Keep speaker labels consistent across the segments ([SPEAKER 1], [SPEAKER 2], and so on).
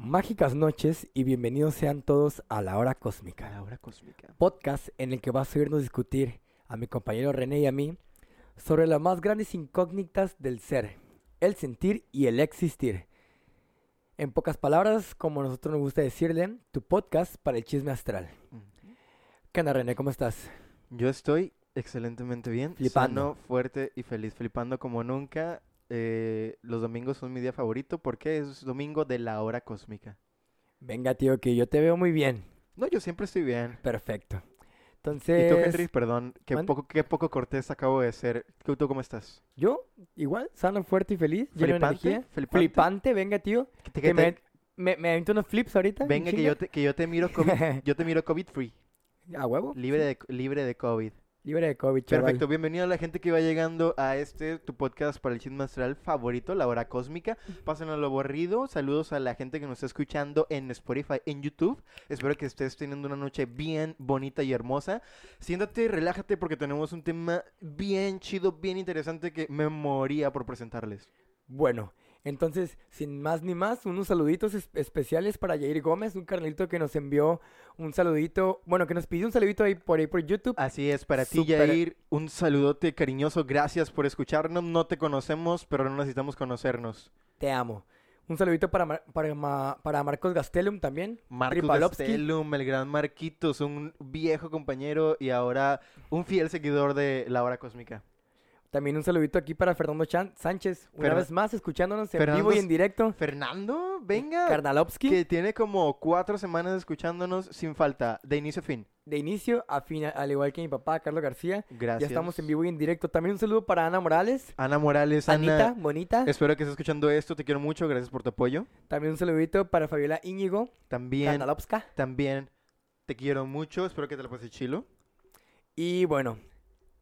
[SPEAKER 1] Mágicas noches y bienvenidos sean todos a La Hora Cósmica.
[SPEAKER 2] La hora cósmica.
[SPEAKER 1] podcast en el que vas a oírnos discutir a mi compañero René y a mí sobre las más grandes incógnitas del ser, el sentir y el existir. En pocas palabras, como a nosotros nos gusta decirle, tu podcast para el chisme astral. ¿Qué onda, René? ¿Cómo estás?
[SPEAKER 2] Mm. Yo estoy excelentemente bien.
[SPEAKER 1] Flipando.
[SPEAKER 2] Sano, fuerte y feliz, flipando como nunca. Eh, los domingos son mi día favorito porque es domingo de la hora cósmica.
[SPEAKER 1] Venga, tío, que yo te veo muy bien.
[SPEAKER 2] No, yo siempre estoy bien.
[SPEAKER 1] Perfecto.
[SPEAKER 2] Y tú,
[SPEAKER 1] Entonces,
[SPEAKER 2] Henry, perdón, qué
[SPEAKER 1] Mande.
[SPEAKER 2] poco, qué poco cortés acabo de ser. ¿Tú, tú cómo estás?
[SPEAKER 1] yo, igual, sano, fuerte y feliz, lleno de
[SPEAKER 2] ¿Flipante?
[SPEAKER 1] energía.
[SPEAKER 2] ¿Flipante?
[SPEAKER 1] Flipante, venga, tío.
[SPEAKER 2] Que te-
[SPEAKER 1] Que
[SPEAKER 2] que te-
[SPEAKER 1] me, me, me aviento unos flips ahorita. en
[SPEAKER 2] venga, que
[SPEAKER 1] chinga.
[SPEAKER 2] yo, te, que yo te miro COVID, yo te miro COVID free,
[SPEAKER 1] A huevo.
[SPEAKER 2] libre de, libre de COVID.
[SPEAKER 1] Libre de COVID, chaval.
[SPEAKER 2] Perfecto, bienvenido a la gente que va llegando a este, tu podcast para el chisme astral favorito, La Hora Cósmica. Pásenlo a lo aburrido. Saludos a la gente que nos está escuchando en Spotify, en YouTube. Espero que estés teniendo una noche bien bonita y hermosa. Siéntate y relájate porque tenemos un tema bien chido, bien interesante que me moría por presentarles.
[SPEAKER 1] Bueno, entonces, sin más ni más, unos saluditos es- especiales para Jair Gómez, un carnalito que nos envió un saludito, bueno, que nos pidió un saludito ahí por ahí por YouTube.
[SPEAKER 2] Así es, para ti,
[SPEAKER 1] Súper.
[SPEAKER 2] Jair, un saludote cariñoso. Gracias por escucharnos. No te conocemos, pero no necesitamos conocernos.
[SPEAKER 1] Te amo. Un saludito para, Mar- para, Ma- para Marcos Gastelum también.
[SPEAKER 2] Marcos
[SPEAKER 1] Tripalovsky.
[SPEAKER 2] Gastelum, el gran Marquitos, un viejo compañero y ahora un fiel seguidor de La Hora Cósmica.
[SPEAKER 1] También un saludito aquí para Fernando Chan- Sánchez, una
[SPEAKER 2] Fernan-
[SPEAKER 1] vez más escuchándonos en
[SPEAKER 2] Fernando
[SPEAKER 1] vivo y
[SPEAKER 2] S-
[SPEAKER 1] en directo.
[SPEAKER 2] Fernando, venga,
[SPEAKER 1] Karnalovsky,
[SPEAKER 2] que tiene como cuatro semanas escuchándonos sin falta, de inicio a fin.
[SPEAKER 1] de inicio a fin, al igual que mi papá, Carlos García.
[SPEAKER 2] Gracias.
[SPEAKER 1] Ya estamos en vivo y en directo. También un saludo para Ana Morales,
[SPEAKER 2] Ana Morales,
[SPEAKER 1] Anita,
[SPEAKER 2] Ana,
[SPEAKER 1] bonita.
[SPEAKER 2] espero que estés escuchando esto, te quiero mucho, gracias por tu apoyo.
[SPEAKER 1] También un saludito para Fabiola Íñigo,
[SPEAKER 2] También,
[SPEAKER 1] Karnalovska.
[SPEAKER 2] también, te quiero mucho, espero que te la pases chilo.
[SPEAKER 1] Y bueno,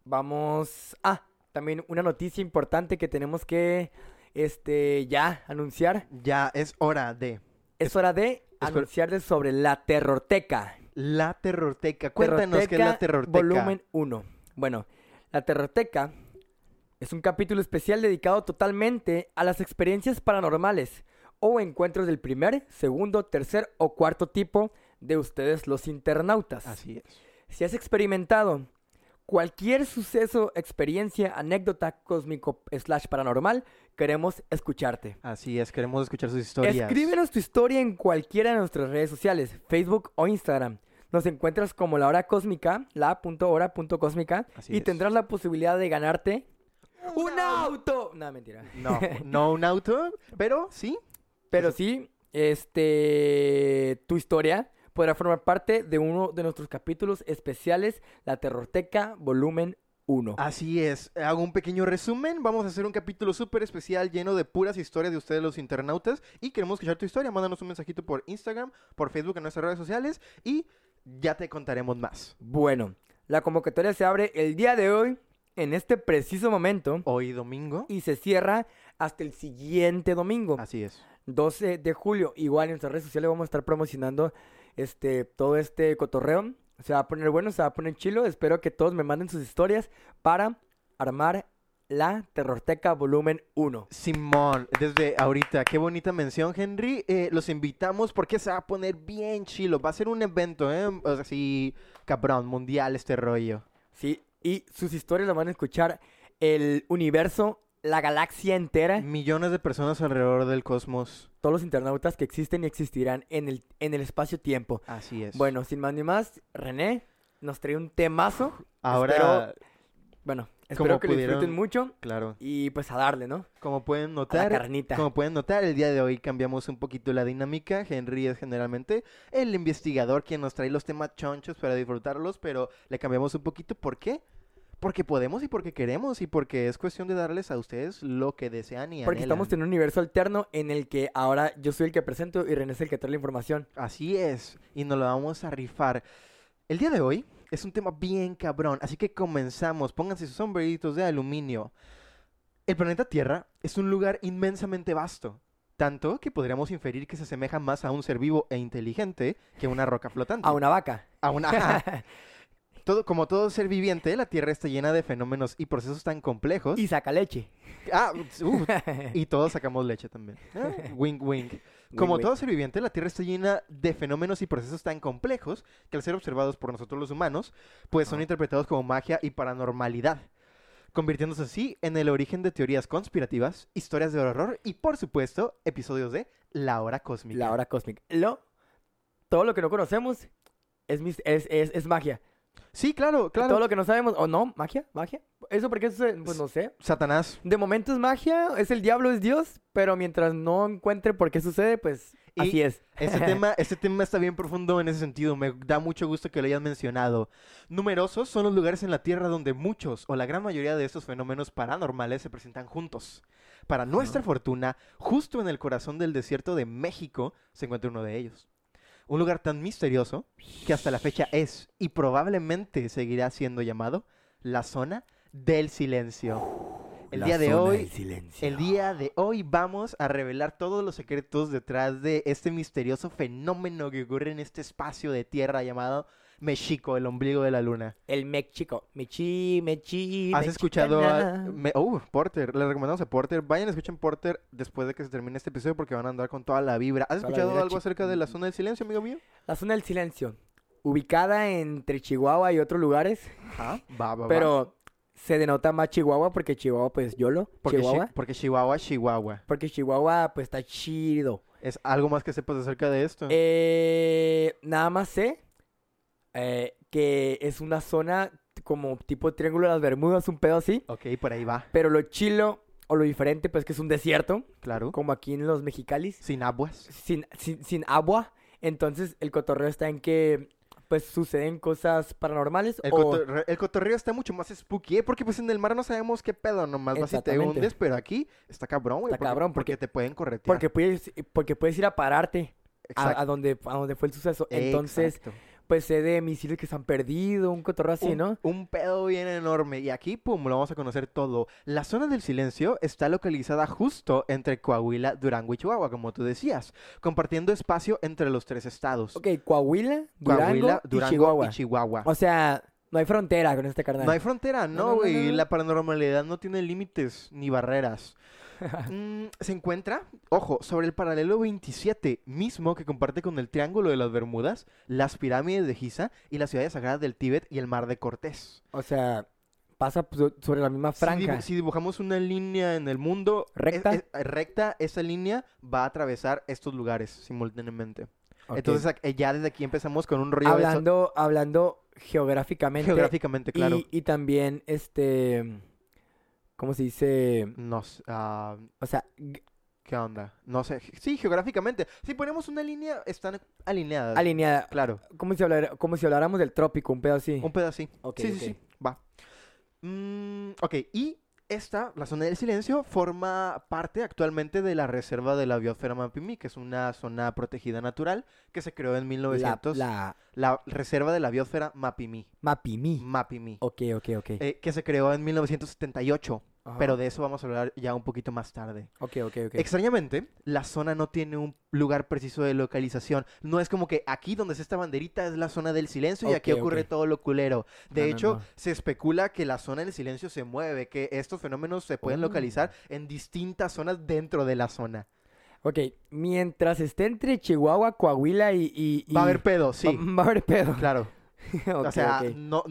[SPEAKER 1] vamos. Ah, también una noticia importante que tenemos que este ya anunciar.
[SPEAKER 2] Ya es hora de
[SPEAKER 1] Es hora de
[SPEAKER 2] espera.
[SPEAKER 1] anunciarles sobre la Terrorteca.
[SPEAKER 2] La Terrorteca. Cuéntanos qué es La Terrorteca.
[SPEAKER 1] Volumen 1. Bueno, la Terrorteca es un capítulo especial dedicado totalmente a las experiencias paranormales o encuentros del primer, segundo, tercer o cuarto tipo de ustedes los internautas.
[SPEAKER 2] Así es.
[SPEAKER 1] Si has experimentado cualquier suceso, experiencia, anécdota cósmico slash paranormal, queremos escucharte.
[SPEAKER 2] Así es, queremos escuchar sus historias.
[SPEAKER 1] Escríbenos tu historia en cualquiera de nuestras redes sociales, Facebook o Instagram. Nos encuentras como la hora cósmica, la.hora.cósmica,
[SPEAKER 2] Así
[SPEAKER 1] y
[SPEAKER 2] es.
[SPEAKER 1] tendrás la posibilidad de ganarte un auto. No, mentira.
[SPEAKER 2] No, no un auto, pero sí.
[SPEAKER 1] Pero sí, este, tu historia podrá formar parte de uno de nuestros capítulos especiales, La Terrorteca, volumen 1.
[SPEAKER 2] Así es. Hago un pequeño resumen. Vamos a hacer un capítulo súper especial lleno de puras historias de ustedes los internautas. Y queremos escuchar tu historia. Mándanos un mensajito por Instagram, por Facebook, en nuestras redes sociales. Y ya te contaremos más.
[SPEAKER 1] Bueno, la convocatoria se abre el día de hoy, en este preciso momento,
[SPEAKER 2] Hoy domingo.
[SPEAKER 1] y se cierra hasta el siguiente domingo,
[SPEAKER 2] Así es.
[SPEAKER 1] 12 de julio. Igual en nuestras redes sociales vamos a estar promocionando este, todo este cotorreo. Se va a poner bueno, se va a poner chilo. Espero que todos me manden sus historias para armar la Terrorteca Volumen 1.
[SPEAKER 2] Simón, desde ahorita, qué bonita mención, Henry. Eh, los invitamos porque se va a poner bien chilo. Va a ser un evento, ¿eh? O sea, sí, cabrón, mundial este rollo.
[SPEAKER 1] Sí, y sus historias las van a escuchar el universo, la galaxia entera,
[SPEAKER 2] Millones de personas alrededor del cosmos.
[SPEAKER 1] todos los internautas que existen y existirán en el, en el espacio-tiempo.
[SPEAKER 2] Así es.
[SPEAKER 1] Bueno, sin más ni más, René nos trae un temazo.
[SPEAKER 2] ahora,
[SPEAKER 1] Bueno, espero
[SPEAKER 2] Como
[SPEAKER 1] que lo disfruten
[SPEAKER 2] pudieron-
[SPEAKER 1] mucho
[SPEAKER 2] claro,
[SPEAKER 1] y pues a darle, ¿no?
[SPEAKER 2] como pueden
[SPEAKER 1] A la
[SPEAKER 2] notar,
[SPEAKER 1] carnita.
[SPEAKER 2] como pueden notar, el día de hoy cambiamos un poquito la dinámica. Henry es generalmente el investigador quien nos trae los temas chonchos para disfrutarlos, pero le cambiamos un poquito. ¿Por qué? Porque podemos y porque queremos y porque es cuestión de darles a ustedes lo que desean y
[SPEAKER 1] Porque estamos
[SPEAKER 2] anhelan.
[SPEAKER 1] en un universo alterno en el que ahora yo soy el que presento y René es el que trae la información.
[SPEAKER 2] Así es, y nos lo vamos a rifar. El día de hoy es un tema bien cabrón, así que comenzamos. Pónganse sus sombreritos de aluminio. El planeta Tierra es un lugar inmensamente vasto, tanto que podríamos inferir que se asemeja más a un ser vivo e inteligente que una roca flotante.
[SPEAKER 1] A una vaca.
[SPEAKER 2] A una- ajá. Todo, como todo ser viviente, la Tierra está llena de fenómenos y procesos tan complejos.
[SPEAKER 1] Y saca leche.
[SPEAKER 2] Ah, uh, y todos sacamos leche también. Wing, wing. Como
[SPEAKER 1] Win-win.
[SPEAKER 2] todo ser viviente, la Tierra está llena de fenómenos y procesos tan complejos que al ser observados por nosotros los humanos, pues son
[SPEAKER 1] Ajá.
[SPEAKER 2] interpretados como magia y paranormalidad, convirtiéndose así en el origen de teorías conspirativas, historias de horror y, por supuesto, episodios de La Hora Cósmica.
[SPEAKER 1] La hora cósmica. Lo, todo lo que no conocemos es, mis- es, es, es magia.
[SPEAKER 2] Sí, claro, claro.
[SPEAKER 1] Todo lo que no sabemos, o no, magia, magia. Eso porque eso, se- pues
[SPEAKER 2] S-
[SPEAKER 1] no sé.
[SPEAKER 2] Satanás.
[SPEAKER 1] De momento es magia, es el diablo, es Dios, pero mientras no encuentre por qué sucede, pues
[SPEAKER 2] Y-
[SPEAKER 1] así es.
[SPEAKER 2] Este tema, este tema está bien profundo en ese sentido. Me da mucho gusto que lo hayas mencionado. Numerosos son los lugares en la Tierra donde muchos o la gran mayoría de estos fenómenos paranormales se presentan juntos. Para nuestra fortuna, justo en el corazón del desierto de México se encuentra uno de ellos. Un lugar tan misterioso que hasta la fecha es y probablemente seguirá siendo llamado la zona del silencio. El
[SPEAKER 1] La
[SPEAKER 2] día de
[SPEAKER 1] zona
[SPEAKER 2] hoy,
[SPEAKER 1] del silencio.
[SPEAKER 2] el día de hoy vamos a revelar todos los secretos detrás de este misterioso fenómeno que ocurre en este espacio de tierra llamado Mexico, el ombligo de la luna.
[SPEAKER 1] El mec chico. Mechi, mechi.
[SPEAKER 2] ¿Has escuchado a...
[SPEAKER 1] mexicana.
[SPEAKER 2] me- oh, Porter, le recomendamos a Porter. Vayan, escuchen Porter después de que se termine este episodio porque van a andar con toda la vibra. ¿Has
[SPEAKER 1] Toda la
[SPEAKER 2] escuchado
[SPEAKER 1] vibra,
[SPEAKER 2] algo
[SPEAKER 1] chi-
[SPEAKER 2] acerca de la zona del silencio, amigo mío?
[SPEAKER 1] La zona del silencio. Ubicada entre Chihuahua y otros lugares,
[SPEAKER 2] Ajá. Va, va, va.
[SPEAKER 1] pero se denota más Chihuahua porque Chihuahua, pues yolo.
[SPEAKER 2] Porque Chi-
[SPEAKER 1] Chihuahua.
[SPEAKER 2] porque Chihuahua, Chihuahua.
[SPEAKER 1] Porque Chihuahua, pues está chido.
[SPEAKER 2] Es algo más que sepas acerca de esto.
[SPEAKER 1] Eh, nada más sé eh, que es una zona como tipo Triángulo de las Bermudas, un pedo así.
[SPEAKER 2] Ok, por ahí va.
[SPEAKER 1] Pero lo chilo o lo diferente, pues que es un desierto,
[SPEAKER 2] Claro.
[SPEAKER 1] como aquí en los Mexicalis,
[SPEAKER 2] Sin aguas.
[SPEAKER 1] sin, sin, sin agua. Entonces el cotorreo está en que pues suceden cosas paranormales
[SPEAKER 2] El,
[SPEAKER 1] o...
[SPEAKER 2] cotorre- el cotorreo está mucho más spooky, ¿eh? Porque pues en el mar no sabemos qué pedo nomás. Vas y te
[SPEAKER 1] Exactamente.
[SPEAKER 2] hundes, pero aquí está cabrón, güey.
[SPEAKER 1] Está cabrón, porque-
[SPEAKER 2] te pueden corretear.
[SPEAKER 1] Porque puedes, porque puedes ir a pararte
[SPEAKER 2] Exacto,
[SPEAKER 1] a, a donde, a donde fue el suceso. Entonces,
[SPEAKER 2] exacto.
[SPEAKER 1] pues sé de misiles que se han perdido, un cotorreo así,
[SPEAKER 2] un,
[SPEAKER 1] ¿no?
[SPEAKER 2] un pedo bien enorme. Y aquí, pum, lo vamos a conocer todo. La zona del silencio está localizada justo entre Coahuila, Durango y Chihuahua, como tú decías, compartiendo espacio entre los tres estados.
[SPEAKER 1] Ok, Coahuila, Durango,
[SPEAKER 2] Coahuila,
[SPEAKER 1] y
[SPEAKER 2] Durango
[SPEAKER 1] Chihuahua.
[SPEAKER 2] y Chihuahua.
[SPEAKER 1] O sea, no hay frontera con este carnal.
[SPEAKER 2] No hay frontera,
[SPEAKER 1] No, no,
[SPEAKER 2] no,
[SPEAKER 1] no,
[SPEAKER 2] güey.
[SPEAKER 1] no, no.
[SPEAKER 2] La paranormalidad no tiene límites ni barreras. Mm, se encuentra, ojo, sobre el paralelo 27 mismo que comparte con el Triángulo de las Bermudas, las pirámides de Giza y las ciudades sagradas del Tíbet y el Mar de Cortés.
[SPEAKER 1] O sea, pasa pues, sobre la misma
[SPEAKER 2] Si dibu-
[SPEAKER 1] franja.
[SPEAKER 2] Si, dibujamos una línea en el mundo es-
[SPEAKER 1] ¿Recta?
[SPEAKER 2] es- eh, recta, esa línea va a atravesar estos lugares simultáneamente.
[SPEAKER 1] Ok.
[SPEAKER 2] Entonces ac- eh, ya desde aquí empezamos con un rollo de eso-
[SPEAKER 1] hablando, hablando geográficamente.
[SPEAKER 2] geográficamente, claro.
[SPEAKER 1] Y, y también, este, ¿cómo se dice?
[SPEAKER 2] Nos, ah,
[SPEAKER 1] O sea, g-
[SPEAKER 2] ¿Qué onda? No sé. ge- Sí, geográficamente. Si ponemos una línea, están alineadas.
[SPEAKER 1] alineada.
[SPEAKER 2] claro.
[SPEAKER 1] Como si, hablar- como si habláramos del trópico, un pedo así.
[SPEAKER 2] Un pedo así.
[SPEAKER 1] Ok,
[SPEAKER 2] sí, sí,
[SPEAKER 1] ok.
[SPEAKER 2] sí. Va. Mm, ok, y esta, la zona del silencio, forma parte actualmente de la reserva de la biosfera Mapimí, que es una zona protegida natural que se creó en
[SPEAKER 1] La,
[SPEAKER 2] 1900. La,
[SPEAKER 1] la
[SPEAKER 2] reserva de la biosfera Mapimí.
[SPEAKER 1] Mapimí.
[SPEAKER 2] Mapimí.
[SPEAKER 1] Ok, ok, ok.
[SPEAKER 2] eh, que se creó en 1978.
[SPEAKER 1] Ajá.
[SPEAKER 2] Pero de eso vamos a hablar ya un poquito más tarde.
[SPEAKER 1] Ok, ok, ok.
[SPEAKER 2] Extrañamente, la zona no tiene un lugar preciso de localización. No es como que aquí donde está esta banderita es la zona del silencio y aquí
[SPEAKER 1] Ok,
[SPEAKER 2] ocurre
[SPEAKER 1] ok.
[SPEAKER 2] todo lo culero. De
[SPEAKER 1] No, no,
[SPEAKER 2] hecho,
[SPEAKER 1] no.
[SPEAKER 2] se especula que la zona del silencio se mueve, que estos fenómenos se pueden
[SPEAKER 1] Oh.
[SPEAKER 2] localizar en distintas zonas dentro de la zona.
[SPEAKER 1] Ok, mientras esté entre Chihuahua, Coahuila y... y- y-
[SPEAKER 2] Va a haber pedo, sí.
[SPEAKER 1] Va, va a haber pedo.
[SPEAKER 2] Claro.
[SPEAKER 1] Ok,
[SPEAKER 2] o sea, mm
[SPEAKER 1] ok.
[SPEAKER 2] no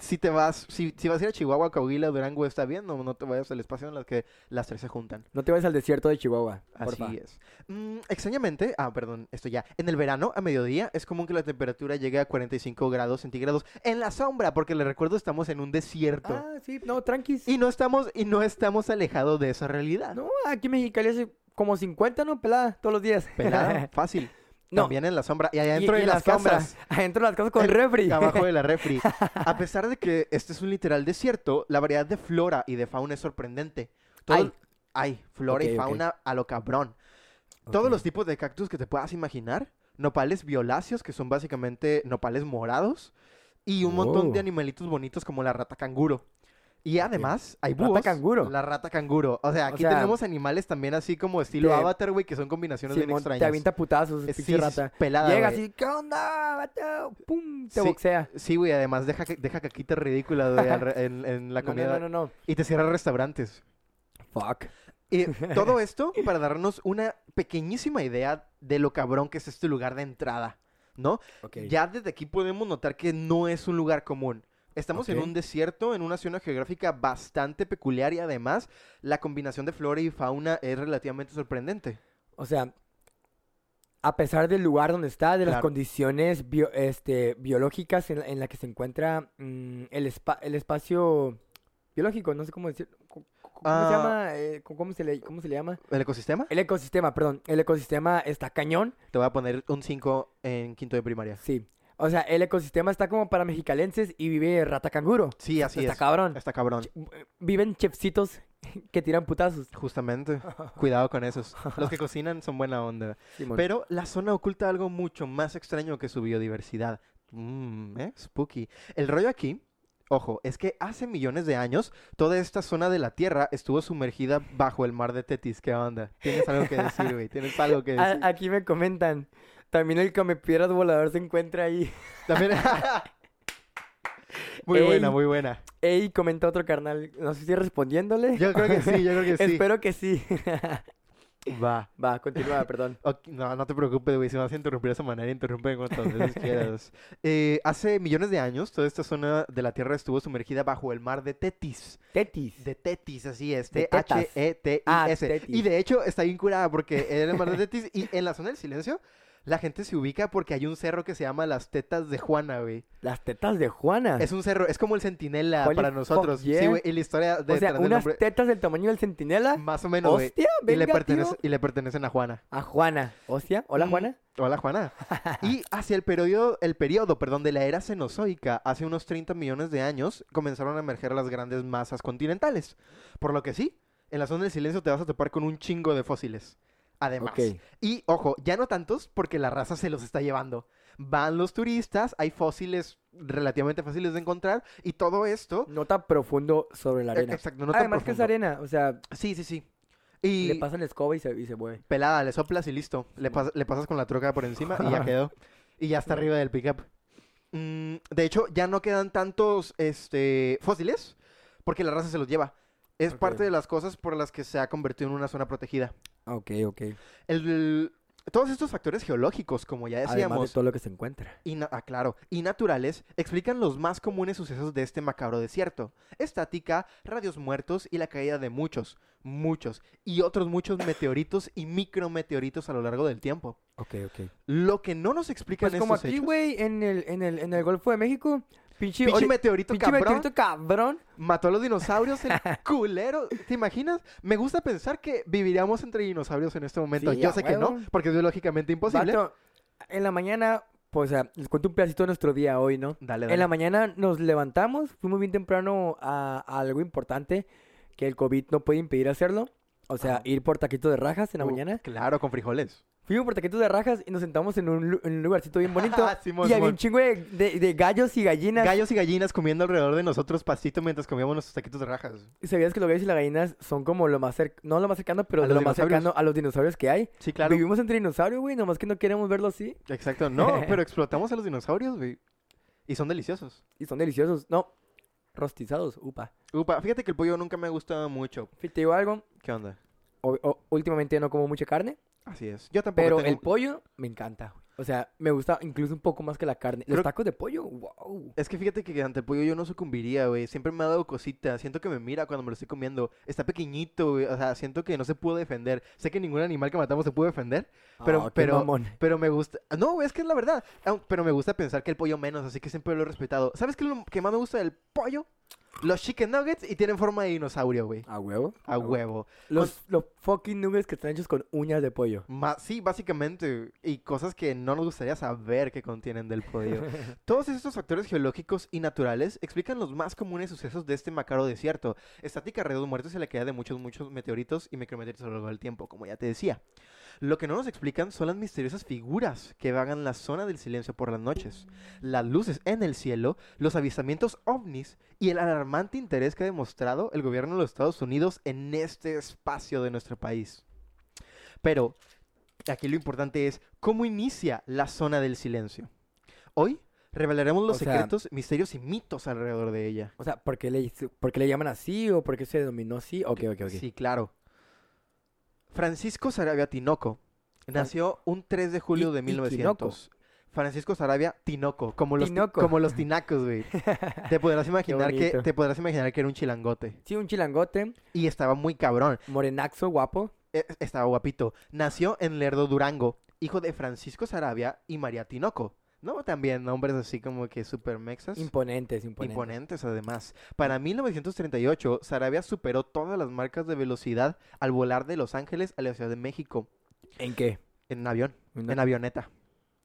[SPEAKER 2] si te vas, si, si vas a ir a Chihuahua, Coahuila, Durango, está bien, no, no te vayas al espacio en el que las tres se juntan.
[SPEAKER 1] No te vayas al desierto de Chihuahua.
[SPEAKER 2] Así
[SPEAKER 1] porfa.
[SPEAKER 2] es. Mm, extrañamente, ah, perdón, esto ya. En el verano, a mediodía, es común que la temperatura llegue a 45 grados centígrados en la sombra, porque les recuerdo, estamos en un desierto.
[SPEAKER 1] Ah, sí, no, tranquis.
[SPEAKER 2] Y no estamos, y no estamos alejados de esa realidad.
[SPEAKER 1] No, Ah, aquí en Mexicali hace como 50, ¿no? Pelada, todos los días.
[SPEAKER 2] Pelada, fácil.
[SPEAKER 1] no,
[SPEAKER 2] También en la sombra. Y
[SPEAKER 1] y-
[SPEAKER 2] adentro
[SPEAKER 1] y
[SPEAKER 2] de
[SPEAKER 1] en
[SPEAKER 2] las
[SPEAKER 1] sombras,
[SPEAKER 2] cámaras.
[SPEAKER 1] Adentro de las casas con
[SPEAKER 2] El-
[SPEAKER 1] refri.
[SPEAKER 2] Abajo de la refri. A pesar de que este es un literal desierto, la variedad de flora y de fauna es sorprendente. Todo-
[SPEAKER 1] Ay.
[SPEAKER 2] Ay, flora
[SPEAKER 1] Ok,
[SPEAKER 2] y
[SPEAKER 1] ok.
[SPEAKER 2] fauna a lo cabrón. Todos los tipos de cactus que te puedas imaginar. Nopales violáceos, que son básicamente nopales morados. Y un montón de
[SPEAKER 1] Oh.
[SPEAKER 2] animalitos bonitos como la rata canguro. Y además hay
[SPEAKER 1] Rata
[SPEAKER 2] búhos.
[SPEAKER 1] canguro.
[SPEAKER 2] La rata canguro. O sea,
[SPEAKER 1] O
[SPEAKER 2] aquí
[SPEAKER 1] sea,
[SPEAKER 2] tenemos animales también así como estilo
[SPEAKER 1] te-
[SPEAKER 2] avatar, güey, que son combinaciones bien
[SPEAKER 1] Simón,
[SPEAKER 2] extrañas.
[SPEAKER 1] te avienta putazos,
[SPEAKER 2] Eh,
[SPEAKER 1] pinche
[SPEAKER 2] sí, sí,
[SPEAKER 1] rata.
[SPEAKER 2] pelada,
[SPEAKER 1] Llega
[SPEAKER 2] güey.
[SPEAKER 1] así, ¿qué onda? vato?" Pum, te
[SPEAKER 2] Sí.
[SPEAKER 1] boxea.
[SPEAKER 2] Sí, güey, además deja, ca- deja caquita ridícula güey, al re- en, en la
[SPEAKER 1] No, no,
[SPEAKER 2] comida
[SPEAKER 1] No, no, no,
[SPEAKER 2] y te cierra restaurantes.
[SPEAKER 1] Fuck.
[SPEAKER 2] Eh, todo esto para darnos una pequeñísima idea de lo cabrón que es este lugar de entrada, ¿no?
[SPEAKER 1] Ok.
[SPEAKER 2] Ya desde aquí podemos notar que no es un lugar común. Estamos en
[SPEAKER 1] Ok.
[SPEAKER 2] un desierto, en una zona geográfica bastante peculiar y además la combinación de flora y fauna es relativamente sorprendente.
[SPEAKER 1] O sea, a pesar del lugar donde está, de las
[SPEAKER 2] Claro.
[SPEAKER 1] condiciones bio- este, biológicas en, la- en la que se encuentra mm, el, espa- el espacio biológico, no sé cómo decir, co- co- ¿cómo,
[SPEAKER 2] Ah.
[SPEAKER 1] se llama? Eh, co- ¿cómo, se le, ¿Cómo se le llama?
[SPEAKER 2] ¿El ecosistema?
[SPEAKER 1] El ecosistema, perdón, el ecosistema está cañón,
[SPEAKER 2] Te voy a poner un 5 en quinto de primaria.
[SPEAKER 1] sí. O sea, el ecosistema está como para mexicalenses y vive rata canguro.
[SPEAKER 2] Sí, así
[SPEAKER 1] está
[SPEAKER 2] es.
[SPEAKER 1] cabrón.
[SPEAKER 2] Está cabrón.
[SPEAKER 1] Ch- eh, Viven chefcitos que tiran putazos.
[SPEAKER 2] Justamente. Cuidado con esos. Los que cocinan son buena onda. Pero la zona oculta algo mucho más extraño que su biodiversidad. Mmm, ¿eh? Spooky. El rollo aquí, ojo, es que hace millones de años toda esta zona de la Tierra estuvo sumergida bajo el mar de Tetis. ¿Qué onda? Tienes algo que decir, güey. Tienes algo
[SPEAKER 1] A-
[SPEAKER 2] que decir.
[SPEAKER 1] aquí me comentan, también el piedras volador se encuentra ahí.
[SPEAKER 2] También... muy
[SPEAKER 1] Ey.
[SPEAKER 2] buena, muy buena.
[SPEAKER 1] Ey, comenta otro carnal. No sé si respondiéndole.
[SPEAKER 2] Yo creo que sí, yo creo que sí.
[SPEAKER 1] Espero que sí.
[SPEAKER 2] Va.
[SPEAKER 1] Va, continúa, perdón.
[SPEAKER 2] Ok, No, no te preocupes, güey. Si me vas a interrumpir de esa manera, interrumpe cuantas veces quieras. Eh, hace millones de años, toda esta zona de la Tierra estuvo sumergida bajo el mar de Tetis.
[SPEAKER 1] Tetis.
[SPEAKER 2] De Tetis, así es. E
[SPEAKER 1] De tetas. Ah,
[SPEAKER 2] T-H-E-T-I-S.
[SPEAKER 1] tetis.
[SPEAKER 2] Y de hecho está bien curada porque era el mar de Tetis. Y en la zona del silencio, la gente se ubica porque hay un cerro que se llama Las Tetas de Juana, güey.
[SPEAKER 1] Las tetas de Juana.
[SPEAKER 2] Es un cerro, es como el centinela
[SPEAKER 1] Ah. Holy
[SPEAKER 2] para
[SPEAKER 1] fuck,
[SPEAKER 2] nosotros. Sí,
[SPEAKER 1] yeah.
[SPEAKER 2] güey. Y la historia de
[SPEAKER 1] o sea,
[SPEAKER 2] detrás del
[SPEAKER 1] unas
[SPEAKER 2] nombre.
[SPEAKER 1] tetas del tamaño del centinela.
[SPEAKER 2] Más o menos, güey.
[SPEAKER 1] Hostia,
[SPEAKER 2] Y, le
[SPEAKER 1] venga,
[SPEAKER 2] pertenece-
[SPEAKER 1] tío.
[SPEAKER 2] y le pertenecen a Juana.
[SPEAKER 1] A Juana. Hostia, hola
[SPEAKER 2] Mm,
[SPEAKER 1] Juana.
[SPEAKER 2] Hola, Juana. y hacia el periodo, el periodo, perdón, de la era cenozoica, hace unos 30 millones de años, comenzaron a emerger las grandes masas continentales. Por lo que sí, en la zona del silencio te vas a topar con un chingo de fósiles. Además.
[SPEAKER 1] Ok.
[SPEAKER 2] Y, ojo, ya no tantos porque la raza se los está llevando. Van los turistas, hay fósiles relativamente fáciles de encontrar y todo esto...
[SPEAKER 1] No tan profundo sobre la
[SPEAKER 2] Eh,
[SPEAKER 1] arena.
[SPEAKER 2] Exacto, no tan
[SPEAKER 1] Ah, Además que es
[SPEAKER 2] profundo.
[SPEAKER 1] arena, o sea,
[SPEAKER 2] Sí, sí, sí. Y...
[SPEAKER 1] le pasan la escoba y se, y se mueve.
[SPEAKER 2] Pelada, le soplas y listo. Le, pas- le pasas con la troca por encima y ya quedó. Y ya está arriba del pickup. Mm, de hecho, ya no quedan tantos este, fósiles porque la raza se los lleva. Es
[SPEAKER 1] Ok.
[SPEAKER 2] parte de las cosas por las que se ha convertido en una zona protegida.
[SPEAKER 1] Ok, ok.
[SPEAKER 2] El, todos estos factores geológicos, como ya
[SPEAKER 1] Además de
[SPEAKER 2] decíamos,
[SPEAKER 1] todo lo que se encuentra.
[SPEAKER 2] y, na- ah, claro, y naturales, explican los más comunes sucesos de este macabro desierto. Estática, radios muertos y la caída de muchos, muchos, y otros muchos meteoritos y micrometeoritos a lo largo del tiempo.
[SPEAKER 1] Ok, ok.
[SPEAKER 2] Lo que no nos explican
[SPEAKER 1] Pues como
[SPEAKER 2] estos
[SPEAKER 1] aquí,
[SPEAKER 2] hechos-
[SPEAKER 1] güey, en el, en, el, en el Golfo de México, pinche,
[SPEAKER 2] Pinche
[SPEAKER 1] ori-
[SPEAKER 2] meteorito
[SPEAKER 1] pinche
[SPEAKER 2] cabrón
[SPEAKER 1] meteorito cabrón.
[SPEAKER 2] mató a los dinosaurios, el culero. ¿Te imaginas? Me gusta pensar que viviríamos entre dinosaurios en este momento.
[SPEAKER 1] Sí,
[SPEAKER 2] Yo
[SPEAKER 1] a
[SPEAKER 2] sé que no,
[SPEAKER 1] huevo.
[SPEAKER 2] porque es biológicamente imposible.
[SPEAKER 1] Vato, en la mañana, pues, o sea, les cuento un pedacito de nuestro día hoy, ¿no?
[SPEAKER 2] Dale,
[SPEAKER 1] En la mañana nos levantamos, fuimos bien temprano a, a algo importante que el COVID no puede impedir hacerlo. O sea,
[SPEAKER 2] Ajá.
[SPEAKER 1] ir por taquitos de rajas en la
[SPEAKER 2] Uh,
[SPEAKER 1] mañana.
[SPEAKER 2] Claro, con frijoles.
[SPEAKER 1] Fuimos por taquitos de rajas y nos sentamos en un, lu- en un lugarcito bien bonito.
[SPEAKER 2] Simón,
[SPEAKER 1] y había
[SPEAKER 2] Simón.
[SPEAKER 1] un chingo de, de- de gallos y gallinas.
[SPEAKER 2] Ah, Gallos y gallinas comiendo alrededor de nosotros pastito mientras comíamos nuestros taquitos de rajas.
[SPEAKER 1] ¿Sabías que los gallos y las gallinas son como lo más cercano, no lo más cercano, pero
[SPEAKER 2] A
[SPEAKER 1] lo
[SPEAKER 2] los
[SPEAKER 1] más
[SPEAKER 2] dinosaurios.
[SPEAKER 1] cercano a los dinosaurios que hay?
[SPEAKER 2] Sí, claro.
[SPEAKER 1] Vivimos entre dinosaurios, güey, nomás que no queremos verlo así.
[SPEAKER 2] Exacto. No, pero explotamos a los dinosaurios, güey. Y son deliciosos.
[SPEAKER 1] Y son deliciosos. No, rostizados, upa.
[SPEAKER 2] Upa, fíjate que el pollo nunca me ha gustado mucho.
[SPEAKER 1] Fíjate, te digo algo.
[SPEAKER 2] ¿Qué onda?
[SPEAKER 1] o- o- últimamente no como mucha carne,
[SPEAKER 2] Así es. Yo tampoco
[SPEAKER 1] pero
[SPEAKER 2] tengo-
[SPEAKER 1] el pollo me encanta. güey. O sea, me gusta incluso un poco más que la carne. Los
[SPEAKER 2] Creo-
[SPEAKER 1] tacos de pollo, wow.
[SPEAKER 2] Es que fíjate que ante el pollo yo no sucumbiría, güey. Siempre me ha dado cosita. Siento que me mira cuando me lo estoy comiendo. Está pequeñito, güey. O sea, siento que no se pudo defender. Sé que ningún animal que matamos se pudo defender. Pero-
[SPEAKER 1] Ah, qué
[SPEAKER 2] pero-
[SPEAKER 1] mamón.
[SPEAKER 2] Pero me gusta... No, güey, es que es la verdad. Au- Pero me gusta pensar que el pollo menos, así que siempre lo he respetado. ¿Sabes qué es lo que más me gusta del pollo? Los chicken nuggets y tienen forma de dinosaurio, güey.
[SPEAKER 1] A huevo.
[SPEAKER 2] A huevo.
[SPEAKER 1] Los, los fucking nuggets que están hechos con uñas de pollo.
[SPEAKER 2] Ma- sí, básicamente. Y cosas que no nos gustaría saber que contienen del pollo. Todos estos factores geológicos y naturales explican los más comunes sucesos de este macaro desierto. Estática, redos muertos y la caída de muchos, muchos meteoritos y micrometeoritos a lo largo del tiempo, como ya te decía. Lo que no nos explican son las misteriosas figuras que vagan la zona del silencio por las noches, las luces en el cielo, los avistamientos ovnis y el alarmante interés que ha demostrado el gobierno de los Estados Unidos en este espacio de nuestro país. Pero aquí lo importante es cómo inicia la zona del silencio. Hoy revelaremos los
[SPEAKER 1] O sea-
[SPEAKER 2] secretos, misterios y mitos alrededor de ella.
[SPEAKER 1] O sea, ¿por qué, le, ¿por qué le llaman así o por qué se denominó así? Ok, ok, ok.
[SPEAKER 2] Sí, claro. Francisco Sarabia Tinoco nació un 3 de julio
[SPEAKER 1] Y-
[SPEAKER 2] de
[SPEAKER 1] y
[SPEAKER 2] 1900. Francisco Sarabia Tinoco, como los, ti-
[SPEAKER 1] Tinoco.
[SPEAKER 2] como los tinacos, güey. Te podrás imaginar que
[SPEAKER 1] bonito.
[SPEAKER 2] te podrás imaginar que era un chilangote
[SPEAKER 1] Sí, un chilangote,
[SPEAKER 2] y estaba muy cabrón,
[SPEAKER 1] morenaxo, guapo.
[SPEAKER 2] e- estaba guapito. Nació en Lerdo Durango, hijo de Francisco Sarabia y María Tinoco. No, también nombres así como que super mexas.
[SPEAKER 1] Imponentes, imponentes.
[SPEAKER 2] Imponentes, además. Para 1938, Sarabia superó todas las marcas de velocidad al volar de Los Ángeles a la Ciudad de México
[SPEAKER 1] ¿En qué?
[SPEAKER 2] en avión,
[SPEAKER 1] Una-
[SPEAKER 2] en avioneta.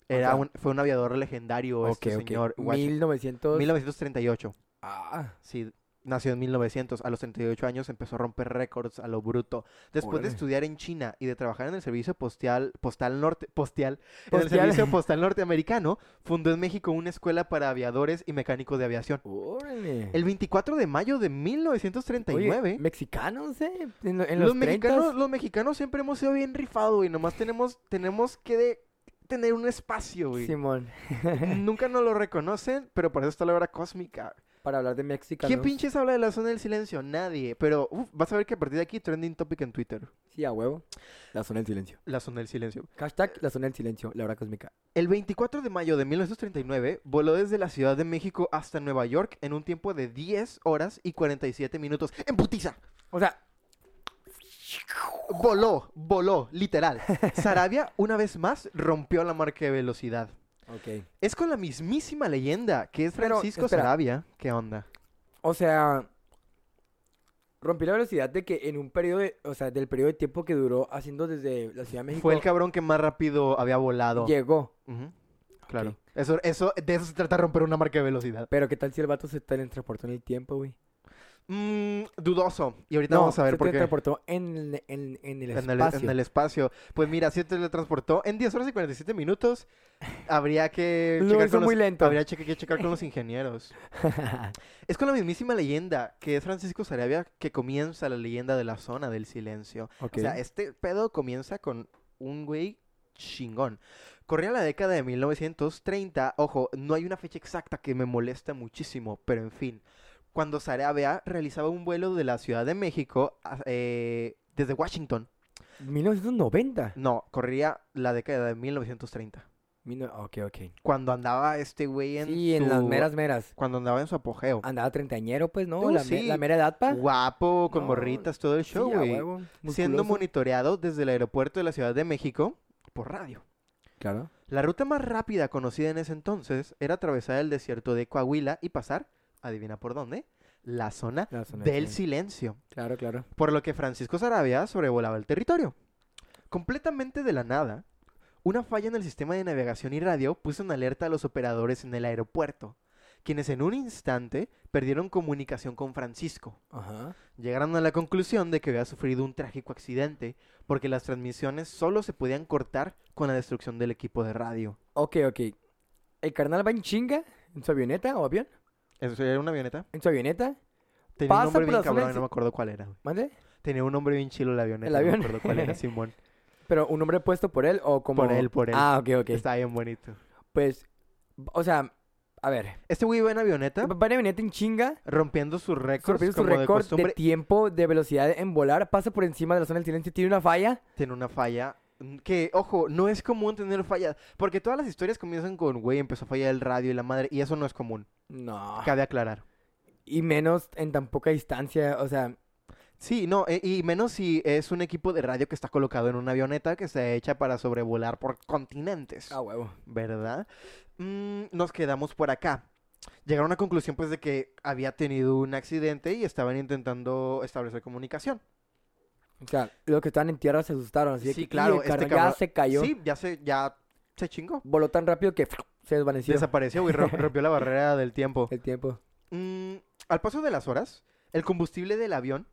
[SPEAKER 2] Era
[SPEAKER 1] Ok.
[SPEAKER 2] un- fue un aviador legendario este
[SPEAKER 1] ok, ok.
[SPEAKER 2] señor. Washi-
[SPEAKER 1] 1900.
[SPEAKER 2] 1938.
[SPEAKER 1] Ah,
[SPEAKER 2] Sí, nació en 1900. A los 38 años empezó a romper récords a lo bruto. Después
[SPEAKER 1] Órale.
[SPEAKER 2] de estudiar en China y de trabajar en el servicio postal, postal norte, postial, en el
[SPEAKER 1] Postial.
[SPEAKER 2] servicio postal norteamericano, fundó en México una escuela para aviadores y mecánicos de aviación.
[SPEAKER 1] órale.
[SPEAKER 2] El 24 de mayo de 1939.
[SPEAKER 1] Oye, mexicanos, ¿eh? En, lo- en
[SPEAKER 2] los,
[SPEAKER 1] los, 30
[SPEAKER 2] mexicanos, los mexicanos siempre hemos sido bien rifados, güey. Nomás tenemos, tenemos que de- tener un espacio, güey.
[SPEAKER 1] Simón,
[SPEAKER 2] Nunca nos lo reconocen, pero por eso está la hora cósmica.
[SPEAKER 1] para hablar de mexicanos.
[SPEAKER 2] ¿Quién pinches habla de la zona del silencio? Nadie. Pero uf, vas a ver que a partir de aquí trending topic en Twitter.
[SPEAKER 1] Sí, a huevo. La zona del silencio.
[SPEAKER 2] La zona del silencio.
[SPEAKER 1] Hashtag la zona del silencio, la hora cósmica.
[SPEAKER 2] El 24 de mayo de 1939 voló desde la Ciudad de México hasta Nueva York en un tiempo de 10 horas y 47 minutos. ¡En putiza!
[SPEAKER 1] O sea,
[SPEAKER 2] Voló, voló, literal. Sarabia, una vez más, rompió la marca de velocidad.
[SPEAKER 1] ok.
[SPEAKER 2] Es con la mismísima leyenda que es
[SPEAKER 1] Pero,
[SPEAKER 2] Francisco
[SPEAKER 1] espera.
[SPEAKER 2] Sarabia. ¿Qué onda?
[SPEAKER 1] O sea, rompí la velocidad de que en un periodo, de- o sea, del periodo de tiempo que duró haciendo desde la Ciudad de México.
[SPEAKER 2] Fue el cabrón que más rápido había volado.
[SPEAKER 1] Llegó.
[SPEAKER 2] Ujú, Claro. Eso, eso, de eso se trata romper una marca de velocidad.
[SPEAKER 1] Pero qué tal si el vato se teletransportó en el tiempo, güey.
[SPEAKER 2] Mm, dudoso. Y ahorita vamos a ver
[SPEAKER 1] se
[SPEAKER 2] por qué.
[SPEAKER 1] teletransportó en, el- en, en el
[SPEAKER 2] En
[SPEAKER 1] espacio.
[SPEAKER 2] el, en el espacio. Pues mira, si te le transportó en 10 horas y 47 minutos, habría que
[SPEAKER 1] Lo
[SPEAKER 2] checar
[SPEAKER 1] hizo
[SPEAKER 2] con los,
[SPEAKER 1] muy lento.
[SPEAKER 2] habría cheque- que checar con los ingenieros. Es con la mismísima leyenda que es Francisco Sarabia que comienza la leyenda de la zona del silencio.
[SPEAKER 1] Ok.
[SPEAKER 2] O sea, este pedo comienza con un güey chingón. Corría la década de 1930, ojo, no hay una fecha exacta que me molesta muchísimo, pero en fin. Cuando Sarabia realizaba un vuelo de la Ciudad de México a- eh, desde Washington.
[SPEAKER 1] 1990.
[SPEAKER 2] No, corría la década de 1930.
[SPEAKER 1] Mil- Ok, ok.
[SPEAKER 2] Cuando andaba este güey Mm. en
[SPEAKER 1] Sí, en
[SPEAKER 2] su-
[SPEAKER 1] las meras meras.
[SPEAKER 2] Cuando andaba en su apogeo.
[SPEAKER 1] Andaba treintañero, pues, ¿no?
[SPEAKER 2] Uh,
[SPEAKER 1] la, me-
[SPEAKER 2] sí.
[SPEAKER 1] la mera edad, pa.
[SPEAKER 2] Guapo, con
[SPEAKER 1] No,
[SPEAKER 2] gorritas, todo el
[SPEAKER 1] Sí,
[SPEAKER 2] show,
[SPEAKER 1] a
[SPEAKER 2] güey.
[SPEAKER 1] huevo,
[SPEAKER 2] siendo
[SPEAKER 1] musculoso.
[SPEAKER 2] monitoreado desde el aeropuerto de la Ciudad de México por radio.
[SPEAKER 1] Claro.
[SPEAKER 2] La ruta más rápida conocida en ese entonces era atravesar el desierto de Coahuila y pasar, adivina por dónde, la zona
[SPEAKER 1] La zona
[SPEAKER 2] del
[SPEAKER 1] sí.
[SPEAKER 2] silencio,
[SPEAKER 1] Claro, claro.
[SPEAKER 2] por lo que Francisco Sarabia sobrevolaba el territorio. Completamente de la nada, una falla en el sistema de navegación y radio puso en alerta a los operadores en el aeropuerto, quienes en un instante perdieron comunicación con Francisco.
[SPEAKER 1] Ajá.
[SPEAKER 2] Llegaron a la conclusión de que había sufrido un trágico accidente porque las transmisiones solo se podían cortar con la destrucción del equipo de radio.
[SPEAKER 1] Ok, ok. ¿El carnal va en chinga? ¿En su avioneta o avión?
[SPEAKER 2] ¿Eso era una avioneta?
[SPEAKER 1] ¿En su avioneta?
[SPEAKER 2] Tenía
[SPEAKER 1] Pasa
[SPEAKER 2] un nombre
[SPEAKER 1] por
[SPEAKER 2] bien
[SPEAKER 1] la zona
[SPEAKER 2] cabrón,
[SPEAKER 1] del
[SPEAKER 2] no
[SPEAKER 1] si-
[SPEAKER 2] me acuerdo cuál era. güey.
[SPEAKER 1] ¿Mande?
[SPEAKER 2] Tenía un nombre bien chilo la avioneta.
[SPEAKER 1] El
[SPEAKER 2] No
[SPEAKER 1] avión.
[SPEAKER 2] me acuerdo cuál era, Simón.
[SPEAKER 1] ¿Pero un nombre puesto por él o como...?
[SPEAKER 2] Por él, por él.
[SPEAKER 1] Ah, ok, ok.
[SPEAKER 2] Está bien bonito.
[SPEAKER 1] Pues, o sea, a ver.
[SPEAKER 2] Este güey iba en avioneta,
[SPEAKER 1] Va en avioneta en chinga,
[SPEAKER 2] rompiendo sus récords
[SPEAKER 1] rompiendo su
[SPEAKER 2] como de
[SPEAKER 1] récord de,
[SPEAKER 2] costumbre.
[SPEAKER 1] tiempo, de velocidad en volar, pasa por encima de la zona del silencio, tiene una falla.
[SPEAKER 2] Tiene una falla mm, que, ojo, no es común tener fallas. Porque todas las historias comienzan con, güey, empezó a fallar el radio y la madre. Y eso no es común.
[SPEAKER 1] No.
[SPEAKER 2] Cabe aclarar.
[SPEAKER 1] Y menos en tan poca distancia, o sea,
[SPEAKER 2] Sí, no, e- y menos si es un equipo de radio que está colocado en una avioneta que se echa para sobrevolar por continentes.
[SPEAKER 1] a huevo.
[SPEAKER 2] ¿verdad? Mm, nos quedamos por acá. Llegaron a la conclusión pues de que había tenido un accidente y estaban intentando establecer comunicación.
[SPEAKER 1] O sea, los que estaban en tierra se asustaron, así de
[SPEAKER 2] Sí,
[SPEAKER 1] que, "Y
[SPEAKER 2] claro,
[SPEAKER 1] el
[SPEAKER 2] este
[SPEAKER 1] carnal
[SPEAKER 2] cabrón-
[SPEAKER 1] ya se cayó.
[SPEAKER 2] Sí, ya se, ya se chingó.
[SPEAKER 1] Voló tan rápido que se desvaneció
[SPEAKER 2] Desapareció y rompió la barrera del tiempo.
[SPEAKER 1] el tiempo.
[SPEAKER 2] Mm, al paso de las horas, el combustible del avión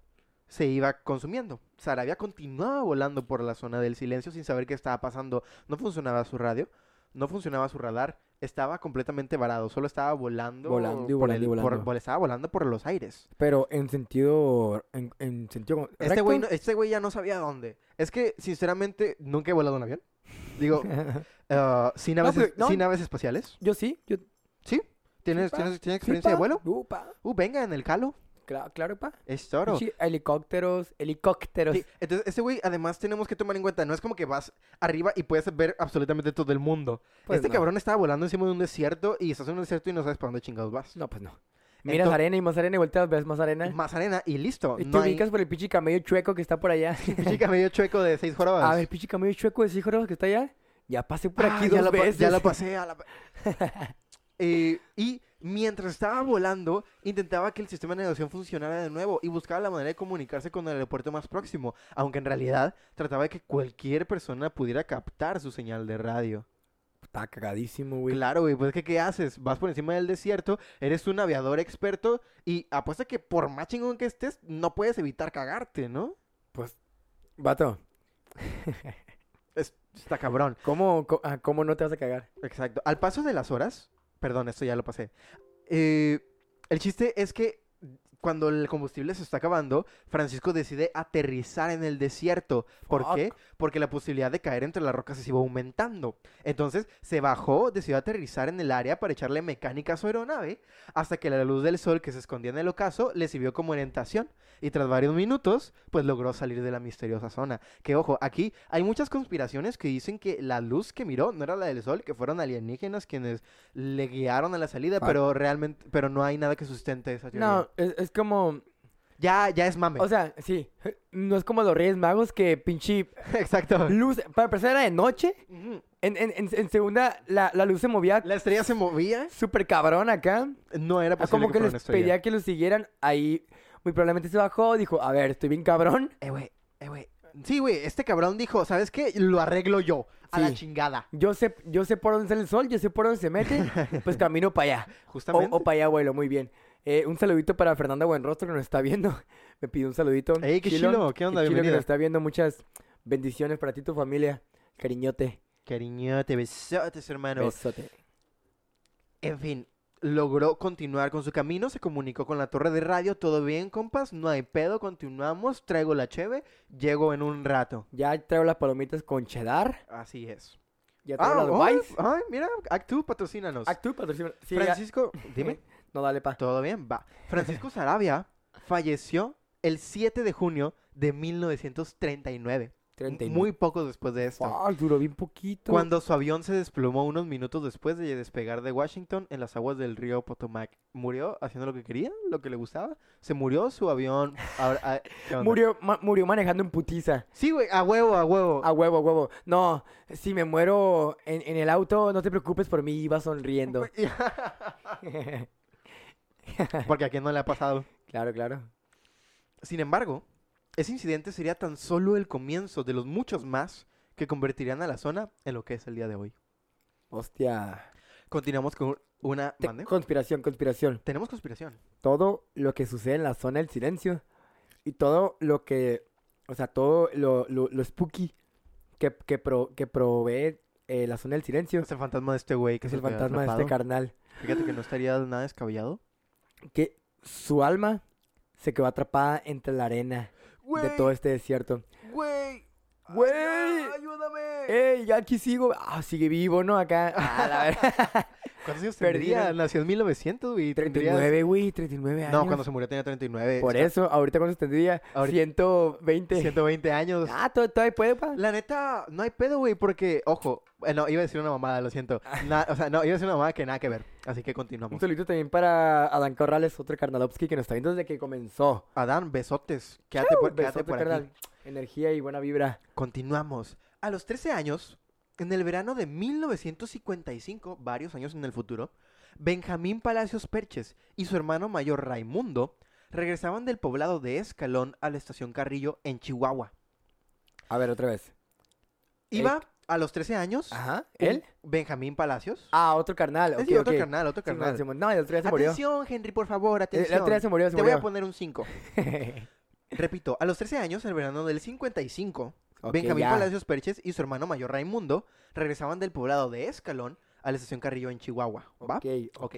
[SPEAKER 2] se iba consumiendo. Sarabia continuaba volando por la zona del silencio sin saber qué estaba pasando. No funcionaba su radio, no funcionaba su radar, estaba completamente varado, solo estaba volando,
[SPEAKER 1] Volando y
[SPEAKER 2] por
[SPEAKER 1] volando y
[SPEAKER 2] el- por-
[SPEAKER 1] volando.
[SPEAKER 2] por- estaba volando por los aires.
[SPEAKER 1] Pero en sentido. En, en sentido.
[SPEAKER 2] Este güey, no- este güey ya no sabía dónde. Es que, sinceramente, nunca he volado en avión. Digo,
[SPEAKER 1] recto.
[SPEAKER 2] ah, sin,
[SPEAKER 1] No,
[SPEAKER 2] aves,
[SPEAKER 1] pero no.
[SPEAKER 2] sin naves espaciales.
[SPEAKER 1] yo sí, yo.
[SPEAKER 2] ¿sí? ¿Tienes,
[SPEAKER 1] pa.
[SPEAKER 2] tienes, tienes experiencia de vuelo?
[SPEAKER 1] Upa.
[SPEAKER 2] Uh, venga, en el calo.
[SPEAKER 1] Cla- claro, pa.
[SPEAKER 2] Es toro.
[SPEAKER 1] Pinche Helicópteros, helicópteros.
[SPEAKER 2] Sí, entonces, este güey, además, tenemos que tomar en cuenta, no es como que vas arriba y puedes ver absolutamente todo el mundo.
[SPEAKER 1] Pues
[SPEAKER 2] este
[SPEAKER 1] no.
[SPEAKER 2] cabrón estaba volando encima de un desierto y estás en un desierto y no sabes para dónde chingados vas.
[SPEAKER 1] No, pues no. Miras
[SPEAKER 2] Ento-
[SPEAKER 1] arena y más arena y volteas, ves más arena.
[SPEAKER 2] Más arena y listo.
[SPEAKER 1] Eh. y te
[SPEAKER 2] No hay
[SPEAKER 1] ubicas por el pinche camello chueco que está por allá.
[SPEAKER 2] chica medio chueco de seis jorobas.
[SPEAKER 1] A ver, pinche camello chueco de sí, jorobas que está allá. Ya pasé por
[SPEAKER 2] pues. Ah,
[SPEAKER 1] aquí
[SPEAKER 2] ya
[SPEAKER 1] dos
[SPEAKER 2] la, pa-
[SPEAKER 1] veces.
[SPEAKER 2] Ya la pasé. a la pa- Eh, y mientras estaba volando, intentaba que el sistema de navegación funcionara de nuevo y buscaba la manera de comunicarse con el aeropuerto más próximo, aunque en realidad trataba de que cualquier persona pudiera captar su señal de radio.
[SPEAKER 1] Está cagadísimo, güey.
[SPEAKER 2] Claro, güey, pues que ¿qué haces? Vas por encima del desierto, eres un aviador experto y apuesta que por más chingón que estés, no puedes evitar cagarte, ¿no?
[SPEAKER 1] Pues, vato,
[SPEAKER 2] Es- está cabrón.
[SPEAKER 1] ¿cómo, co- ah, ¿cómo no te vas a cagar?
[SPEAKER 2] Exacto. Al paso de las horas, perdón, esto ya lo pasé. eh, el chiste es que cuando el combustible se está acabando, Francisco decide aterrizar en el desierto. ¿Por
[SPEAKER 1] Fuck.
[SPEAKER 2] qué? Porque la posibilidad de caer entre las rocas se iba aumentando. Entonces se bajó, decidió aterrizar en el área para echarle mecánica a su aeronave, hasta que la luz del sol que se escondía en el ocaso le sirvió como orientación. Y tras varios minutos, pues logró salir de la misteriosa zona. Que ojo, aquí hay muchas conspiraciones que dicen que la luz que miró no era la del sol, que fueron alienígenas quienes le guiaron a la salida,
[SPEAKER 1] Fuck.
[SPEAKER 2] pero realmente, pero no hay nada que sustente esa teoría.
[SPEAKER 1] No, es, es como.
[SPEAKER 2] Ya, ya es mame.
[SPEAKER 1] O sea, sí. No es como los Reyes Magos que pinche
[SPEAKER 2] Exacto.
[SPEAKER 1] luz. Para empezar, era de noche.
[SPEAKER 2] Ujú.
[SPEAKER 1] En, en, en- en segunda, la, la luz se movía
[SPEAKER 2] La estrella se movía.
[SPEAKER 1] súper cabrón acá.
[SPEAKER 2] No era
[SPEAKER 1] Ah,
[SPEAKER 2] posible
[SPEAKER 1] como que
[SPEAKER 2] que fuera una
[SPEAKER 1] les
[SPEAKER 2] estrella.
[SPEAKER 1] pedía que lo siguieran. Ahí, muy probablemente se bajó. Dijo, a ver, estoy bien cabrón.
[SPEAKER 2] Eh, güey, eh, güey. Sí, güey, este cabrón dijo, ¿sabes qué? Lo arreglo yo. A la
[SPEAKER 1] Sí.
[SPEAKER 2] chingada.
[SPEAKER 1] Yo sé, yo sé por dónde sale el sol, yo sé por dónde se mete. pues camino para allá. O,
[SPEAKER 2] Justamente.
[SPEAKER 1] para allá, abuelo, muy bien. Eh, un saludito para Fernanda Buenrostro que nos está viendo. Me pidió un saludito.
[SPEAKER 2] Ey, qué chilo, ¿qué onda?
[SPEAKER 1] Qué chilo que
[SPEAKER 2] Bienvenida.
[SPEAKER 1] nos está viendo. Muchas bendiciones para ti y tu familia. Cariñote.
[SPEAKER 2] Cariñote, besotes, hermano.
[SPEAKER 1] Besote.
[SPEAKER 2] En fin, logró continuar con su camino, se comunicó con la torre de radio, todo bien, compas, no hay pedo, continuamos, traigo la cheve, llego en un rato.
[SPEAKER 1] Ya traigo las palomitas con cheddar.
[SPEAKER 2] Así es.
[SPEAKER 1] Ya traigo
[SPEAKER 2] oh,
[SPEAKER 1] las Vice.
[SPEAKER 2] ay, mira, Actu, patrocínanos.
[SPEAKER 1] Actú, patrocina- Sí, ya- Eh,
[SPEAKER 2] Francisco, dime.
[SPEAKER 1] No, dale, pa.
[SPEAKER 2] Todo bien, va. Francisco Sarabia falleció el 7 de junio de 1939.
[SPEAKER 1] 39.
[SPEAKER 2] Muy poco después de esto.
[SPEAKER 1] Fuck, Ah, duró bien poquito.
[SPEAKER 2] Cuando su avión se desplomó unos minutos después de despegar de Washington en las aguas del río Potomac. Murió haciendo lo que quería, lo que le gustaba. Se murió su avión. Ahora, ah, ¿qué onda?
[SPEAKER 1] Murió, ma- murió manejando en putiza.
[SPEAKER 2] Sí, güey, a huevo, a huevo.
[SPEAKER 1] A huevo, a huevo. No, si me muero en, en el auto, no te preocupes por mí, iba sonriendo.
[SPEAKER 2] Porque a quién no le ha pasado.
[SPEAKER 1] claro, claro.
[SPEAKER 2] Sin embargo, ese incidente sería tan solo el comienzo de los muchos más que convertirían a la zona en lo que es el día de hoy.
[SPEAKER 1] Hostia.
[SPEAKER 2] Continuamos con una...
[SPEAKER 1] Te-
[SPEAKER 2] ¿Mande?
[SPEAKER 1] conspiración, conspiración.
[SPEAKER 2] Tenemos conspiración.
[SPEAKER 1] Todo lo que sucede en la zona del silencio y todo lo que, o sea, todo lo, lo, lo spooky que, que, pro- que provee eh, la zona del silencio,
[SPEAKER 2] Es el fantasma de este güey que
[SPEAKER 1] que es
[SPEAKER 2] se
[SPEAKER 1] el
[SPEAKER 2] quedó
[SPEAKER 1] fantasma de este
[SPEAKER 2] atrapado.
[SPEAKER 1] carnal,
[SPEAKER 2] Fíjate que no estaría nada descabellado.
[SPEAKER 1] que su alma se quedó atrapada entre la arena de todo este desierto.
[SPEAKER 2] Güey.
[SPEAKER 1] Güey.
[SPEAKER 2] ayúdame.
[SPEAKER 1] ¡Ey, ya aquí sigo! ¡Ah, sigue vivo, ¿no? Acá. Ah, la verdad.
[SPEAKER 2] ¿Cuántos años
[SPEAKER 1] perdí
[SPEAKER 2] tendría?
[SPEAKER 1] el-
[SPEAKER 2] Nació en 1900, güey. tendrías-
[SPEAKER 1] 39, güey, 39 años.
[SPEAKER 2] No, cuando se murió tenía 39.
[SPEAKER 1] Por este.
[SPEAKER 2] está-
[SPEAKER 1] eso, ahorita cuando tendría
[SPEAKER 2] Ahorita-
[SPEAKER 1] 120.
[SPEAKER 2] 120 años.
[SPEAKER 1] Ah, todo, todavía puede, pa.
[SPEAKER 2] La neta, no hay pedo, güey, porque, ojo, eh, no, iba a decir una mamada, lo siento. Na- o sea, no, iba a decir una mamada que nada que ver. Así que
[SPEAKER 1] Un
[SPEAKER 2] continuamos.
[SPEAKER 1] saludito también para Adán Corrales, otro carnalovsky que nos está viendo desde que comenzó.
[SPEAKER 2] Adán, besotes. Quédate por,
[SPEAKER 1] Uh,
[SPEAKER 2] quédate
[SPEAKER 1] Besote,
[SPEAKER 2] por aquí.
[SPEAKER 1] carnal. Energía y buena vibra.
[SPEAKER 2] Continuamos. A los 13 años, en el verano de 1955, varios años en el futuro, Benjamín Palacios Perches y su hermano mayor Raimundo regresaban del poblado de Escalón a la estación Carrillo en Chihuahua.
[SPEAKER 1] A ver, otra vez.
[SPEAKER 2] Iba a los 13 años
[SPEAKER 1] Ajá,
[SPEAKER 2] un
[SPEAKER 1] Ah, ¿él?
[SPEAKER 2] Benjamín Palacios.
[SPEAKER 1] Ah, otro carnal.
[SPEAKER 2] Es
[SPEAKER 1] ok,
[SPEAKER 2] decir, otro
[SPEAKER 1] ok.
[SPEAKER 2] carnal, otro
[SPEAKER 1] Simón,
[SPEAKER 2] carnal.
[SPEAKER 1] Simón. No, el otro día se murió. Eh,
[SPEAKER 2] atención, Henry, por favor,
[SPEAKER 1] El, el
[SPEAKER 2] atención.
[SPEAKER 1] otro día se murió, se
[SPEAKER 2] Te voy
[SPEAKER 1] murió.
[SPEAKER 2] a poner un 5. Repito, a los 13 años, en el verano del 55,
[SPEAKER 1] Ok,
[SPEAKER 2] Benjamín
[SPEAKER 1] ya.
[SPEAKER 2] Palacios Perches y su hermano mayor Raimundo regresaban del poblado de Escalón a la estación Carrillo en Chihuahua. ¿va?
[SPEAKER 1] ok, ok.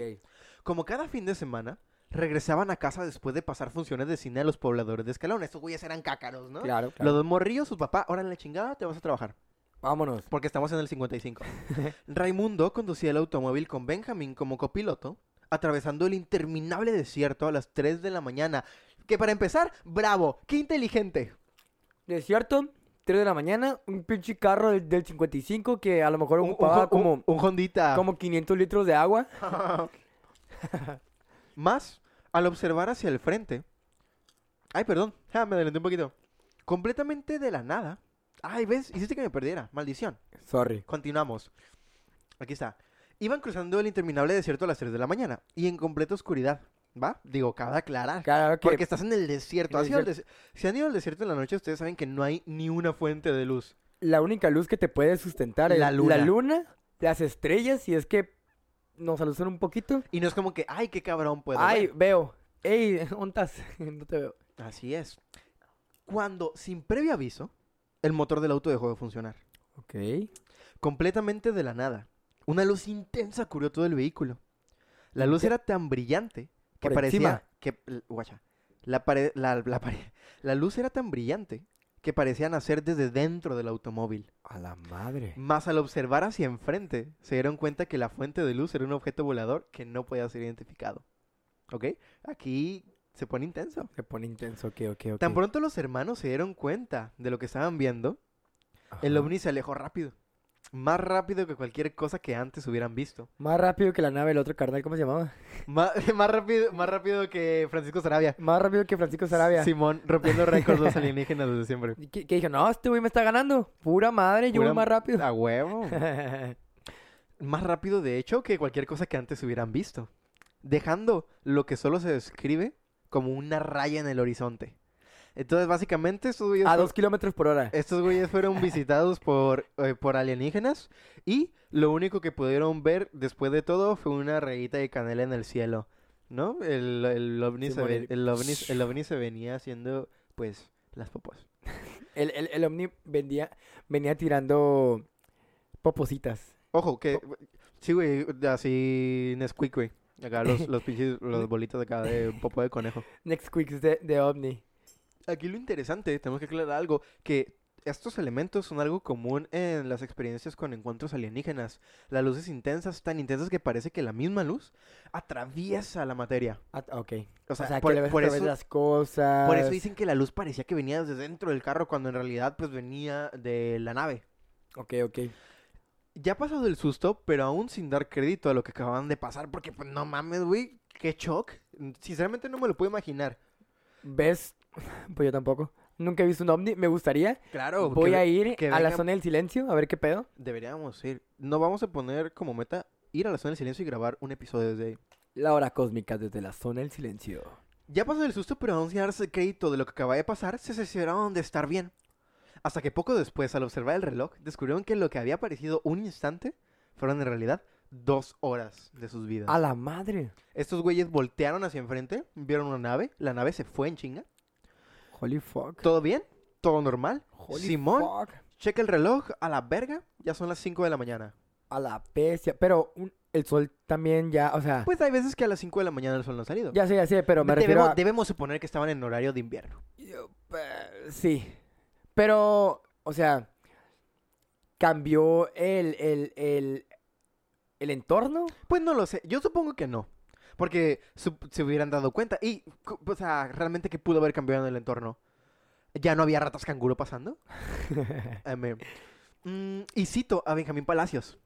[SPEAKER 2] Como cada fin de semana, regresaban a casa después de pasar funciones de cine a los pobladores de Escalón. Estos güeyes eran cácaros, ¿no?
[SPEAKER 1] Claro, claro.
[SPEAKER 2] Los dos morrillos, sus papás, ahora en la chingada te vas a trabajar.
[SPEAKER 1] Vámonos.
[SPEAKER 2] Porque estamos en el 55. Raimundo conducía el automóvil con Benjamín como copiloto, atravesando el interminable desierto a las 3 de la mañana. Que para empezar, bravo, qué inteligente.
[SPEAKER 1] Desierto, 3 de la mañana, un pinche carro del, del 55 que a lo mejor
[SPEAKER 2] Un- un
[SPEAKER 1] ocupaba
[SPEAKER 2] jo- ah.
[SPEAKER 1] como,
[SPEAKER 2] un, un Hondita.
[SPEAKER 1] como 500 litros de agua.
[SPEAKER 2] Más, al observar hacia el frente. Ay, perdón. Ah, me adelanté un poquito. Completamente de la nada. Ay, ¿ves? Hiciste que me perdiera. Maldición.
[SPEAKER 1] Sorry.
[SPEAKER 2] Continuamos. Aquí está. Iban cruzando el interminable desierto a las 3 de la mañana y en completa oscuridad. ¿Va? Digo, cabe aclarar.
[SPEAKER 1] Claro que
[SPEAKER 2] Porque estás en el
[SPEAKER 1] En
[SPEAKER 2] desierto.
[SPEAKER 1] el
[SPEAKER 2] ¿Has ido al desi- Si han ido al desierto en la noche, ustedes saben que no hay ni una fuente de luz.
[SPEAKER 1] la única luz que te puede sustentar es
[SPEAKER 2] La luna.
[SPEAKER 1] la luna, las estrellas, y es que nos alucinan un poquito.
[SPEAKER 2] Y no es como que, ay, qué cabrón puedo.
[SPEAKER 1] Ay,
[SPEAKER 2] ver".
[SPEAKER 1] veo. Ey, ontas. no te veo.
[SPEAKER 2] Así es. Cuando, sin previo aviso, el motor del auto dejó de funcionar.
[SPEAKER 1] Ok.
[SPEAKER 2] Completamente de la nada. Una luz intensa cubrió todo el vehículo. La luz
[SPEAKER 1] Ya.
[SPEAKER 2] era tan brillante que
[SPEAKER 1] Por
[SPEAKER 2] parecía
[SPEAKER 1] encima.
[SPEAKER 2] que l- guacha, la pared la, la pared- la luz era tan brillante que parecía nacer desde dentro del automóvil.
[SPEAKER 1] A la madre.
[SPEAKER 2] Más al observar hacia enfrente, se dieron cuenta que la fuente de luz era un objeto volador que no podía ser identificado. ¿Ok? Aquí se pone intenso.
[SPEAKER 1] Se pone intenso, ok, ok, ok.
[SPEAKER 2] Tan pronto los hermanos se dieron cuenta de lo que estaban viendo, el
[SPEAKER 1] Ajá.
[SPEAKER 2] ovni se alejó rápido. Más rápido que cualquier cosa que antes hubieran visto.
[SPEAKER 1] Más rápido que la nave del otro carnal, ¿cómo se llamaba?
[SPEAKER 2] Má- Más, rápido, más rápido que Francisco Sarabia.
[SPEAKER 1] Más rápido que Francisco Sarabia.
[SPEAKER 2] Simón rompiendo récords los alienígenas desde siempre.
[SPEAKER 1] Y Que, que dijo, no, este güey me está ganando. Pura madre, yo
[SPEAKER 2] Pura-
[SPEAKER 1] voy más rápido.
[SPEAKER 2] A huevo. más rápido, de hecho, que cualquier cosa que antes hubieran visto. Dejando lo que solo se describe como una raya en el horizonte. Entonces, básicamente, estos güeyes,
[SPEAKER 1] A
[SPEAKER 2] fue-
[SPEAKER 1] dos kilómetros por hora.
[SPEAKER 2] estos güeyes fueron visitados por, eh, por alienígenas y lo único que pudieron ver después de todo fue una rayita de canela en el cielo. ¿No? El, el ovni, se,
[SPEAKER 1] Simón,
[SPEAKER 2] ve-
[SPEAKER 1] el-
[SPEAKER 2] el ovni- el ovni se venía haciendo, pues, las popas.
[SPEAKER 1] El, el, el ovni vendía, venía tirando popositas.
[SPEAKER 2] Ojo, que. Sí, güey, así Nesquik, güey. Acá los, los pinches, los bolitos de acá de popo de conejo.
[SPEAKER 1] Next Quicks de, de ovni.
[SPEAKER 2] Aquí lo interesante, tenemos que aclarar algo, que estos elementos son algo común en las experiencias con encuentros alienígenas. Las luces intensas, tan intensas que parece que la misma luz atraviesa la materia.
[SPEAKER 1] Ah, ok.
[SPEAKER 2] O
[SPEAKER 1] O sea,
[SPEAKER 2] sea,
[SPEAKER 1] que
[SPEAKER 2] por,
[SPEAKER 1] le ves a
[SPEAKER 2] por
[SPEAKER 1] través de
[SPEAKER 2] eso,
[SPEAKER 1] las cosas.
[SPEAKER 2] por eso dicen que la luz parecía que venía desde dentro del carro, cuando en realidad, pues, venía de la nave.
[SPEAKER 1] Ok, ok.
[SPEAKER 2] Ya pasado el susto, pero aún sin dar crédito a lo que acababan de pasar, porque pues no mames, güey, qué shock. Sinceramente no me lo puedo imaginar.
[SPEAKER 1] ¿Ves? Pues yo tampoco. Nunca he visto un ovni. Me gustaría.
[SPEAKER 2] Claro,
[SPEAKER 1] Voy
[SPEAKER 2] Oh, que-
[SPEAKER 1] a ir
[SPEAKER 2] que
[SPEAKER 1] a la
[SPEAKER 2] vengan-
[SPEAKER 1] zona del silencio a ver qué pedo.
[SPEAKER 2] Deberíamos ir. No vamos a poner como meta ir a la zona del silencio y grabar un episodio desde ahí.
[SPEAKER 1] La hora cósmica desde la zona del silencio.
[SPEAKER 2] Ya pasado el susto, pero aún sin darse crédito de lo que acaba de pasar, se cercioraron de estar bien. Hasta que poco después, al observar el reloj, descubrieron que lo que había parecido un instante fueron en realidad dos horas de sus vidas.
[SPEAKER 1] A la madre.
[SPEAKER 2] Estos güeyes voltearon hacia enfrente, vieron una nave, la nave se fue en chinga.
[SPEAKER 1] Holy fuck.
[SPEAKER 2] ¿Todo bien? ¿Todo normal?
[SPEAKER 1] Holy
[SPEAKER 2] Simón,
[SPEAKER 1] fuck.
[SPEAKER 2] checa el reloj a la verga, ya son las 5 de la mañana.
[SPEAKER 1] A la bestia. Pero un- el sol también ya, o sea.
[SPEAKER 2] Pues hay veces que a las 5 de la mañana el sol no ha salido.
[SPEAKER 1] ya sé, ya sé, pero me refiero
[SPEAKER 2] debemos,
[SPEAKER 1] a.
[SPEAKER 2] debemos suponer que estaban en horario de invierno.
[SPEAKER 1] Yo, eh, Sí. Pero, o sea. Cambió el, el, el, el entorno.
[SPEAKER 2] Pues no lo sé, yo supongo que no. Porque su- se hubieran dado cuenta. Y, cu- o sea, realmente que pudo haber cambiado en el entorno. Ya no había ratas canguro pasando. Amén. Mm, y cito a Benjamín Palacios.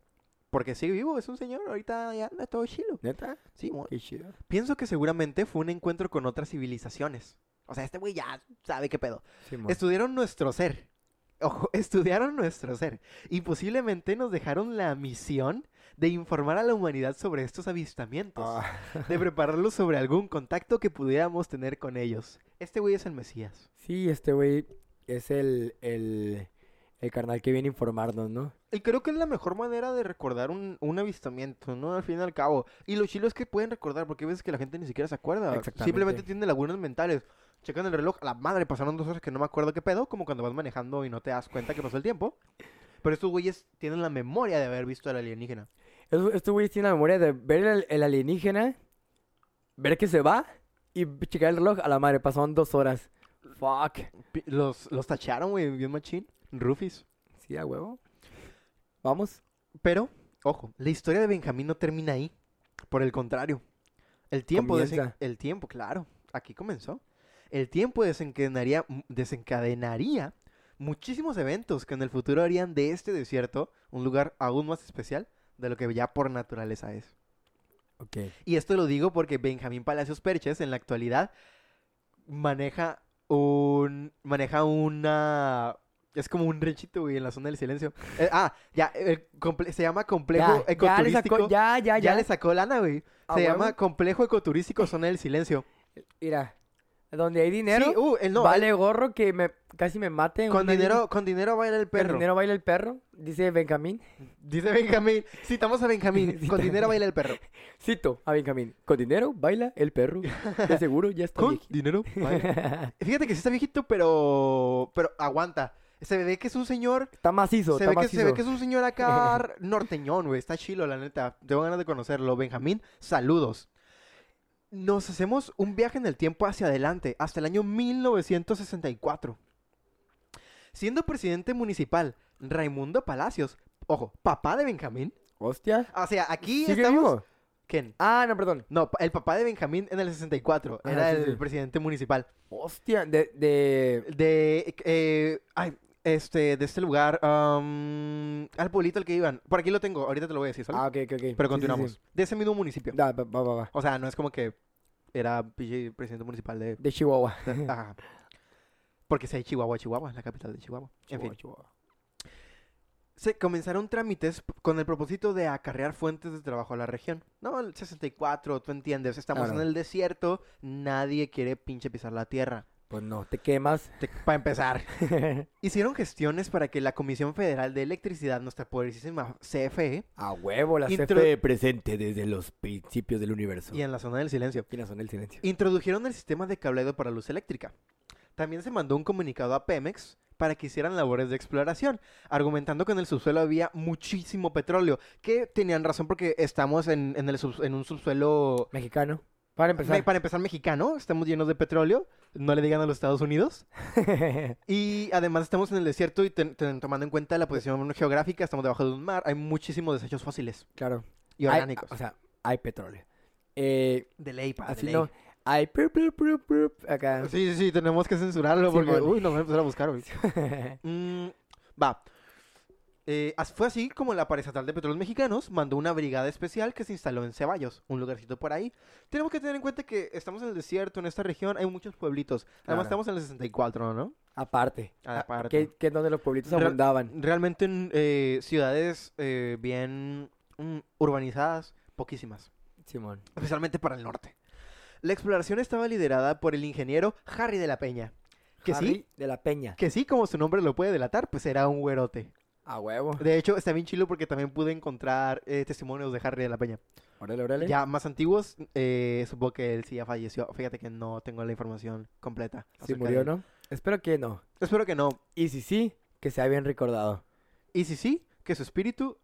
[SPEAKER 2] Porque sigue vivo, es un señor, ahorita ya anda todo chilo.
[SPEAKER 1] ¿Neta?
[SPEAKER 2] Sí, mo-
[SPEAKER 1] Qué chido.
[SPEAKER 2] Pienso que seguramente fue un encuentro con otras civilizaciones. O sea, este güey ya sabe qué pedo.
[SPEAKER 1] Simón.
[SPEAKER 2] Estudiaron nuestro ser. Ojo, estudiaron nuestro ser. Y posiblemente nos dejaron la misión de informar a la humanidad sobre estos avistamientos.
[SPEAKER 1] Ah,
[SPEAKER 2] De prepararlos sobre algún contacto que pudiéramos tener con ellos. Este güey es el Mesías.
[SPEAKER 1] sí, este güey es el, el, el carnal que viene a informarnos, ¿no?
[SPEAKER 2] Y creo que es la mejor manera de recordar un, un avistamiento, ¿no? Al fin y al cabo. Y lo chilo es que pueden recordar, porque hay veces que la gente ni siquiera se acuerda.
[SPEAKER 1] Exactamente.
[SPEAKER 2] Simplemente tiene lagunas mentales. Checan el reloj, a la madre, pasaron dos horas que no me acuerdo qué pedo, como cuando vas manejando y no te das cuenta que pasó el tiempo. Pero estos güeyes tienen la memoria de haber visto al alienígena.
[SPEAKER 1] Estos estos güeyes tienen este la memoria de ver el, el alienígena, ver que se va y checar el reloj. A la madre, pasaron dos horas. Fuck.
[SPEAKER 2] Pi- Los, los tacharon, güey, bien machín. Rufis.
[SPEAKER 1] Sí, a huevo. Vamos.
[SPEAKER 2] Pero, ojo, la historia de Benjamín no termina ahí. Por el contrario, El tiempo, desen-
[SPEAKER 1] Comienza.
[SPEAKER 2] el tiempo, claro, aquí comenzó. El tiempo desencadenaría, mm, desencadenaría muchísimos eventos que en el futuro harían de este desierto un lugar aún más especial de lo que ya por naturaleza es.
[SPEAKER 1] Ok.
[SPEAKER 2] Y esto lo digo porque Benjamín Palacios Perches en la actualidad maneja un. maneja una. Es como un ranchito, güey, en la zona del silencio. Eh, ah, ya, eh, comple- se llama complejo
[SPEAKER 1] Ya, ya, le
[SPEAKER 2] ecoturístico.
[SPEAKER 1] sacó, ya, ya,
[SPEAKER 2] ya,
[SPEAKER 1] ya.
[SPEAKER 2] le sacó lana, güey.
[SPEAKER 1] Ah,
[SPEAKER 2] se
[SPEAKER 1] huevo.
[SPEAKER 2] llama complejo ecoturístico zona del silencio.
[SPEAKER 1] Mira, donde hay dinero,
[SPEAKER 2] Sí, uh, el no,
[SPEAKER 1] vale gorro que me, casi me mate.
[SPEAKER 2] el- con
[SPEAKER 1] una niña.
[SPEAKER 2] dinero, con dinero baila el
[SPEAKER 1] Con
[SPEAKER 2] perro.
[SPEAKER 1] dinero baila el perro, dice Benjamín.
[SPEAKER 2] Dice Benjamín. Citamos a Benjamín. con
[SPEAKER 1] Cita-
[SPEAKER 2] dinero baila el perro.
[SPEAKER 1] Cito a Benjamín. Con dinero baila el perro. De seguro ya está
[SPEAKER 2] Con
[SPEAKER 1] viejito.
[SPEAKER 2] dinero baila. Fíjate que sí está viejito, pero. pero aguanta. Se ve que es un señor
[SPEAKER 1] está macizo,
[SPEAKER 2] se
[SPEAKER 1] está
[SPEAKER 2] ve, que,
[SPEAKER 1] macizo.
[SPEAKER 2] se ve que es un señor acá r- norteñón, güey. Está chilo, la neta. Tengo ganas de conocerlo. Benjamín, saludos. Nos hacemos un viaje en el tiempo hacia adelante, hasta el año 1964. Siendo presidente municipal, Raimundo Palacios, ojo, papá de Benjamín.
[SPEAKER 1] Hostia.
[SPEAKER 2] O sea, aquí
[SPEAKER 1] ¿Sigue
[SPEAKER 2] estamos.
[SPEAKER 1] vivo?
[SPEAKER 2] ¿Quién?
[SPEAKER 1] Ah, no, perdón.
[SPEAKER 2] No, pa- el papá de Benjamín en el 64
[SPEAKER 1] Ajá,
[SPEAKER 2] era
[SPEAKER 1] Ah, sí,
[SPEAKER 2] el
[SPEAKER 1] sí.
[SPEAKER 2] presidente municipal.
[SPEAKER 1] Hostia, de... de...
[SPEAKER 2] De. eh, ay, este, de este lugar. am, al pueblito al que iban. Por aquí lo tengo, ahorita te lo voy a decir, ¿sale?
[SPEAKER 1] Ah, ok, ok, ok.
[SPEAKER 2] Pero
[SPEAKER 1] Sí, sí, sí.
[SPEAKER 2] continuamos. De ese mismo municipio.
[SPEAKER 1] Da, va, va, va, va.
[SPEAKER 2] O sea, no es como que era pinche presidente municipal de.
[SPEAKER 1] De Chihuahua.
[SPEAKER 2] Ajá. Porque si hay Chihuahua, Chihuahua, la capital de Chihuahua. en fin.
[SPEAKER 1] Chihuahua.
[SPEAKER 2] Se comenzaron trámites p- con el propósito de acarrear fuentes de trabajo a la región. No, el 64, tú entiendes. Estamos
[SPEAKER 1] Claro.
[SPEAKER 2] en el desierto, nadie quiere pinche pisar la tierra.
[SPEAKER 1] Pues no, te quemas.
[SPEAKER 2] Para empezar. Hicieron gestiones para que la Comisión Federal de Electricidad, nuestra poderosísima E, CFE,
[SPEAKER 1] A huevo, la
[SPEAKER 2] Intro-
[SPEAKER 1] CFE presente desde los principios del universo.
[SPEAKER 2] y en la zona del silencio,
[SPEAKER 1] ¿Quiénes son el silencio?
[SPEAKER 2] introdujeron el sistema de cableado para luz eléctrica. También se mandó un comunicado a Pemex para que hicieran labores de exploración, argumentando que en el subsuelo había muchísimo petróleo, que tenían razón porque estamos en, en el subs- en un subsuelo,
[SPEAKER 1] Mexicano. Para
[SPEAKER 2] me-
[SPEAKER 1] empezar.
[SPEAKER 2] para empezar, mexicano, estamos llenos de petróleo, no le digan a los Estados Unidos, y además estamos en el desierto y ten- ten- tomando en cuenta la posición geográfica, estamos debajo de un mar, hay muchísimos desechos fósiles
[SPEAKER 1] claro.
[SPEAKER 2] y
[SPEAKER 1] Hay-
[SPEAKER 2] orgánicos.
[SPEAKER 1] o sea, hay petróleo. Eh,
[SPEAKER 2] de ley, pa, de
[SPEAKER 1] así
[SPEAKER 2] ley.
[SPEAKER 1] no. Hay prup, prup, prup, prup, acá.
[SPEAKER 2] Sí, sí, sí, tenemos que censurarlo porque,
[SPEAKER 1] Simón.
[SPEAKER 2] uy, nos van a empezar a buscar, güey. Mm, va. Eh, as- fue así como la paraestatal de petróleos mexicanos mandó una brigada especial que se instaló en Ceballos, un lugarcito por ahí. Tenemos que tener en cuenta que estamos en el desierto, en esta región hay muchos pueblitos.
[SPEAKER 1] Claro.
[SPEAKER 2] Además estamos en el 64, ¿no?
[SPEAKER 1] Aparte.
[SPEAKER 2] Ah, aparte.
[SPEAKER 1] Que, que es donde los pueblitos
[SPEAKER 2] Re-
[SPEAKER 1] abundaban.
[SPEAKER 2] Realmente en eh, ciudades eh, bien mm, urbanizadas, poquísimas.
[SPEAKER 1] Simón.
[SPEAKER 2] Especialmente para el norte. La exploración estaba liderada por el ingeniero Harry de la Peña. Que sí,
[SPEAKER 1] Harry De la Peña.
[SPEAKER 2] que sí, como su nombre lo puede delatar, pues era un güerote.
[SPEAKER 1] A huevo.
[SPEAKER 2] De hecho, está bien chilo porque también pude encontrar eh, testimonios de Harry de la Peña.
[SPEAKER 1] Órale, órale.
[SPEAKER 2] Ya más antiguos, eh, supongo que él sí ya falleció. Fíjate que no tengo la información completa.
[SPEAKER 1] Si
[SPEAKER 2] acerca de
[SPEAKER 1] murió,
[SPEAKER 2] él.
[SPEAKER 1] ¿no? Espero que no.
[SPEAKER 2] Espero que no.
[SPEAKER 1] Y si sí, que sea bien recordado.
[SPEAKER 2] Y si sí, que su espíritu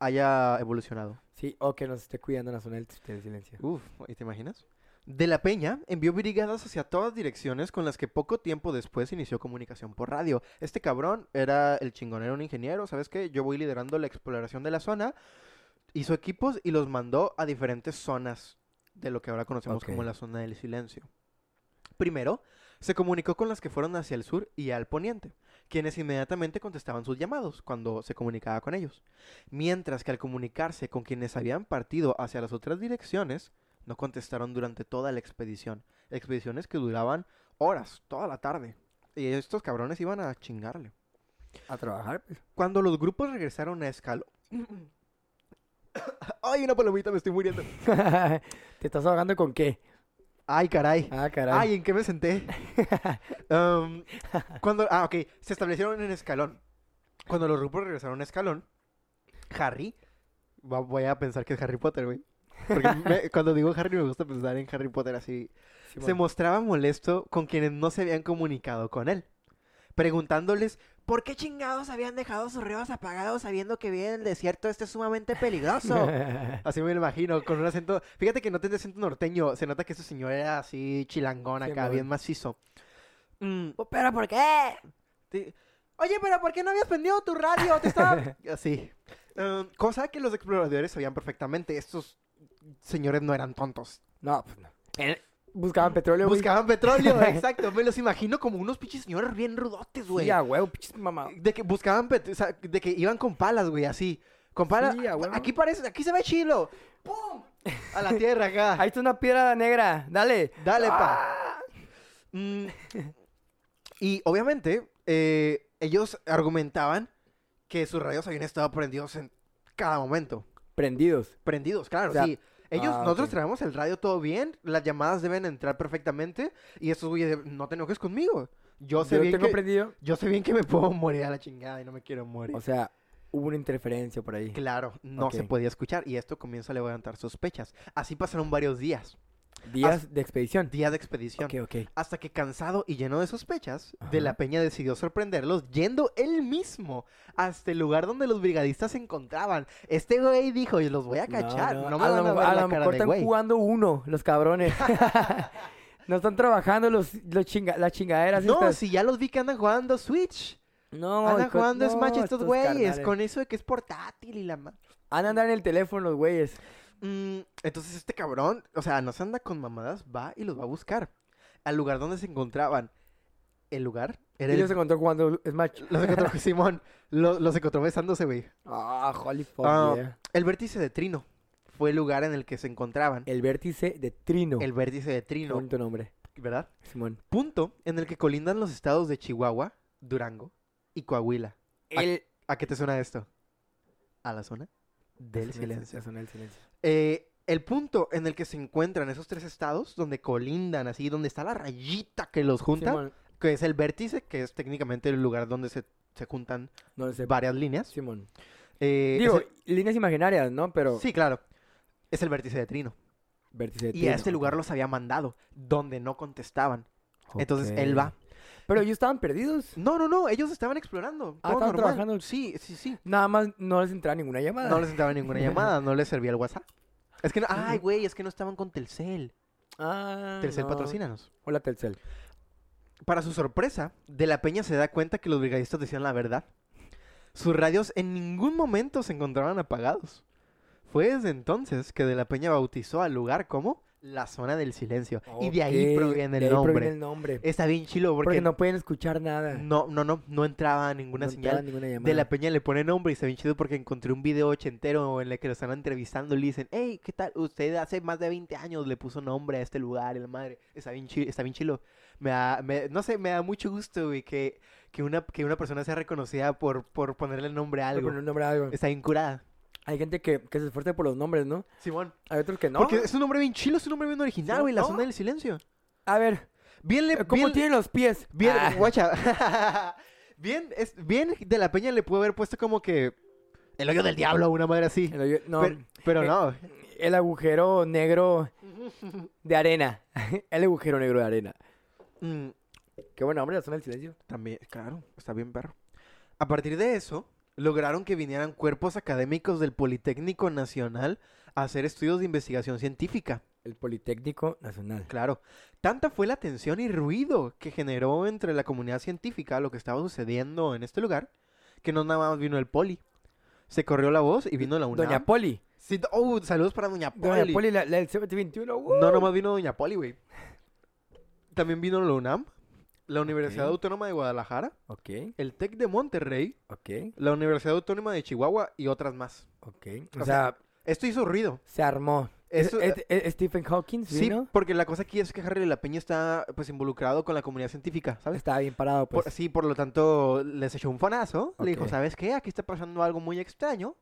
[SPEAKER 2] haya evolucionado.
[SPEAKER 1] Sí, o que nos esté cuidando en la zona del del silencio.
[SPEAKER 2] Uf, ¿y te imaginas? De la Peña envió brigadas hacia todas direcciones con las que poco tiempo después inició comunicación por radio. Este cabrón era el chingón, era un ingeniero, ¿sabes qué? Yo voy liderando la exploración de la zona, hizo equipos y los mandó a diferentes zonas de lo que ahora conocemos
[SPEAKER 1] Ok.
[SPEAKER 2] como la zona del silencio. Primero, se comunicó con las que fueron hacia el sur y al poniente, quienes inmediatamente contestaban sus llamados cuando se comunicaba con ellos. Mientras que al comunicarse con quienes habían partido hacia las otras direcciones, no contestaron durante toda la expedición. Expediciones que duraban horas, toda la tarde. Y estos cabrones iban a chingarle.
[SPEAKER 1] A trabajar. pues.
[SPEAKER 2] Cuando los grupos regresaron a Escaló. ¡Ay, una palomita, me estoy muriendo!
[SPEAKER 1] ¿Te estás ahogando con qué?
[SPEAKER 2] ¡Ay, caray!
[SPEAKER 1] Ah, caray.
[SPEAKER 2] Ay, ¿en qué me senté? Em, cuando, ah, ok. Se establecieron en Escalón. Cuando los grupos regresaron a Escalón, Harry. va- voy a pensar que es Harry Potter, güey. Porque me- cuando digo Harry me gusta pensar en Harry Potter así.
[SPEAKER 1] Simón.
[SPEAKER 2] Se mostraba molesto con quienes no se habían comunicado con él, preguntándoles por qué chingados habían dejado sus reos apagados sabiendo que bien el desierto este es sumamente peligroso. Así me lo imagino, con un acento. Fíjate que no tiene acento norteño. Se nota que ese señor era así chilangón acá,
[SPEAKER 1] Simón.
[SPEAKER 2] bien macizo. Mm,
[SPEAKER 1] ¿Pero por qué?
[SPEAKER 2] te- Oye, pero ¿por qué no habías prendido tu radio? Te estaba. Así. Ah, Um, cosa que los exploradores sabían perfectamente. Estos señores no eran tontos.
[SPEAKER 1] No, pues no. Eh, Buscaban petróleo, güey.
[SPEAKER 2] Buscaban petróleo, exacto. Me los imagino como unos pinches señores bien rudotes, güey.
[SPEAKER 1] Sí, a huevo, pinches mamá.
[SPEAKER 2] De que buscaban, pet- o sea, de que iban con palas, güey, así. Con palas.
[SPEAKER 1] Sí, a huevo.
[SPEAKER 2] aquí parece, aquí se ve chilo. ¡Pum! A la tierra acá.
[SPEAKER 1] Ahí está una piedra negra, dale.
[SPEAKER 2] Dale,
[SPEAKER 1] ah.
[SPEAKER 2] pa. Mm, y obviamente, eh, ellos argumentaban que sus radios habían estado prendidos en cada momento.
[SPEAKER 1] Prendidos.
[SPEAKER 2] Prendidos, claro,
[SPEAKER 1] O sea,
[SPEAKER 2] sí. Ellos,
[SPEAKER 1] ah,
[SPEAKER 2] nosotros
[SPEAKER 1] ok.
[SPEAKER 2] traemos el radio todo bien, las llamadas deben entrar perfectamente. Y estos güeyes, de, no te enojes conmigo. Yo sé
[SPEAKER 1] Yo
[SPEAKER 2] bien
[SPEAKER 1] tengo
[SPEAKER 2] que...
[SPEAKER 1] prendido.
[SPEAKER 2] Yo sé bien que me puedo morir a la chingada y no me quiero morir.
[SPEAKER 1] O sea, hubo una interferencia por ahí.
[SPEAKER 2] claro, no se
[SPEAKER 1] ok.
[SPEAKER 2] podía escuchar y esto comienza a levantar sospechas. Así pasaron varios días,
[SPEAKER 1] Días de expedición.
[SPEAKER 2] días de expedición.
[SPEAKER 1] Ok, ok.
[SPEAKER 2] Hasta que cansado y lleno de sospechas, De la
[SPEAKER 1] Ajá.
[SPEAKER 2] Peña decidió sorprenderlos yendo él mismo hasta el lugar donde los brigadistas se encontraban. Este güey dijo, "Y los voy a cachar, no, me
[SPEAKER 1] a
[SPEAKER 2] van
[SPEAKER 1] lo,
[SPEAKER 2] a ver
[SPEAKER 1] a
[SPEAKER 2] la
[SPEAKER 1] lo
[SPEAKER 2] cara
[SPEAKER 1] mejor
[SPEAKER 2] de
[SPEAKER 1] están
[SPEAKER 2] güey".
[SPEAKER 1] jugando uno, los cabrones. no están trabajando los, los chinga, las chingaderas.
[SPEAKER 2] No,
[SPEAKER 1] estas.
[SPEAKER 2] si ya los vi que andan jugando Switch,
[SPEAKER 1] No,
[SPEAKER 2] andan
[SPEAKER 1] hijo-
[SPEAKER 2] jugando
[SPEAKER 1] no,
[SPEAKER 2] Smash estos güeyes,
[SPEAKER 1] carnales.
[SPEAKER 2] con eso de que es portátil y la ma-
[SPEAKER 1] Han de andar en el teléfono los güeyes.
[SPEAKER 2] Mm, entonces este cabrón, o sea, no se anda con mamadas, va y los va a buscar. Al lugar donde se encontraban. El lugar era
[SPEAKER 1] Y
[SPEAKER 2] el...
[SPEAKER 1] los encontró jugando Smash.
[SPEAKER 2] Los encontró con Simón. Lo- los encontró besándose, güey.
[SPEAKER 1] Ah, holy fuck,
[SPEAKER 2] Ah,
[SPEAKER 1] yeah.
[SPEAKER 2] El vértice de Trino fue el lugar en el que se encontraban.
[SPEAKER 1] El vértice de Trino.
[SPEAKER 2] El vértice de
[SPEAKER 1] Qué
[SPEAKER 2] Trino,
[SPEAKER 1] bonito nombre,
[SPEAKER 2] ¿verdad?
[SPEAKER 1] Simón.
[SPEAKER 2] Punto en el que colindan los estados de Chihuahua, Durango y Coahuila. Ah,
[SPEAKER 1] El...
[SPEAKER 2] ¿A qué te suena esto? ¿A la zona? Del silencio.
[SPEAKER 1] Eso, el silencio.
[SPEAKER 2] Eh, el punto en el que se encuentran esos tres estados, donde colindan, así, donde está la rayita que los junta,
[SPEAKER 1] Simón.
[SPEAKER 2] que es el vértice, que es técnicamente el lugar donde se, se juntan
[SPEAKER 1] No lo sé.
[SPEAKER 2] varias líneas.
[SPEAKER 1] Simón.
[SPEAKER 2] Eh, es
[SPEAKER 1] Digo,
[SPEAKER 2] el-
[SPEAKER 1] líneas imaginarias, ¿no? Pero...
[SPEAKER 2] sí, claro. Es el vértice de Trino.
[SPEAKER 1] Vértice de
[SPEAKER 2] Y a
[SPEAKER 1] Trino,
[SPEAKER 2] este lugar
[SPEAKER 1] ok.
[SPEAKER 2] los había mandado, donde no contestaban. Entonces
[SPEAKER 1] Ok.
[SPEAKER 2] él va.
[SPEAKER 1] Pero ellos estaban perdidos.
[SPEAKER 2] No, no, no, ellos estaban explorando.
[SPEAKER 1] Ah,
[SPEAKER 2] todo
[SPEAKER 1] estaban
[SPEAKER 2] normal.
[SPEAKER 1] trabajando. Ah.
[SPEAKER 2] Sí, sí, sí.
[SPEAKER 1] Nada más no les entraba ninguna llamada.
[SPEAKER 2] No les entraba ninguna llamada, no les servía el WhatsApp. Es que no, ay, güey, es que no estaban con Telcel.
[SPEAKER 1] Ah,
[SPEAKER 2] Telcel
[SPEAKER 1] no.
[SPEAKER 2] patrocínanos.
[SPEAKER 1] Hola, Telcel.
[SPEAKER 2] Para su sorpresa, De la Peña se da cuenta que los brigadistas decían la verdad. Sus radios en ningún momento se encontraban apagados. Fue desde entonces que De la Peña bautizó al lugar como la zona del silencio. Y de ahí
[SPEAKER 1] Ok,
[SPEAKER 2] proviene
[SPEAKER 1] de
[SPEAKER 2] el
[SPEAKER 1] ahí
[SPEAKER 2] nombre.
[SPEAKER 1] proviene el nombre.
[SPEAKER 2] Está bien chilo
[SPEAKER 1] Porque,
[SPEAKER 2] porque,
[SPEAKER 1] no pueden escuchar nada.
[SPEAKER 2] no, no, no, no entraba ninguna
[SPEAKER 1] No
[SPEAKER 2] señal.
[SPEAKER 1] entraba ninguna llamada.
[SPEAKER 2] De la Peña le pone nombre y está bien chido porque encontré un video ochentero en el que lo están entrevistando y le dicen, hey, ¿qué tal? Usted hace más de 20 años le puso nombre a este lugar y la madre. Está bien chido, está bien chilo. Me da- me- no sé, me da mucho gusto, güey, que, que, una, que una persona sea reconocida por, por ponerle nombre
[SPEAKER 1] Voy
[SPEAKER 2] a
[SPEAKER 1] a
[SPEAKER 2] algo.
[SPEAKER 1] poner un nombre a algo.
[SPEAKER 2] Está bien curada.
[SPEAKER 1] Hay gente que, que se esfuerza por los nombres, ¿no?
[SPEAKER 2] Simón.
[SPEAKER 1] Hay otros que no.
[SPEAKER 2] Porque es un nombre bien chilo, es un nombre bien original,
[SPEAKER 1] Simón,
[SPEAKER 2] güey, la
[SPEAKER 1] ¿no?
[SPEAKER 2] zona del silencio.
[SPEAKER 1] A ver,
[SPEAKER 2] Bien le...
[SPEAKER 1] ¿cómo
[SPEAKER 2] bien-
[SPEAKER 1] tienen los pies?
[SPEAKER 2] Bien,
[SPEAKER 1] Ah,
[SPEAKER 2] guacha. bien, es, bien de la peña le pudo haber puesto como que el hoyo del diablo, una madre así.
[SPEAKER 1] el hoyo- no,
[SPEAKER 2] Pero, pero
[SPEAKER 1] eh,
[SPEAKER 2] no.
[SPEAKER 1] el agujero negro de arena. el agujero negro de arena.
[SPEAKER 2] Mm,
[SPEAKER 1] Qué buen nombre, la zona del silencio.
[SPEAKER 2] también, claro, está bien perro. A partir de eso, lograron que vinieran cuerpos académicos del Politécnico Nacional a hacer estudios de investigación científica.
[SPEAKER 1] El Politécnico Nacional.
[SPEAKER 2] Claro, tanta fue la tensión y ruido que generó entre la comunidad científica lo que estaba sucediendo en este lugar, que no nada más vino el poli. Se corrió la voz y vino la UNAM.
[SPEAKER 1] Doña Poli.
[SPEAKER 2] Sí, do- oh, saludos para Doña Poli.
[SPEAKER 1] Doña Poli, la, la del CBT21. uh.
[SPEAKER 2] No, nomás vino Doña Poli, güey. También vino la UNAM, la Universidad
[SPEAKER 1] Ok.
[SPEAKER 2] Autónoma de Guadalajara,
[SPEAKER 1] Ok,
[SPEAKER 2] el TEC de Monterrey,
[SPEAKER 1] ok,
[SPEAKER 2] la Universidad Autónoma de Chihuahua y otras más.
[SPEAKER 1] ok.
[SPEAKER 2] O
[SPEAKER 1] O sea,
[SPEAKER 2] Esto hizo ruido.
[SPEAKER 1] se armó.
[SPEAKER 2] Eso- eh,
[SPEAKER 1] Es- es- es Stephen Hawking,
[SPEAKER 2] Sí,
[SPEAKER 1] ¿vino?
[SPEAKER 2] porque la cosa aquí es que Harry de la Peña está pues involucrado con la comunidad científica, ¿sabes?
[SPEAKER 1] Estaba bien parado,
[SPEAKER 2] Por-
[SPEAKER 1] pues.
[SPEAKER 2] sí, por lo tanto, les echó un fonazo. Le dijo,
[SPEAKER 1] Ok.
[SPEAKER 2] ¿sabes qué? Aquí está pasando algo muy extraño.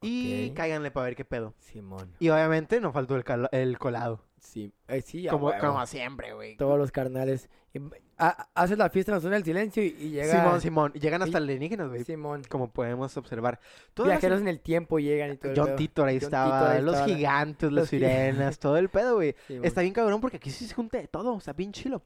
[SPEAKER 2] Y
[SPEAKER 1] Ok.
[SPEAKER 2] cáiganle para ver qué pedo.
[SPEAKER 1] Simón.
[SPEAKER 2] Y obviamente no faltó el, calo- el colado.
[SPEAKER 1] Sí, eh, sí, a
[SPEAKER 2] Como,
[SPEAKER 1] huevo.
[SPEAKER 2] como siempre, güey.
[SPEAKER 1] Todos los carnales. Y- ha- Haces la fiesta en la zona del silencio y, y llega...
[SPEAKER 2] Simón, Simón. Llegan hasta
[SPEAKER 1] Y-
[SPEAKER 2] alienígenas, güey.
[SPEAKER 1] Simón.
[SPEAKER 2] Como podemos observar. Todas las-
[SPEAKER 1] Viajeros en el tiempo llegan y todo el
[SPEAKER 2] John
[SPEAKER 1] pedo.
[SPEAKER 2] Titor ahí
[SPEAKER 1] John
[SPEAKER 2] estaba,
[SPEAKER 1] Titor ahí
[SPEAKER 2] los
[SPEAKER 1] estaba.
[SPEAKER 2] gigantes, las
[SPEAKER 1] Los gi-
[SPEAKER 2] sirenas, todo el pedo, güey.
[SPEAKER 1] Simón.
[SPEAKER 2] Está bien cabrón porque aquí sí se junta de todo, está bien chilo.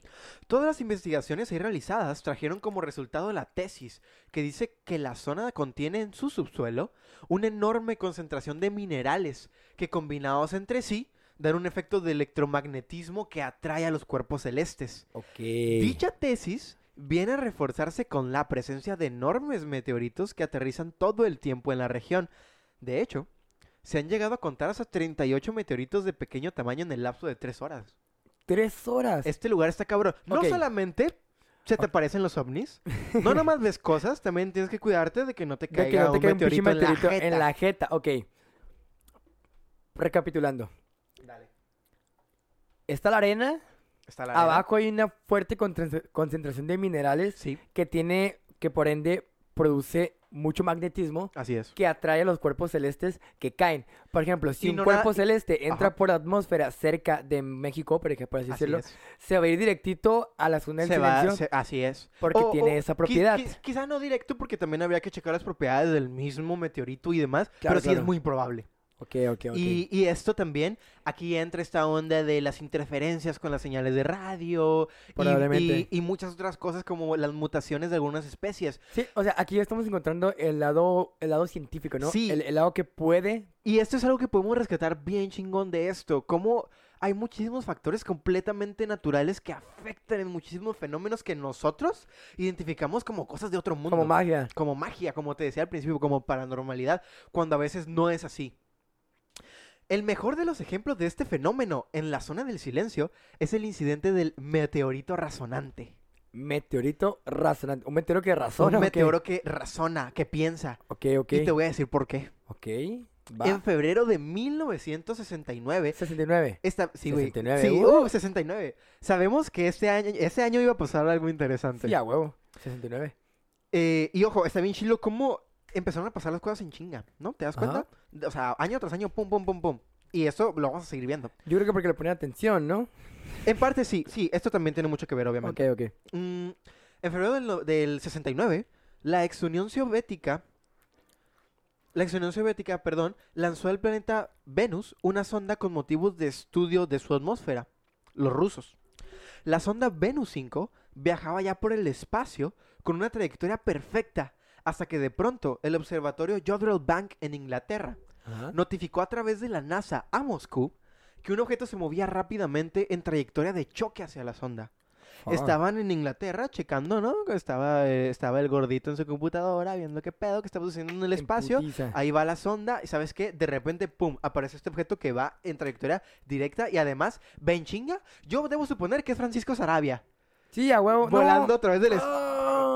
[SPEAKER 2] Todas las investigaciones ahí realizadas trajeron como resultado la tesis que dice que la zona contiene en su subsuelo una enorme concentración de minerales que combinados entre sí dan un efecto de electromagnetismo que atrae a los cuerpos celestes.
[SPEAKER 1] Ok.
[SPEAKER 2] Dicha tesis viene a reforzarse con la presencia de enormes meteoritos que aterrizan todo el tiempo en la región. De hecho, se han llegado a contar hasta 38 meteoritos de pequeño tamaño en el lapso de tres horas.
[SPEAKER 1] Tres horas.
[SPEAKER 2] Este lugar está cabrón. No
[SPEAKER 1] Ok.
[SPEAKER 2] solamente se te aparecen los ovnis, no nada más ves cosas, también tienes que cuidarte de que no te
[SPEAKER 1] De
[SPEAKER 2] caiga
[SPEAKER 1] que no te
[SPEAKER 2] un,
[SPEAKER 1] caiga un pinche
[SPEAKER 2] meteorito
[SPEAKER 1] meteorito
[SPEAKER 2] en la,
[SPEAKER 1] en la jeta. Ok. Recapitulando.
[SPEAKER 2] jeta. Dale.
[SPEAKER 1] Está la arena.
[SPEAKER 2] Está la arena.
[SPEAKER 1] Abajo hay una fuerte contra- concentración de minerales
[SPEAKER 2] Sí,
[SPEAKER 1] que tiene, que por ende produce mucho magnetismo
[SPEAKER 2] así es.
[SPEAKER 1] que atrae a los cuerpos celestes que caen. Por ejemplo, si
[SPEAKER 2] Y
[SPEAKER 1] un
[SPEAKER 2] no
[SPEAKER 1] cuerpo
[SPEAKER 2] nada-
[SPEAKER 1] celeste entra
[SPEAKER 2] Ajá.
[SPEAKER 1] por la atmósfera cerca de México, por ejemplo, por así
[SPEAKER 2] Así
[SPEAKER 1] decirlo,
[SPEAKER 2] es.
[SPEAKER 1] se va a ir directito a la zona del
[SPEAKER 2] Se va-
[SPEAKER 1] silencio
[SPEAKER 2] se- así es.
[SPEAKER 1] porque
[SPEAKER 2] O-
[SPEAKER 1] tiene
[SPEAKER 2] o
[SPEAKER 1] esa
[SPEAKER 2] qui-
[SPEAKER 1] propiedad.
[SPEAKER 2] qui- quizá no directo porque también habría que checar las propiedades del mismo meteorito y demás,
[SPEAKER 1] Claro,
[SPEAKER 2] pero sí
[SPEAKER 1] claro.
[SPEAKER 2] es muy probable.
[SPEAKER 1] Ok, ok, ok.
[SPEAKER 2] Y, y esto también, aquí entra esta onda de las interferencias con las señales de radio y-
[SPEAKER 1] Probablemente.
[SPEAKER 2] y, y muchas otras cosas como las mutaciones de algunas especies.
[SPEAKER 1] Sí, o sea, aquí ya estamos encontrando el lado, el lado científico, ¿no?
[SPEAKER 2] Sí.
[SPEAKER 1] El, el lado que puede.
[SPEAKER 2] Y esto es algo que podemos rescatar bien chingón de esto, como hay muchísimos factores completamente naturales que afectan en muchísimos fenómenos que nosotros identificamos como cosas de otro mundo.
[SPEAKER 1] Como magia.
[SPEAKER 2] como magia, como te decía al principio, como paranormalidad, cuando a veces no es así. El mejor de los ejemplos de este fenómeno en la zona del silencio es el incidente del meteorito razonante.
[SPEAKER 1] Meteorito razonante. Un meteoro que razona.
[SPEAKER 2] Un
[SPEAKER 1] ¿o qué?
[SPEAKER 2] meteoro que razona, que piensa.
[SPEAKER 1] Ok, ok.
[SPEAKER 2] Y te voy a decir por qué.
[SPEAKER 1] Ok. Va.
[SPEAKER 2] En febrero de 1969
[SPEAKER 1] 69.
[SPEAKER 2] Esta, sí, güey.
[SPEAKER 1] 69,
[SPEAKER 2] Sí,
[SPEAKER 1] uh.
[SPEAKER 2] uh, 69. Sabemos que este año, ese año iba a pasar algo interesante.
[SPEAKER 1] Sí, a huevo. 69.
[SPEAKER 2] Eh, y ojo, está bien chilo cómo empezaron a pasar las cosas en chinga, ¿no? ¿Te das cuenta?
[SPEAKER 1] Ajá.
[SPEAKER 2] O sea, año tras año, pum, pum, pum, pum. Y eso lo vamos a seguir viendo.
[SPEAKER 1] Yo creo que porque le ponían atención, ¿no?
[SPEAKER 2] En parte sí, sí, esto también tiene mucho que ver,
[SPEAKER 1] Ok,
[SPEAKER 2] obviamente.
[SPEAKER 1] ok.
[SPEAKER 2] Mm, en febrero del, no- del 69, la ex Unión Soviética, la ex Unión Soviética, perdón, lanzó al planeta Venus una sonda con motivos de estudio de su atmósfera, los rusos. La sonda Venus 5 viajaba ya por el espacio con una trayectoria perfecta, hasta que de pronto el observatorio Jodrell Bank en Inglaterra
[SPEAKER 1] Ajá.
[SPEAKER 2] notificó a través de la NASA a Moscú que un objeto se movía rápidamente en trayectoria de choque hacia la sonda.
[SPEAKER 1] Fuck.
[SPEAKER 2] Estaban en Inglaterra checando, ¿no? Estaba, eh, estaba el gordito en su computadora viendo qué pedo que estaba sucediendo en el
[SPEAKER 1] En
[SPEAKER 2] espacio.
[SPEAKER 1] putiza.
[SPEAKER 2] Ahí va la sonda y ¿sabes qué? De repente, pum, aparece este objeto que va en trayectoria directa y además, ven chinga, yo debo suponer que es Francisco Sarabia,
[SPEAKER 1] Sí, a huevo.
[SPEAKER 2] volando a través del...
[SPEAKER 1] No.
[SPEAKER 2] es-
[SPEAKER 1] ¡Ah!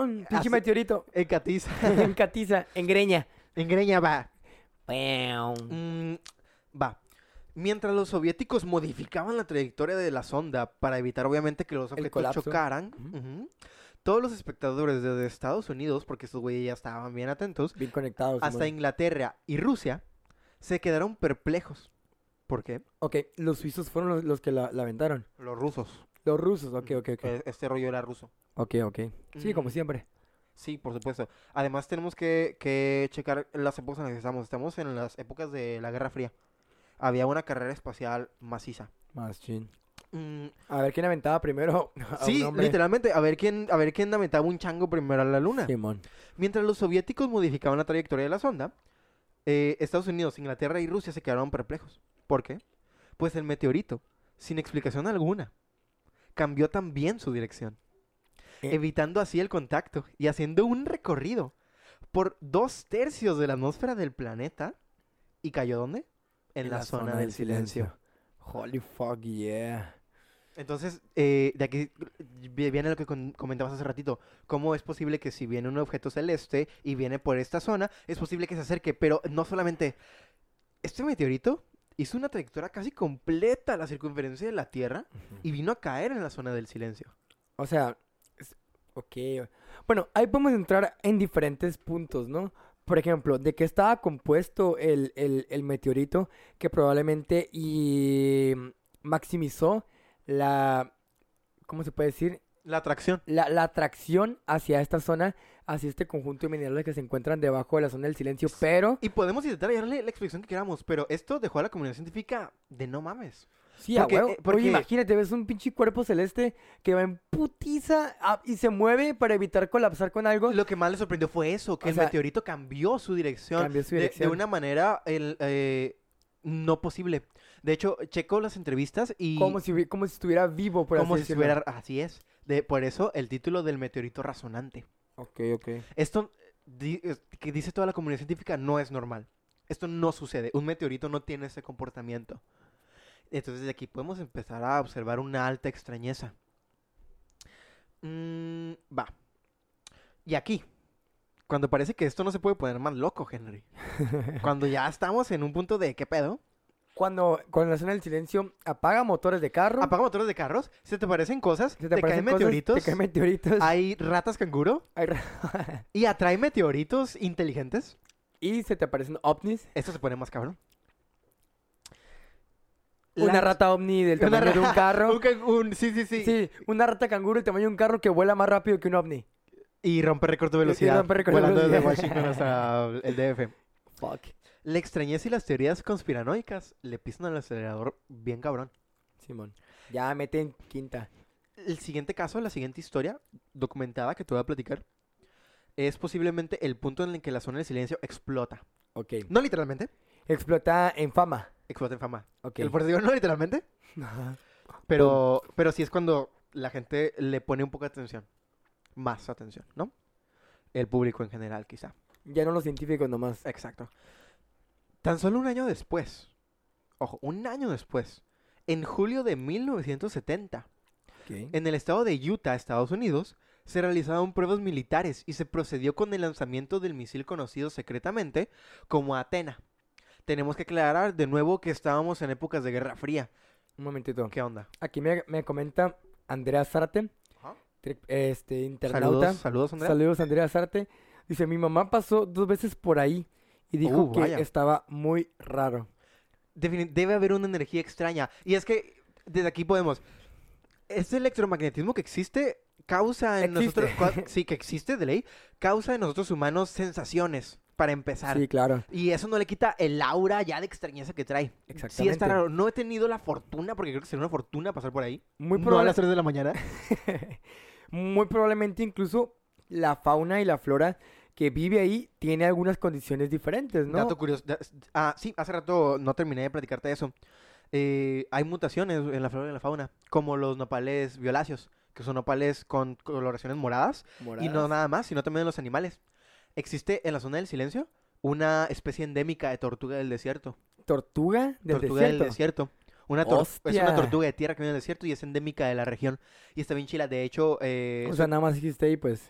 [SPEAKER 1] Pinche
[SPEAKER 2] Así-
[SPEAKER 1] meteorito.
[SPEAKER 2] En Catiza,
[SPEAKER 1] en catiza. En greña.
[SPEAKER 2] en Greña va.
[SPEAKER 1] Pew.
[SPEAKER 2] Mm, va. Mientras los soviéticos modificaban la trayectoria de la sonda para evitar obviamente que los objetos
[SPEAKER 1] colapso.
[SPEAKER 2] chocaran,
[SPEAKER 1] Ujú.
[SPEAKER 2] ujú, todos los espectadores desde Estados Unidos, porque estos güeyes ya estaban bien atentos,
[SPEAKER 1] Bien conectados.
[SPEAKER 2] hasta
[SPEAKER 1] Simón.
[SPEAKER 2] Inglaterra y Rusia, se quedaron perplejos. ¿Por qué?
[SPEAKER 1] Ok, los suizos fueron los, los que la, la aventaron.
[SPEAKER 2] Los rusos.
[SPEAKER 1] Los rusos, ok, ok, ok.
[SPEAKER 2] E- Este rollo era ruso.
[SPEAKER 1] Ok, ok. Sí, como
[SPEAKER 2] Mm.
[SPEAKER 1] siempre.
[SPEAKER 2] Sí, por supuesto. Además tenemos que, que checar las épocas en las que estamos. Estamos en las épocas de la Guerra Fría. Había una carrera espacial maciza.
[SPEAKER 1] Más chin.
[SPEAKER 2] Mm,
[SPEAKER 1] A ver quién aventaba primero. a un
[SPEAKER 2] Sí,
[SPEAKER 1] hombre?
[SPEAKER 2] literalmente, a ver quién, a ver quién aventaba un chango primero a la luna.
[SPEAKER 1] Simón.
[SPEAKER 2] Mientras los soviéticos modificaban la trayectoria de la sonda, eh, Estados Unidos, Inglaterra y Rusia se quedaron perplejos. ¿Por qué? Pues el meteorito, sin explicación alguna, cambió también su dirección,
[SPEAKER 1] Eh.
[SPEAKER 2] evitando así el contacto y haciendo un recorrido por dos tercios de la atmósfera del planeta y cayó ¿dónde? En, la, zona, del silencio.
[SPEAKER 1] Holy fuck, yeah.
[SPEAKER 2] Entonces, eh, de aquí vi- viene lo que con- comentabas hace ratito. ¿Cómo es posible que si viene un objeto celeste y viene por esta zona, es posible que se acerque? Pero no solamente. Este meteorito hizo una trayectoria casi completa a la circunferencia de la Tierra y vino a caer en la zona del silencio.
[SPEAKER 1] O sea, es- ok. Bueno, ahí podemos entrar en diferentes puntos, ¿no? Por ejemplo, de que estaba compuesto el, el- el meteorito que probablemente y mm, maximizó la... ¿Cómo se puede decir?
[SPEAKER 2] La atracción.
[SPEAKER 1] la, la atracción hacia esta zona, hacia este conjunto de minerales que se encuentran debajo de la zona del silencio, pero
[SPEAKER 2] Y podemos intentar darle la explicación que queramos, pero esto dejó a la comunidad científica de no mames.
[SPEAKER 1] sí, a
[SPEAKER 2] porque,
[SPEAKER 1] huevo.
[SPEAKER 2] eh, porque-
[SPEAKER 1] Oye, imagínate, ves un pinche cuerpo celeste que va en putiza ah, y se mueve para evitar colapsar con algo.
[SPEAKER 2] Lo que más le sorprendió fue eso, que
[SPEAKER 1] O
[SPEAKER 2] el
[SPEAKER 1] sea,
[SPEAKER 2] meteorito cambió su dirección.
[SPEAKER 1] Cambió su
[SPEAKER 2] de- De,
[SPEAKER 1] dirección.
[SPEAKER 2] una manera el, eh, no posible. De hecho, checo las entrevistas y
[SPEAKER 1] Como si, hubi- como si estuviera vivo, por
[SPEAKER 2] como
[SPEAKER 1] así
[SPEAKER 2] si
[SPEAKER 1] decirlo.
[SPEAKER 2] estuviera... Así es. De, por eso el título del meteorito razonante.
[SPEAKER 1] Ok, ok.
[SPEAKER 2] Esto eh, di- es- que dice toda la comunidad científica no es normal. Esto no sucede. Un meteorito no tiene ese comportamiento. Entonces, de aquí podemos empezar a observar una alta extrañeza. Mm, va. Y aquí, cuando parece que esto no se puede poner más loco, Henry. cuando ya estamos en un punto de qué pedo.
[SPEAKER 1] Cuando, cuando la zona del silencio apaga motores de carro,
[SPEAKER 2] Apaga motores de carros, se te parecen cosas,
[SPEAKER 1] se
[SPEAKER 2] te,
[SPEAKER 1] aparecen
[SPEAKER 2] caen
[SPEAKER 1] cosas,
[SPEAKER 2] meteoritos, Ah.
[SPEAKER 1] te caen meteoritos.
[SPEAKER 2] hay ratas canguro
[SPEAKER 1] Hay ra-
[SPEAKER 2] y atrae meteoritos inteligentes.
[SPEAKER 1] y se te aparecen ovnis.
[SPEAKER 2] Esto se pone más cabrón.
[SPEAKER 1] Una
[SPEAKER 2] Las-
[SPEAKER 1] rata ovni del
[SPEAKER 2] Una
[SPEAKER 1] tamaño de un
[SPEAKER 2] rata-
[SPEAKER 1] carro.
[SPEAKER 2] un can- un- sí, sí, sí,
[SPEAKER 1] Sí, una rata canguro del tamaño de un carro que vuela más rápido que un ovni.
[SPEAKER 2] Y rompe récord de
[SPEAKER 1] Y- y
[SPEAKER 2] velocidad.
[SPEAKER 1] rompe récord de
[SPEAKER 2] volando desde
[SPEAKER 1] velocidad.
[SPEAKER 2] Washington hasta el DF.
[SPEAKER 1] Fuck.
[SPEAKER 2] La extrañeza y las teorías conspiranoicas le pisan al acelerador bien cabrón.
[SPEAKER 1] Simón. Ya meten quinta.
[SPEAKER 2] El siguiente caso, la siguiente historia documentada que te voy a platicar, es posiblemente el punto en el que la zona del silencio explota.
[SPEAKER 1] Ok.
[SPEAKER 2] No literalmente,
[SPEAKER 1] Explota en fama.
[SPEAKER 2] explota en fama.
[SPEAKER 1] Ok.
[SPEAKER 2] El por digo, no literalmente,
[SPEAKER 1] Ajá.
[SPEAKER 2] pero, pero sí es cuando la gente le pone un poco de atención. Más atención, ¿no? El público en general, quizá.
[SPEAKER 1] ya no los científicos nomás.
[SPEAKER 2] Exacto. Tan solo un año después, ojo, un año después, en julio de 1970,
[SPEAKER 1] Ok.
[SPEAKER 2] en el estado de Utah, Estados Unidos, se realizaron pruebas militares y se procedió con el lanzamiento del misil conocido secretamente como Atena. Tenemos que aclarar de nuevo que estábamos en épocas de Guerra Fría.
[SPEAKER 1] Un momentito.
[SPEAKER 2] ¿Qué onda?
[SPEAKER 1] Aquí me, me comenta Andrea Zárate,
[SPEAKER 2] Ajá.
[SPEAKER 1] tri- este, internauta.
[SPEAKER 2] Saludos, saludos, Andrea.
[SPEAKER 1] Saludos, Andrea Zarte. Dice, mi mamá pasó dos veces por ahí y dijo
[SPEAKER 2] Uh,
[SPEAKER 1] que
[SPEAKER 2] vaya.
[SPEAKER 1] estaba muy raro.
[SPEAKER 2] Defini- debe haber una energía extraña. Y es que desde aquí podemos. Este electromagnetismo que existe causa en
[SPEAKER 1] Existe.
[SPEAKER 2] nosotros. cua- Sí, que existe de ley. Causa en nosotros humanos sensaciones, para empezar.
[SPEAKER 1] Sí, claro.
[SPEAKER 2] Y eso no le quita el aura ya de extrañeza que trae. Sí,
[SPEAKER 1] Exactamente.
[SPEAKER 2] está raro. No he tenido la fortuna, porque creo que sería una fortuna pasar por ahí.
[SPEAKER 1] Muy,
[SPEAKER 2] No a
[SPEAKER 1] probable-
[SPEAKER 2] las 3 de la mañana.
[SPEAKER 1] muy probablemente incluso la fauna y la flora que vive ahí tiene algunas condiciones diferentes, ¿no?
[SPEAKER 2] Dato curioso. da- ah, sí, hace rato no terminé de platicarte eso. Eh, hay mutaciones en la flora y en la fauna, como los nopales violáceos, que son nopales con coloraciones moradas,
[SPEAKER 1] Moradas.
[SPEAKER 2] y no nada más, sino también en los animales. Existe en la zona del silencio una especie endémica de tortuga del desierto.
[SPEAKER 1] Tortuga del
[SPEAKER 2] tortuga
[SPEAKER 1] desierto.
[SPEAKER 2] del desierto. Una tor- es
[SPEAKER 1] Hostia.
[SPEAKER 2] una tortuga de tierra que vive en el desierto y es endémica de la región. Y está bien chila. De hecho, eh,
[SPEAKER 1] O sea, nada más existe ahí, pues.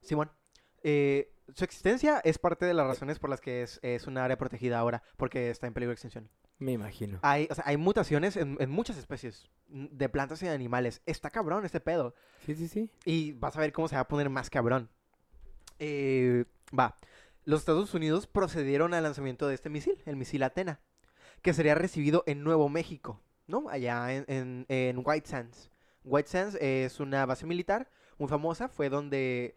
[SPEAKER 2] Simón, eh, su existencia es parte
[SPEAKER 1] Eh.
[SPEAKER 2] de las razones por las que es, es un área protegida ahora, porque está en peligro de extinción.
[SPEAKER 1] Me imagino.
[SPEAKER 2] Hay, o sea, hay mutaciones en, en muchas especies, n- de plantas y de animales. Está cabrón este pedo.
[SPEAKER 1] Sí, sí, sí.
[SPEAKER 2] Y vas a ver cómo se va a poner más cabrón. Eh, va. Los Estados Unidos procedieron al lanzamiento de este misil, el misil Atena, que sería recibido en Nuevo México, ¿no? Allá en, en- en White Sands. White Sands es una base militar muy famosa, fue donde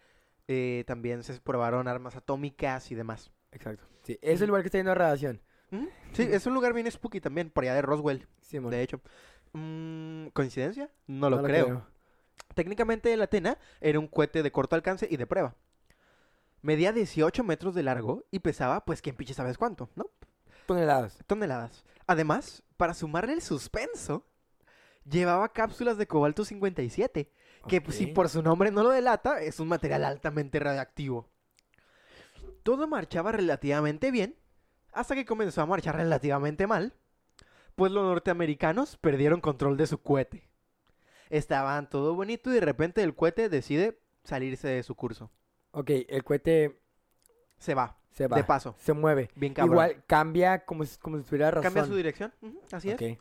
[SPEAKER 2] eh, también se probaron armas atómicas y demás.
[SPEAKER 1] Exacto. Sí, es el lugar que está yendo a radiación.
[SPEAKER 2] Ujú. Sí, es un lugar bien spooky también, por allá de Roswell,
[SPEAKER 1] Simón.
[SPEAKER 2] de hecho. Mm, ¿Coincidencia? No lo creo.
[SPEAKER 1] creo.
[SPEAKER 2] Técnicamente el Atena era un cohete de corto alcance y de prueba. Medía 18 metros de largo y pesaba, pues, quién pinche sabes cuánto, ¿no?
[SPEAKER 1] Toneladas.
[SPEAKER 2] Toneladas. Además, para sumarle el suspenso, llevaba cápsulas de cobalto 57, que pues, si
[SPEAKER 1] Ok.
[SPEAKER 2] por su nombre no lo delata, es un material altamente radiactivo. Todo marchaba relativamente bien, hasta que comenzó a marchar relativamente mal, pues los norteamericanos perdieron control de su cohete. Estaban todo bonito y de repente el cohete decide salirse de su curso.
[SPEAKER 1] Ok, el cohete
[SPEAKER 2] Se va,
[SPEAKER 1] se va.
[SPEAKER 2] de paso,
[SPEAKER 1] Se mueve.
[SPEAKER 2] bien cabrón.
[SPEAKER 1] Igual cambia como si, como si tuviera razón.
[SPEAKER 2] Cambia su dirección, ujú, así es.
[SPEAKER 1] Ok.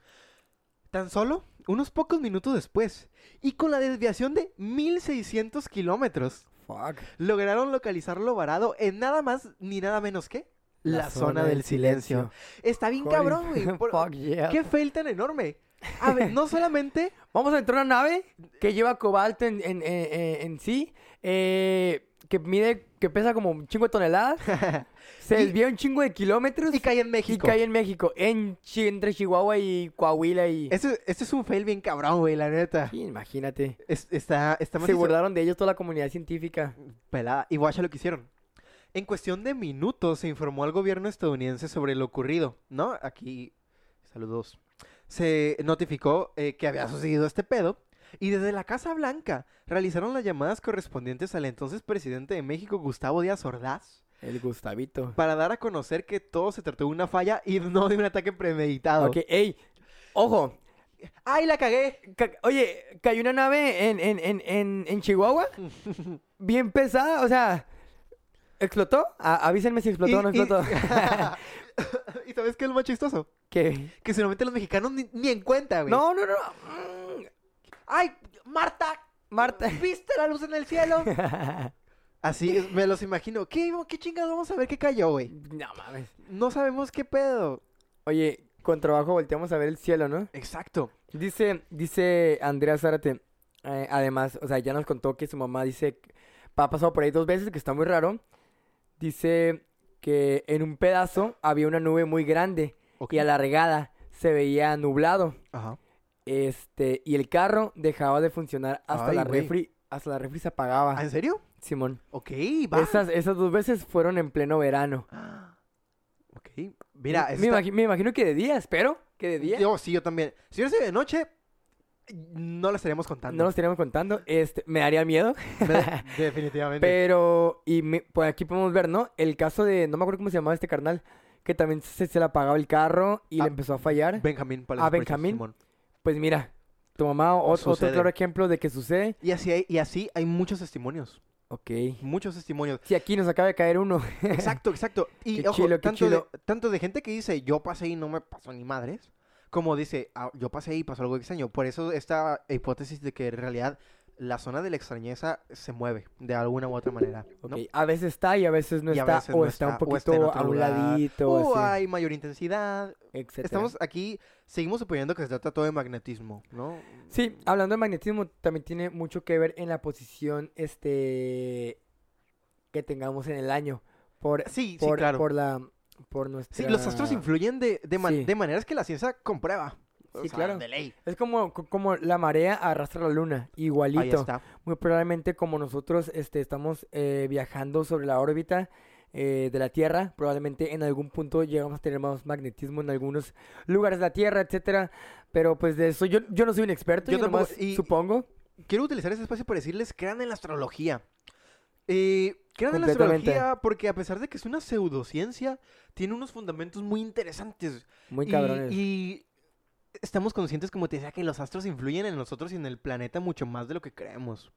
[SPEAKER 2] Tan solo unos pocos minutos después, y con la desviación de 1600 kilómetros,
[SPEAKER 1] Fuck.
[SPEAKER 2] lograron localizarlo varado en nada más ni nada menos que la, zona, del silencio. Está bien
[SPEAKER 1] Holy
[SPEAKER 2] cabrón, güey. por-
[SPEAKER 1] Fuck yeah.
[SPEAKER 2] Qué fail tan enorme. A ver, no solamente
[SPEAKER 1] Vamos a entrar a una nave que lleva cobalto en, en, en- en- en sí, eh, que mide, que pesa como un chingo de toneladas, se
[SPEAKER 2] Y-
[SPEAKER 1] desvía un chingo de kilómetros
[SPEAKER 2] y cae en
[SPEAKER 1] y
[SPEAKER 2] México.
[SPEAKER 1] cae en México, en, Chi- entre Chihuahua y Coahuila y...
[SPEAKER 2] Este, este es un fail bien cabrón, güey, la neta.
[SPEAKER 1] Sí, imagínate.
[SPEAKER 2] Es- está, está más
[SPEAKER 1] Se burlaron de ellos toda la comunidad científica.
[SPEAKER 2] pelada. Y guacha lo que hicieron. En cuestión de minutos se informó al gobierno estadounidense sobre lo ocurrido, ¿no? Aquí, saludos. Se notificó eh, que había sucedido este pedo. Y desde la Casa Blanca realizaron las llamadas correspondientes al entonces presidente de México, Gustavo Díaz Ordaz,
[SPEAKER 1] El Gustavito.
[SPEAKER 2] para dar a conocer que todo se trató de una falla y no de un ataque premeditado.
[SPEAKER 1] Ok, ey, ojo.
[SPEAKER 2] ¡Ay, la cagué!
[SPEAKER 1] ca- oye, cayó una nave en, en, en, en, en Chihuahua. Bien pesada, o sea. ¿Explotó? A- avísenme si explotó o no
[SPEAKER 2] Y- y-
[SPEAKER 1] explotó.
[SPEAKER 2] ¿Y sabes qué es lo más chistoso?
[SPEAKER 1] ¿Qué?
[SPEAKER 2] Que solamente los mexicanos ni, ni en cuenta, güey.
[SPEAKER 1] No, no, no. Mm,
[SPEAKER 2] ¡Ay, Marta!
[SPEAKER 1] Marta.
[SPEAKER 2] ¿Viste la luz en el cielo? Así es, me los imagino. ¿Qué, qué chingados vamos a ver qué cayó, güey?
[SPEAKER 1] No mames.
[SPEAKER 2] No sabemos qué pedo.
[SPEAKER 1] Oye, con trabajo volteamos a ver el cielo, ¿no?
[SPEAKER 2] Exacto.
[SPEAKER 1] Dice, dice Andrea Zárate, eh, además, o sea, ya nos contó que su mamá dice, que- ha pasado por ahí dos veces, que está muy raro. Dice que en un pedazo había una nube muy grande
[SPEAKER 2] Ok.
[SPEAKER 1] y a la regada se veía nublado.
[SPEAKER 2] Ajá.
[SPEAKER 1] Este, y el carro dejaba de funcionar hasta
[SPEAKER 2] Ay,
[SPEAKER 1] la
[SPEAKER 2] güey.
[SPEAKER 1] refri, hasta la refri se
[SPEAKER 2] ¿Ah,
[SPEAKER 1] apagaba,
[SPEAKER 2] ¿En serio?
[SPEAKER 1] Simón.
[SPEAKER 2] Ok, va.
[SPEAKER 1] Esas, esas dos veces fueron en pleno verano.
[SPEAKER 2] Ok. Mira,
[SPEAKER 1] Eh. me,
[SPEAKER 2] esta-
[SPEAKER 1] me imagi- me imagino que de día, espero que de día.
[SPEAKER 2] Yo, sí, yo también. Si hubiera sido de noche, no la estaríamos contando.
[SPEAKER 1] No los teníamos contando. Este, me daría miedo.
[SPEAKER 2] Me- Definitivamente.
[SPEAKER 1] Pero, y me- por aquí podemos ver, ¿no? El caso de, no me acuerdo cómo se llamaba este carnal, que también se, se le apagaba el carro y
[SPEAKER 2] Ah,
[SPEAKER 1] le empezó a fallar.
[SPEAKER 2] Benjamín
[SPEAKER 1] Ah,
[SPEAKER 2] Palacios
[SPEAKER 1] Benjamín.
[SPEAKER 2] Simón.
[SPEAKER 1] Pues mira, tu mamá, o- otro,
[SPEAKER 2] Sucede.
[SPEAKER 1] claro ejemplo de que sucede.
[SPEAKER 2] Y así, hay, y así hay muchos testimonios.
[SPEAKER 1] Ok.
[SPEAKER 2] Muchos testimonios.
[SPEAKER 1] Si aquí nos acaba de caer uno.
[SPEAKER 2] Exacto, exacto. Y
[SPEAKER 1] Qué
[SPEAKER 2] ojo,
[SPEAKER 1] chilo, qué
[SPEAKER 2] tanto, de,
[SPEAKER 1] chilo.
[SPEAKER 2] tanto de gente que dice yo pasé y no me pasó ni madres, como dice "Ah, yo pasé y pasó algo extraño. Por eso esta hipótesis de que en realidad la zona de la extrañeza se mueve de alguna u otra manera. ¿no?
[SPEAKER 1] Ok, A veces está y a veces no
[SPEAKER 2] Y a
[SPEAKER 1] está,
[SPEAKER 2] veces
[SPEAKER 1] o
[SPEAKER 2] no
[SPEAKER 1] está un
[SPEAKER 2] está, o
[SPEAKER 1] poquito
[SPEAKER 2] está en otro
[SPEAKER 1] a un
[SPEAKER 2] lugar,
[SPEAKER 1] ladito,
[SPEAKER 2] O
[SPEAKER 1] así,
[SPEAKER 2] hay mayor intensidad.
[SPEAKER 1] etcétera.
[SPEAKER 2] Estamos aquí, seguimos suponiendo que se trata todo de magnetismo, ¿no?
[SPEAKER 1] Sí, hablando de magnetismo, también tiene mucho que ver en la posición, este, que tengamos en el año. Por,
[SPEAKER 2] Sí, sí,
[SPEAKER 1] por,
[SPEAKER 2] claro.
[SPEAKER 1] por la, por nuestra...
[SPEAKER 2] Sí, los astros influyen de, de, man-
[SPEAKER 1] Sí.
[SPEAKER 2] de maneras que la ciencia comprueba. O
[SPEAKER 1] Sí,
[SPEAKER 2] sea,
[SPEAKER 1] claro.
[SPEAKER 2] De ley.
[SPEAKER 1] Es como, co- como la marea arrastra la luna, igualito.
[SPEAKER 2] Ahí está.
[SPEAKER 1] Muy probablemente como nosotros este, estamos eh, viajando sobre la órbita eh, de la Tierra, probablemente en algún punto llegamos a tener más magnetismo en algunos lugares de la Tierra, etcétera. Pero pues de eso yo, yo no soy un experto,
[SPEAKER 2] Yo
[SPEAKER 1] yo,
[SPEAKER 2] tampoco,
[SPEAKER 1] nomás
[SPEAKER 2] y-
[SPEAKER 1] supongo.
[SPEAKER 2] Quiero utilizar este espacio para decirles, crean en la astrología. Eh, crean en la
[SPEAKER 1] Completamente.
[SPEAKER 2] astrología porque a pesar de que es una pseudociencia, tiene unos fundamentos muy interesantes.
[SPEAKER 1] Muy
[SPEAKER 2] Y-
[SPEAKER 1] cabrones.
[SPEAKER 2] Y, estamos conscientes, como te decía, que los astros influyen en nosotros y en el planeta mucho más de lo que creemos.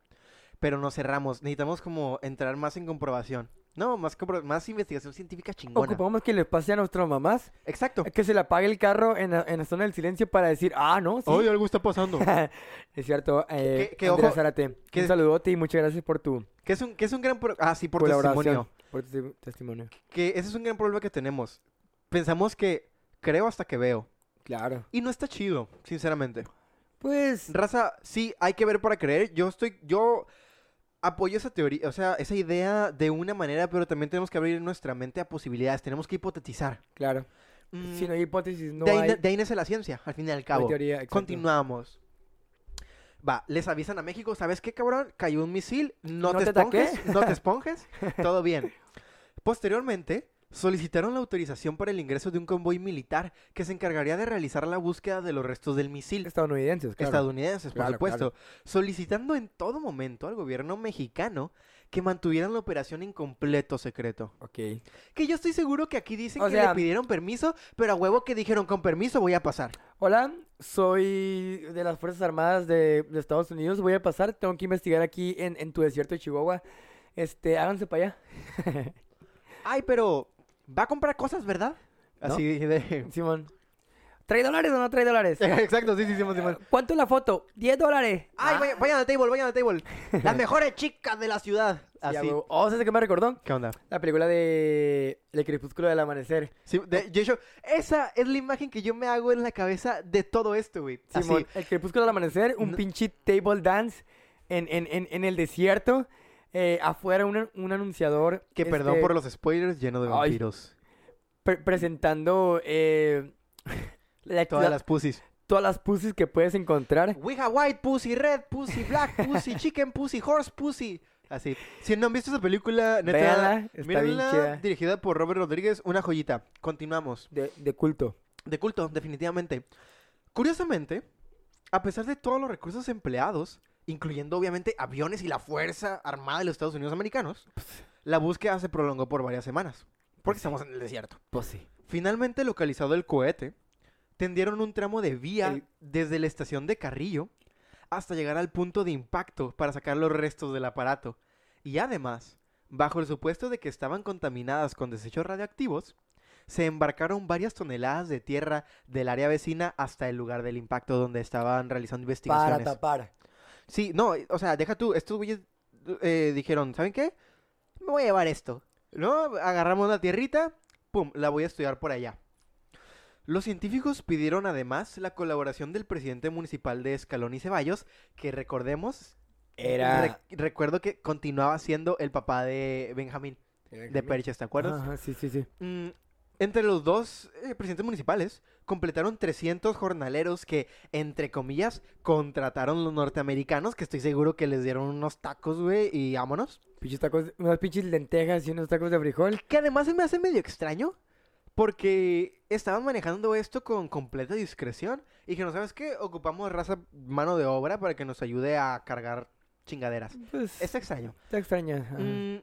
[SPEAKER 2] Pero nos cerramos. Necesitamos como entrar más en comprobación. No, más, compro- más investigación científica chingona.
[SPEAKER 1] Ocupamos que les pase a nuestras mamás
[SPEAKER 2] Exacto.
[SPEAKER 1] que se le apague el carro en la, en la zona del silencio para decir, ah, no, sí.
[SPEAKER 2] algo está pasando.
[SPEAKER 1] es cierto, eh,
[SPEAKER 2] que- que
[SPEAKER 1] Andrea
[SPEAKER 2] ojo,
[SPEAKER 1] Zárate,
[SPEAKER 2] que-
[SPEAKER 1] un saludote y muchas gracias por tu
[SPEAKER 2] que, es un, que es un gran... pro- Ah, sí, por
[SPEAKER 1] colaboración,
[SPEAKER 2] testimonio.
[SPEAKER 1] por tu testi- testimonio.
[SPEAKER 2] que ese es un gran problema que tenemos. Pensamos que creo hasta que veo.
[SPEAKER 1] Claro.
[SPEAKER 2] Y no está chido, sinceramente.
[SPEAKER 1] Pues
[SPEAKER 2] Raza, sí, hay que ver para creer. Yo estoy, yo apoyo esa teoría, o sea, esa idea de una manera, pero también tenemos que abrir nuestra mente a posibilidades. Tenemos que hipotetizar.
[SPEAKER 1] Claro.
[SPEAKER 2] Mm,
[SPEAKER 1] Si no hay hipótesis, no
[SPEAKER 2] de, ahí,
[SPEAKER 1] hay,
[SPEAKER 2] na- de ahí nace la ciencia, al fin y
[SPEAKER 1] no
[SPEAKER 2] al
[SPEAKER 1] hay
[SPEAKER 2] cabo.
[SPEAKER 1] teoría. exacto.
[SPEAKER 2] Continuamos. Va, les avisan a México, ¿sabes qué, cabrón? Cayó un misil, no,
[SPEAKER 1] No
[SPEAKER 2] te,
[SPEAKER 1] te ataqué.
[SPEAKER 2] esponjes, no te esponjes, todo bien. Posteriormente, solicitaron la autorización para el ingreso de un convoy militar que se encargaría de realizar la búsqueda de los restos del misil.
[SPEAKER 1] Estadounidenses, claro.
[SPEAKER 2] Estadounidenses, por
[SPEAKER 1] Claro,
[SPEAKER 2] supuesto, solicitando en todo momento al gobierno mexicano que mantuvieran la operación en completo secreto.
[SPEAKER 1] Ok.
[SPEAKER 2] Que yo estoy seguro que aquí dicen
[SPEAKER 1] O
[SPEAKER 2] que le
[SPEAKER 1] sea-
[SPEAKER 2] pidieron permiso, pero a huevo que dijeron con permiso voy a pasar.
[SPEAKER 1] Hola, soy de las Fuerzas Armadas de, de Estados Unidos. Voy a pasar, tengo que investigar aquí en, en tu desierto de Chihuahua. Este, háganse para allá.
[SPEAKER 2] Ay, pero va a comprar cosas, ¿verdad?
[SPEAKER 1] ¿No?
[SPEAKER 2] Así de...
[SPEAKER 1] Simón. ¿Trae dólares o no trae dólares?
[SPEAKER 2] Exacto, sí, sí, sí, Simón.
[SPEAKER 1] ¿Cuánto la foto? ¡10 dólares!
[SPEAKER 2] Ay,
[SPEAKER 1] Ah,
[SPEAKER 2] vaya- vayan al table, vayan al table. Las mejores chicas de la ciudad.
[SPEAKER 1] sí, a
[SPEAKER 2] Así.
[SPEAKER 1] huevo. Oh, ¿sabes qué me recordó?
[SPEAKER 2] ¿Qué onda?
[SPEAKER 1] La película de El Crepúsculo del Amanecer.
[SPEAKER 2] Sí, de, de hecho, Eh, esa es la imagen que yo me hago en la cabeza de todo esto, güey. Así.
[SPEAKER 1] Simón, el crepúsculo del amanecer, un
[SPEAKER 2] No-
[SPEAKER 1] pinche table dance en, en, en, en el desierto. eh, afuera un, un anunciador.
[SPEAKER 2] Que perdón
[SPEAKER 1] este,
[SPEAKER 2] por los spoilers, lleno de
[SPEAKER 1] Ay,
[SPEAKER 2] vampiros.
[SPEAKER 1] pre- presentando eh, la-
[SPEAKER 2] Todas
[SPEAKER 1] la-
[SPEAKER 2] las pussies.
[SPEAKER 1] todas las pussies que puedes encontrar.
[SPEAKER 2] We have white pussy, red pussy, black pussy, chicken pussy, horse pussy. Así. Si no han visto esa película, neta,
[SPEAKER 1] Véanla, está bien
[SPEAKER 2] mírenla,
[SPEAKER 1] chida.
[SPEAKER 2] dirigida por Robert Rodríguez, una joyita. Continuamos.
[SPEAKER 1] De, de culto.
[SPEAKER 2] De culto, definitivamente. Curiosamente, a pesar de todos los recursos empleados, incluyendo obviamente aviones y la Fuerza Armada de los Estados Unidos Americanos, La búsqueda se prolongó por varias semanas, porque estamos en el desierto.
[SPEAKER 1] Pues sí.
[SPEAKER 2] Finalmente localizado el cohete, tendieron un tramo de vía
[SPEAKER 1] El-
[SPEAKER 2] desde la estación de Carrillo hasta llegar al punto de impacto para sacar los restos del aparato. Y además, bajo el supuesto de que estaban contaminadas con desechos radioactivos, se embarcaron varias toneladas de tierra del área vecina hasta el lugar del impacto donde estaban realizando
[SPEAKER 1] Para
[SPEAKER 2] investigaciones.
[SPEAKER 1] tapar.
[SPEAKER 2] Sí, no, eh, o sea, deja tú, estos güeyes eh, dijeron, ¿saben qué? Me voy a llevar esto. ¿No? Agarramos una tierrita, pum, la voy a estudiar por allá. Los científicos pidieron además la colaboración del presidente municipal de Escalón y Ceballos, que recordemos,
[SPEAKER 1] Era.
[SPEAKER 2] rec- recuerdo que continuaba siendo el papá de Benjamín, de Perches, ¿te acuerdas?
[SPEAKER 1] Ajá, sí, sí, sí.
[SPEAKER 2] Mm, entre los dos eh, presidentes municipales completaron 300 jornaleros que, entre comillas, contrataron los norteamericanos, que estoy seguro que les dieron unos tacos, güey, y vámonos.
[SPEAKER 1] Pinches tacos, unas pinches lentejas y unos tacos de frijol.
[SPEAKER 2] Que además se me hace medio extraño, porque estaban manejando esto con completa discreción y que no sabes qué, ocupamos raza mano de obra para que nos ayude a cargar chingaderas.
[SPEAKER 1] Pues,
[SPEAKER 2] Está extraño.
[SPEAKER 1] está extraña. ajá.
[SPEAKER 2] Mm,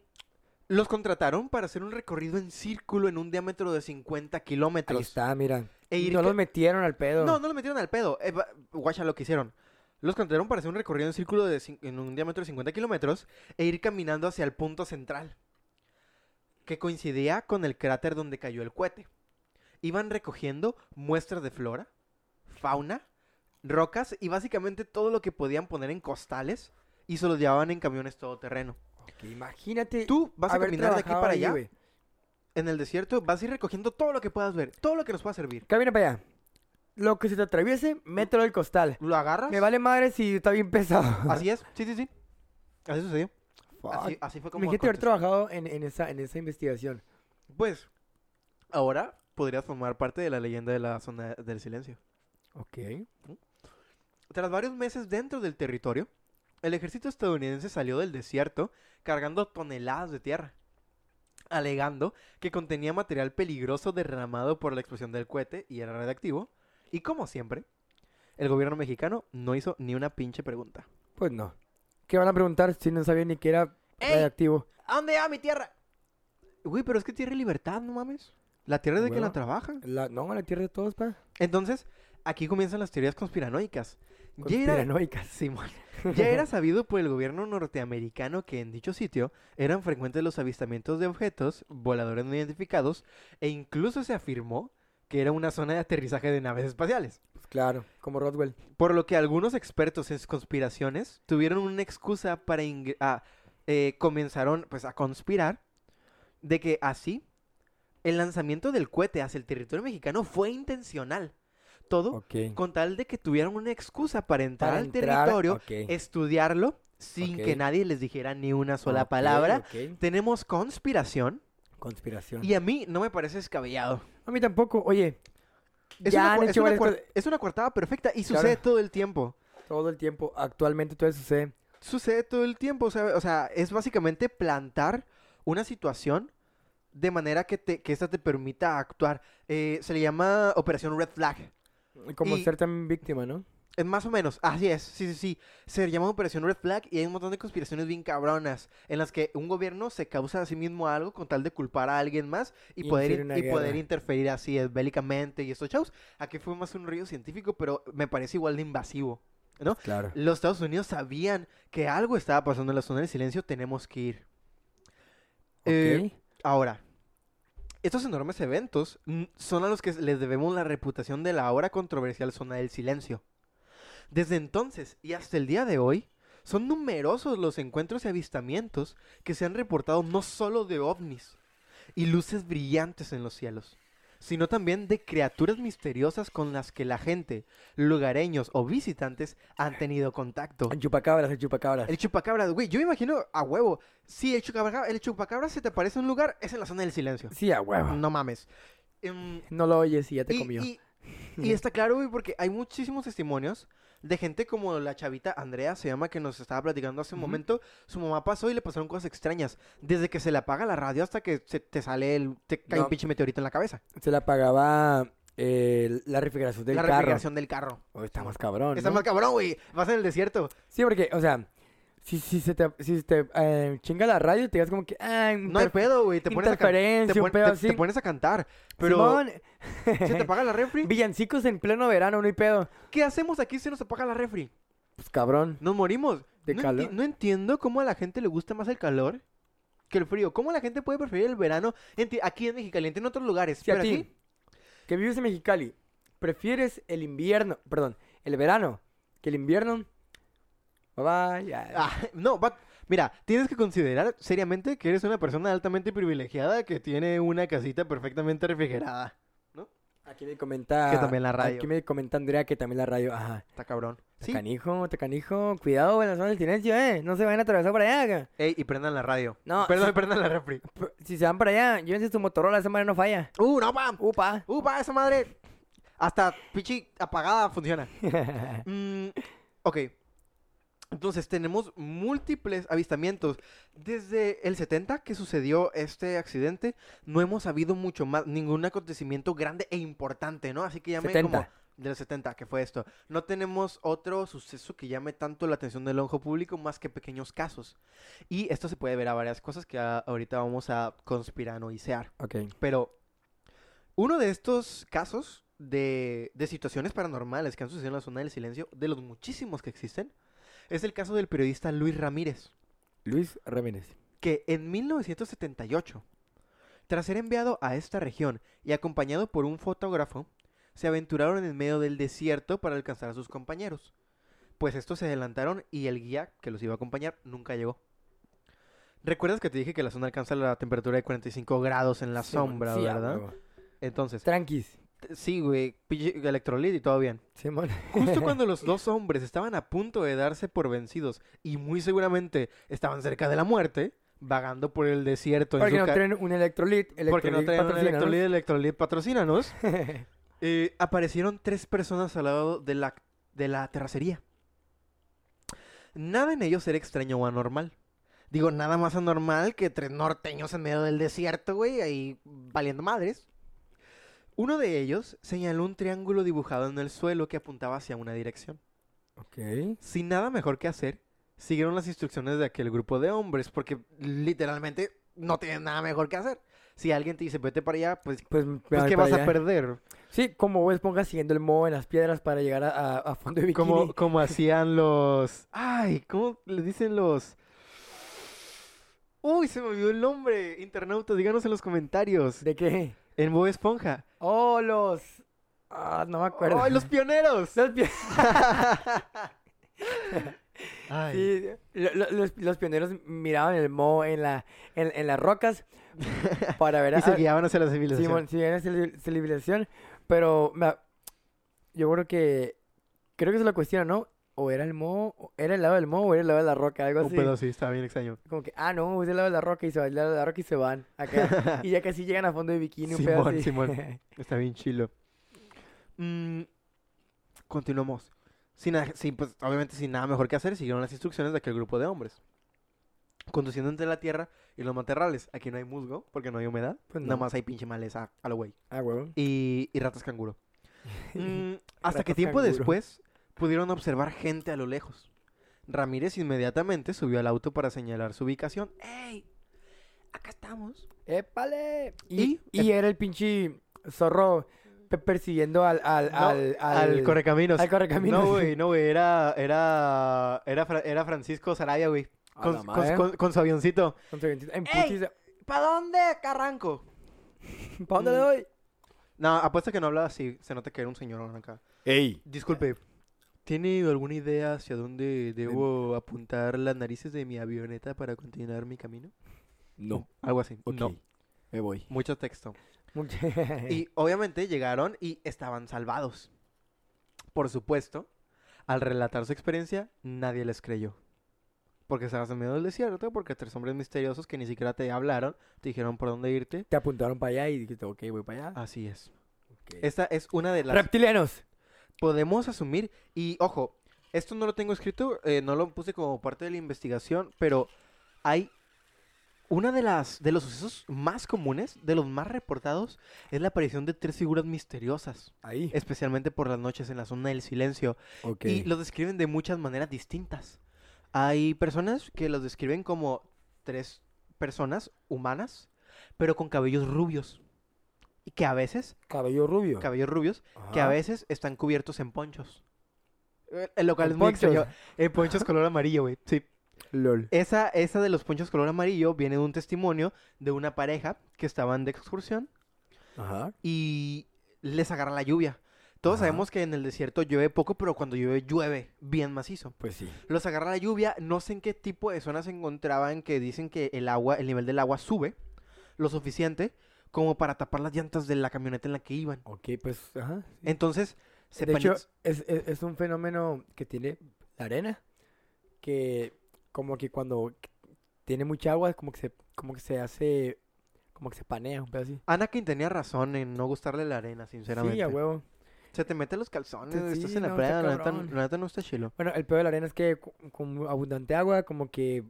[SPEAKER 2] los contrataron para hacer un recorrido en círculo en un diámetro de 50
[SPEAKER 1] Ahí
[SPEAKER 2] kilómetros.
[SPEAKER 1] está, mira.
[SPEAKER 2] E ir
[SPEAKER 1] no
[SPEAKER 2] ca-
[SPEAKER 1] los metieron al pedo.
[SPEAKER 2] No, no lo metieron al pedo. Eh, va- guacha lo que hicieron. Los contrataron para hacer un recorrido en círculo de cin- en un diámetro de 50 kilómetros e ir caminando hacia el punto central, que coincidía con el cráter donde cayó el cohete. Iban recogiendo muestras de flora, fauna, rocas y básicamente todo lo que podían poner en costales y se los llevaban en camiones todoterreno.
[SPEAKER 1] Que Imagínate.
[SPEAKER 2] Tú vas
[SPEAKER 1] Eh,
[SPEAKER 2] a
[SPEAKER 1] haber
[SPEAKER 2] caminar de aquí
[SPEAKER 1] trabajado
[SPEAKER 2] para
[SPEAKER 1] ahí,
[SPEAKER 2] allá,
[SPEAKER 1] güey.
[SPEAKER 2] en el desierto, vas a ir recogiendo todo lo que puedas ver, todo lo que nos pueda servir.
[SPEAKER 1] Camina para allá. Lo que se te atraviese, mételo al costal.
[SPEAKER 2] Lo agarras.
[SPEAKER 1] Me vale madre si está bien pesado.
[SPEAKER 2] Así es, sí, sí, sí. Así sucedió.
[SPEAKER 1] Fuck.
[SPEAKER 2] Así, así fue como.
[SPEAKER 1] Imagínate haber
[SPEAKER 2] aconteció.
[SPEAKER 1] trabajado en, en esa, en esa investigación.
[SPEAKER 2] Pues, ahora podrías formar parte de la leyenda de la zona del silencio.
[SPEAKER 1] Ok.
[SPEAKER 2] Tras varios meses dentro del territorio, el ejército estadounidense salió del desierto cargando toneladas de tierra, alegando que contenía material peligroso derramado por la explosión del cohete y era radiactivo. Y como siempre, el gobierno mexicano no hizo ni una pinche pregunta.
[SPEAKER 1] Pues no. ¿Qué van a preguntar si no sabían ni que era
[SPEAKER 2] ¡Ey!
[SPEAKER 1] radioactivo?
[SPEAKER 2] ¿A dónde va mi tierra? Güey, pero es que tierra y libertad, no mames. La tierra es de que la
[SPEAKER 1] Hueva.
[SPEAKER 2] trabajan.
[SPEAKER 1] La, no, la tierra de todos, pa.
[SPEAKER 2] Entonces, aquí comienzan las teorías conspiranoicas. Ya era-
[SPEAKER 1] Conspiranoicas.
[SPEAKER 2] Simón, ya era sabido por el gobierno norteamericano que en dicho sitio eran frecuentes los avistamientos de objetos voladores no identificados e incluso se afirmó que era una zona de aterrizaje de naves espaciales.
[SPEAKER 1] Pues claro, como Roswell.
[SPEAKER 2] Por lo que algunos expertos en sus conspiraciones tuvieron una excusa para ingre- ah, eh, comenzaron pues a conspirar de que así el lanzamiento del cohete hacia el territorio mexicano fue intencional. Todo
[SPEAKER 1] Ok.
[SPEAKER 2] con tal de que tuvieran una excusa para entrar
[SPEAKER 1] Para
[SPEAKER 2] al
[SPEAKER 1] entrar,
[SPEAKER 2] territorio,
[SPEAKER 1] ok.
[SPEAKER 2] estudiarlo, sin
[SPEAKER 1] Ok.
[SPEAKER 2] que nadie les dijera ni una sola
[SPEAKER 1] Ok,
[SPEAKER 2] palabra.
[SPEAKER 1] ok.
[SPEAKER 2] Tenemos conspiración
[SPEAKER 1] Conspiración.
[SPEAKER 2] y a mí no me parece descabellado.
[SPEAKER 1] A mí tampoco. Oye,
[SPEAKER 2] Es,
[SPEAKER 1] ya
[SPEAKER 2] una,
[SPEAKER 1] han
[SPEAKER 2] cua- es
[SPEAKER 1] hecho
[SPEAKER 2] una
[SPEAKER 1] varias
[SPEAKER 2] cuar- es una coartada perfecta y
[SPEAKER 1] Claro.
[SPEAKER 2] sucede todo el tiempo.
[SPEAKER 1] cosas todo el tiempo. Actualmente todo eso sucede.
[SPEAKER 2] Sucede todo el tiempo, o sea, o sea, es básicamente plantar una situación de manera que, te, que esta te permita actuar. Eh, se le llama operación red flag.
[SPEAKER 1] Como
[SPEAKER 2] Y-
[SPEAKER 1] ser también víctima, ¿no?
[SPEAKER 2] Eh, Más o menos, así es, sí, sí, sí. Se llama Operación Red Flag y hay un montón de conspiraciones bien cabronas en las que un gobierno se causa a sí mismo algo con tal de culpar a alguien más y,
[SPEAKER 1] Y
[SPEAKER 2] poder,
[SPEAKER 1] iniciar
[SPEAKER 2] in-
[SPEAKER 1] una
[SPEAKER 2] y poder
[SPEAKER 1] guerra.
[SPEAKER 2] interferir así es, bélicamente y estos shows. Aquí fue más un río científico, pero me parece igual de invasivo. ¿No?
[SPEAKER 1] Claro.
[SPEAKER 2] Los Estados Unidos sabían que algo estaba pasando en la zona del silencio, tenemos que ir. Eh, Ahora, estos enormes eventos mm, son a los que les debemos la reputación de la ahora controversial zona del silencio. Desde entonces y hasta el día de hoy, son numerosos los encuentros y avistamientos que se han reportado no solo de ovnis y luces brillantes en los cielos, sino también de criaturas misteriosas con las que la gente, lugareños o visitantes han tenido contacto.
[SPEAKER 1] El chupacabras, el chupacabras.
[SPEAKER 2] El chupacabra, güey, yo me imagino a huevo. Si el chupacabra, el chupacabra se te aparece en un lugar, es en la zona del silencio.
[SPEAKER 1] Sí, a huevo. No,
[SPEAKER 2] No mames. Em,
[SPEAKER 1] lo oyes y ya te
[SPEAKER 2] y,
[SPEAKER 1] comió.
[SPEAKER 2] y- y está claro, güey, porque hay muchísimos testimonios de gente como la chavita Andrea, se llama, que nos estaba platicando hace un
[SPEAKER 1] Ujú.
[SPEAKER 2] momento. Su mamá pasó y le pasaron cosas extrañas. Desde que se le apaga la radio hasta que se te sale el. te cae
[SPEAKER 1] No.
[SPEAKER 2] un pinche meteorito en la cabeza.
[SPEAKER 1] Se la pagaba eh, la refrigeración del
[SPEAKER 2] la
[SPEAKER 1] carro.
[SPEAKER 2] refrigeración del carro.
[SPEAKER 1] Oh, está más cabrón,
[SPEAKER 2] Está
[SPEAKER 1] ¿no?
[SPEAKER 2] más cabrón, güey. Vas en el desierto.
[SPEAKER 1] Sí, porque, o sea, si, si se te, si te eh, chinga la radio, te quedas como que. Ay,
[SPEAKER 2] No hay
[SPEAKER 1] inter-
[SPEAKER 2] pedo, güey. Te pones a cantar. Te,
[SPEAKER 1] interferencia, un
[SPEAKER 2] pon-
[SPEAKER 1] pedo
[SPEAKER 2] te-
[SPEAKER 1] así.
[SPEAKER 2] te pones a cantar. Pero.
[SPEAKER 1] Simón,
[SPEAKER 2] ¿Se te apaga la refri?
[SPEAKER 1] villancicos en pleno verano, no hay pedo.
[SPEAKER 2] ¿Qué hacemos aquí si nos apaga la refri?
[SPEAKER 1] Pues cabrón.
[SPEAKER 2] Nos morimos.
[SPEAKER 1] De
[SPEAKER 2] no, enti-
[SPEAKER 1] calor.
[SPEAKER 2] no entiendo cómo a la gente le gusta más el calor que el frío. ¿Cómo la gente puede preferir el verano enti- aquí en Mexicaliente, en otros lugares?
[SPEAKER 1] Si a
[SPEAKER 2] pero
[SPEAKER 1] ti,
[SPEAKER 2] aquí,
[SPEAKER 1] que vives en Mexicali, prefieres el invierno, perdón, el verano que el invierno. Bye bye. ya.
[SPEAKER 2] Ah, no, va- mira, tienes que considerar seriamente que eres una persona altamente privilegiada que tiene una casita perfectamente refrigerada.
[SPEAKER 1] Aquí me comenta.
[SPEAKER 2] Que también la radio.
[SPEAKER 1] Aquí me comenta Andrea que también la radio. Ajá.
[SPEAKER 2] Está cabrón. Sí.
[SPEAKER 1] Tacanijo, tacanijo. Cuidado en la zona del silencio, eh. No se vayan a atravesar para allá. ca-
[SPEAKER 2] Ey, y prendan la radio.
[SPEAKER 1] No,
[SPEAKER 2] Perdón,
[SPEAKER 1] sí.
[SPEAKER 2] prendan la refri.
[SPEAKER 1] P- Si se van para allá, llévense su Motorola, esa madre no falla.
[SPEAKER 2] ¡Uh, no, pam!
[SPEAKER 1] Upa.
[SPEAKER 2] ¡Upa, esa madre! Hasta pichi apagada funciona. Mm, ok. Entonces tenemos múltiples avistamientos. Desde el 70 que sucedió este accidente, no hemos sabido mucho más, ningún acontecimiento grande e importante, ¿no? Así que llame como
[SPEAKER 1] 70.
[SPEAKER 2] del 70, que fue esto. No tenemos otro suceso que llame tanto la atención del ojo público más que pequeños casos. Y esto se puede ver a varias cosas que a- ahorita vamos a conspiranoisear.
[SPEAKER 1] ok.
[SPEAKER 2] Pero uno de estos casos de, de situaciones paranormales que han sucedido en la zona del silencio, de los muchísimos que existen, es el caso del periodista Luis Ramírez,
[SPEAKER 1] Luis Ramírez.
[SPEAKER 2] que en 1978, tras ser enviado a esta región y acompañado por un fotógrafo, se aventuraron en medio del desierto para alcanzar a sus compañeros. Pues estos se adelantaron y el guía que los iba a acompañar nunca llegó. ¿Recuerdas que te dije que la zona alcanza la temperatura de 45 grados en la
[SPEAKER 1] Sí, mon-
[SPEAKER 2] sombra,
[SPEAKER 1] sí, a
[SPEAKER 2] verdad?
[SPEAKER 1] huevo.
[SPEAKER 2] Entonces,
[SPEAKER 1] Tranquis.
[SPEAKER 2] Sí, güey, pinche electrolit y todo bien.
[SPEAKER 1] Simón.
[SPEAKER 2] Justo cuando los dos hombres estaban a punto de darse por vencidos y muy seguramente estaban cerca de la muerte, vagando por el desierto en
[SPEAKER 1] Porque
[SPEAKER 2] su
[SPEAKER 1] no
[SPEAKER 2] ca-
[SPEAKER 1] traen un electrolit.
[SPEAKER 2] porque no
[SPEAKER 1] Electrolit
[SPEAKER 2] traen un
[SPEAKER 1] patrocínanos.
[SPEAKER 2] electrolit, electrolit, patrocínanos, eh, aparecieron tres personas al lado de la, de la terracería. Nada en ellos era extraño o anormal. Digo, nada más anormal que tres norteños en medio del desierto, güey, ahí valiendo madres. Uno de ellos señaló un triángulo dibujado en el suelo que apuntaba hacia una dirección.
[SPEAKER 1] ok.
[SPEAKER 2] Sin nada mejor que hacer, siguieron las instrucciones de aquel grupo de hombres, porque literalmente no tienen nada mejor que hacer. Si alguien te dice, vete para allá, pues,
[SPEAKER 1] Pues, me
[SPEAKER 2] pues
[SPEAKER 1] voy
[SPEAKER 2] ¿qué
[SPEAKER 1] para
[SPEAKER 2] vas
[SPEAKER 1] allá.
[SPEAKER 2] a perder?
[SPEAKER 1] Sí, como Bob Esponja siguiendo el moho en las piedras para llegar a, a- a fondo de bikini.
[SPEAKER 2] Como, como hacían los. Ay, ¿cómo le dicen los.? Uy, se me olvidó el nombre. Internautas, díganos en los comentarios.
[SPEAKER 1] ¿De qué?
[SPEAKER 2] En Bob Esponja.
[SPEAKER 1] Oh, los... Ah, no me acuerdo.
[SPEAKER 2] ¡Ay, los pioneros!
[SPEAKER 1] Los pi-
[SPEAKER 2] Ay.
[SPEAKER 1] Sí, lo- lo- los, los pioneros miraban el moho en, la, en, en las rocas para ver a...
[SPEAKER 2] Y se guiaban hacia la
[SPEAKER 1] Simón,
[SPEAKER 2] civilización.
[SPEAKER 1] sí, era civil- civilización, pero me a- yo creo que... Creo que es la cuestión, ¿no? O era el moho, o- era el lado del moho o era el lado de la roca, algo
[SPEAKER 2] Un
[SPEAKER 1] así.
[SPEAKER 2] pedo así, estaba bien extraño.
[SPEAKER 1] Como que, ah, no, es del lado de la roca y se van, del lado de la roca y se van. Acá. y ya casi llegan a fondo de bikini, un pedo
[SPEAKER 2] Simón,
[SPEAKER 1] así.
[SPEAKER 2] Simón. Está bien chilo. Mm, continuamos. Sin, na- sin, pues, obviamente sin nada mejor que hacer, siguieron las instrucciones de aquel grupo de hombres. Conduciendo entre la tierra y los matorrales. Aquí no hay musgo, porque no hay humedad.
[SPEAKER 1] Pues
[SPEAKER 2] Nada
[SPEAKER 1] no.
[SPEAKER 2] más hay pinche maleza a lo güey.
[SPEAKER 1] ah, huevo.
[SPEAKER 2] Y, y ratas canguro. Mm, hasta que
[SPEAKER 1] Ratas
[SPEAKER 2] tiempo
[SPEAKER 1] canguro.
[SPEAKER 2] después pudieron observar gente a lo lejos. Ramírez inmediatamente subió al auto para señalar su ubicación. ¡Ey! Acá estamos.
[SPEAKER 1] ¡Épale! Y,
[SPEAKER 2] Y- eh.
[SPEAKER 1] y era el pinche zorro pe- persiguiendo al... al,
[SPEAKER 2] No,
[SPEAKER 1] al,
[SPEAKER 2] al correcaminos.
[SPEAKER 1] al correcaminos.
[SPEAKER 2] No, güey, no, güey. Era, era, era, Fra- era Francisco Sarabia, güey.
[SPEAKER 1] A la
[SPEAKER 2] Con, con-
[SPEAKER 1] madre.
[SPEAKER 2] con- con su avioncito.
[SPEAKER 1] Con su vientito. En
[SPEAKER 2] ¡Ey!
[SPEAKER 1] putis,
[SPEAKER 2] ¿Para dónde, Carranco?
[SPEAKER 1] ¿Para dónde le doy?
[SPEAKER 2] No, apuesta que no hablaba así. Se nota que era un señorón acá.
[SPEAKER 1] ¡Ey!
[SPEAKER 2] Disculpe. ¿Tiene alguna idea hacia dónde debo apuntar las narices de mi avioneta para continuar mi camino?
[SPEAKER 1] No.
[SPEAKER 2] Algo así. No.
[SPEAKER 1] Me voy.
[SPEAKER 2] Mucho texto. Y obviamente llegaron y estaban salvados. Por supuesto, al relatar su experiencia, nadie les creyó. Porque estabas en medio del desierto, porque tres hombres misteriosos que ni siquiera te hablaron, te dijeron por dónde irte.
[SPEAKER 1] Te apuntaron para allá y dijiste, ok, voy para allá.
[SPEAKER 2] Así es.
[SPEAKER 1] Ok.
[SPEAKER 2] Esta Ah, es una de las...
[SPEAKER 1] ¡Reptilianos!
[SPEAKER 2] podemos asumir, y ojo, esto no lo tengo escrito, eh, no lo puse como parte de la investigación, pero hay... Una de las de los sucesos más comunes, de los más reportados, es la aparición de tres figuras misteriosas.
[SPEAKER 1] Ahí.
[SPEAKER 2] especialmente por las noches en la zona del silencio.
[SPEAKER 1] ok.
[SPEAKER 2] Y lo describen de muchas maneras distintas. Hay personas que los describen como tres personas humanas, pero con cabellos rubios. Y que a veces,
[SPEAKER 1] Cabello rubio.
[SPEAKER 2] cabellos rubios, que a
[SPEAKER 1] Ajá.
[SPEAKER 2] veces están cubiertos en ponchos. Eh, El local
[SPEAKER 1] Con
[SPEAKER 2] es muy
[SPEAKER 1] ponchos.
[SPEAKER 2] extraño. En ponchos color amarillo, güey. Sí.
[SPEAKER 1] LOL.
[SPEAKER 2] Esa, esa de los ponchos color amarillo viene de un testimonio de una pareja que estaban de excursión
[SPEAKER 1] Ajá.
[SPEAKER 2] y les agarra la lluvia. Todos
[SPEAKER 1] Ajá.
[SPEAKER 2] sabemos que en el desierto llueve poco, pero cuando llueve, llueve bien macizo.
[SPEAKER 1] Pues sí.
[SPEAKER 2] Los agarra la lluvia, no sé en qué tipo de zonas se encontraban que dicen que el agua, el nivel del agua sube lo suficiente como para tapar las llantas de la camioneta en la que iban.
[SPEAKER 1] Ok, pues, ajá. sí.
[SPEAKER 2] Entonces, se
[SPEAKER 1] de hecho,
[SPEAKER 2] paniz-
[SPEAKER 1] es, es- es un fenómeno que tiene la arena, que como que cuando tiene mucha agua, como que se, como que se hace, como que se panea, un pedo así.
[SPEAKER 2] Anakin tenía razón en no gustarle la arena, sinceramente.
[SPEAKER 1] Sí, a huevo.
[SPEAKER 2] Se te mete los calzones,
[SPEAKER 1] Sí,
[SPEAKER 2] estás en la
[SPEAKER 1] no,
[SPEAKER 2] playa,
[SPEAKER 1] está
[SPEAKER 2] la neta,
[SPEAKER 1] cabrón.
[SPEAKER 2] la neta no está chilo.
[SPEAKER 1] Bueno, el peor de la arena es que cu- con abundante agua, como que,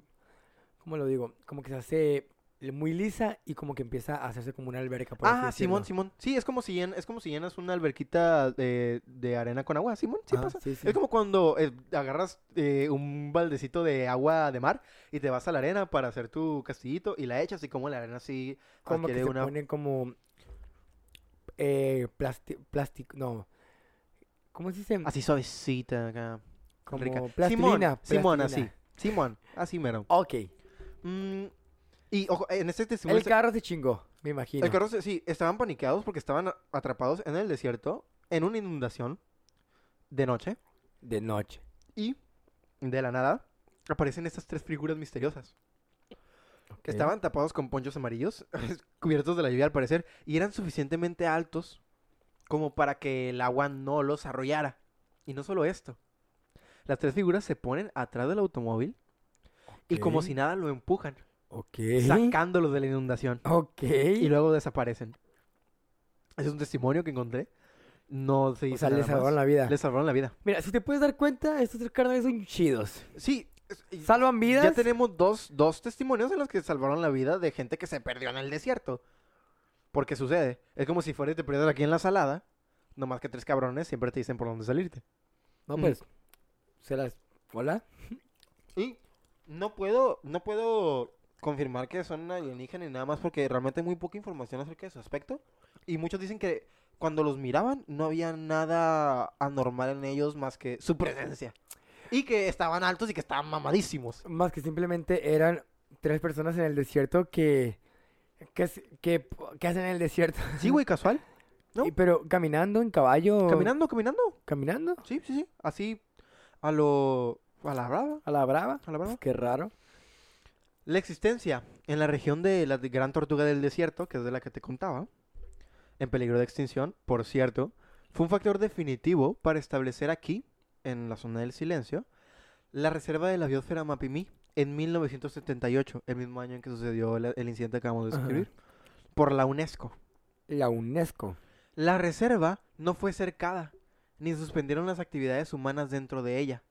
[SPEAKER 1] ¿cómo lo digo? Como que se hace muy lisa y como que empieza a hacerse como una alberca, por
[SPEAKER 2] Ah,
[SPEAKER 1] así
[SPEAKER 2] Simón,
[SPEAKER 1] decirlo.
[SPEAKER 2] Simón. Sí, es como si llen- es como si llenas una alberquita de, de arena con agua, Simón, sí
[SPEAKER 1] Ajá,
[SPEAKER 2] pasa.
[SPEAKER 1] sí, sí.
[SPEAKER 2] Es como cuando eh, agarras eh, un baldecito de agua de mar y te vas a la arena para hacer tu castillito y la echas y como la arena sí
[SPEAKER 1] Como que
[SPEAKER 2] adquiere
[SPEAKER 1] se
[SPEAKER 2] una...
[SPEAKER 1] ponen como, eh, plástico, plástico, no, ¿cómo se dice?
[SPEAKER 2] Así suavecita acá.
[SPEAKER 1] como
[SPEAKER 2] rica.
[SPEAKER 1] plastilina,
[SPEAKER 2] Simón, Simón, así.
[SPEAKER 1] plastilina.
[SPEAKER 2] Simón, así mero.
[SPEAKER 1] Ok.
[SPEAKER 2] Mm, y ojo, en este testimonio...
[SPEAKER 1] El carro se chingó, me imagino.
[SPEAKER 2] El carro, se- sí, estaban paniqueados porque estaban a- atrapados en el desierto, en una inundación de noche,
[SPEAKER 1] De noche.
[SPEAKER 2] y de la nada aparecen estas tres figuras misteriosas. Estaban tapados con ponchos amarillos, cubiertos de la lluvia al parecer, y eran suficientemente altos como para que el agua no los arrollara. Y no solo esto. Las tres figuras se ponen atrás del automóvil y como
[SPEAKER 1] Ok.
[SPEAKER 2] si nada lo empujan,
[SPEAKER 1] Ok.
[SPEAKER 2] sacándolo de la inundación.
[SPEAKER 1] Ok.
[SPEAKER 2] y luego desaparecen. Ese es un testimonio que encontré. No se
[SPEAKER 1] o
[SPEAKER 2] dice
[SPEAKER 1] sea, le
[SPEAKER 2] nada
[SPEAKER 1] salvaron
[SPEAKER 2] más.
[SPEAKER 1] la vida.
[SPEAKER 2] Les salvaron la vida.
[SPEAKER 1] Mira, si te puedes dar cuenta, estos tres carnales son chidos.
[SPEAKER 2] Sí. es- y-
[SPEAKER 1] Salvan vidas.
[SPEAKER 2] Ya tenemos dos, dos testimonios en los que salvaron la vida de gente que se perdió en el desierto. Porque sucede. Es como si fueras y te perdieras aquí en la salada. Nomás que tres cabrones siempre te dicen por dónde salirte.
[SPEAKER 1] No,
[SPEAKER 2] Mm.
[SPEAKER 1] pues. Se las. Hola.
[SPEAKER 2] Y no puedo, no puedo confirmar que son alienígenas ni nada más porque realmente hay muy poca información acerca de su aspecto. Y muchos dicen que cuando los miraban no había nada anormal en ellos más que su presencia. Y que estaban altos y que estaban mamadísimos.
[SPEAKER 1] Más que simplemente eran tres personas en el desierto que. que, es- que, que hacen en el desierto.
[SPEAKER 2] Sí, güey, casual. ¿no?
[SPEAKER 1] Y- pero caminando en caballo.
[SPEAKER 2] Caminando, caminando.
[SPEAKER 1] Caminando.
[SPEAKER 2] Sí, sí, sí. Así a lo... a la brava.
[SPEAKER 1] A la brava.
[SPEAKER 2] A la brava.
[SPEAKER 1] Pues, qué raro.
[SPEAKER 2] La existencia en la región de la de- gran tortuga del desierto, que es de la que te contaba, en peligro de extinción, por cierto, fue un factor definitivo para establecer aquí, en la zona del silencio, la reserva de la biosfera Mapimí en 1978, el mismo año en que sucedió la- el incidente que acabamos de
[SPEAKER 1] Ajá.
[SPEAKER 2] describir, por la UNESCO.
[SPEAKER 1] La UNESCO.
[SPEAKER 2] La reserva no fue cercada, ni suspendieron las actividades humanas dentro de ella.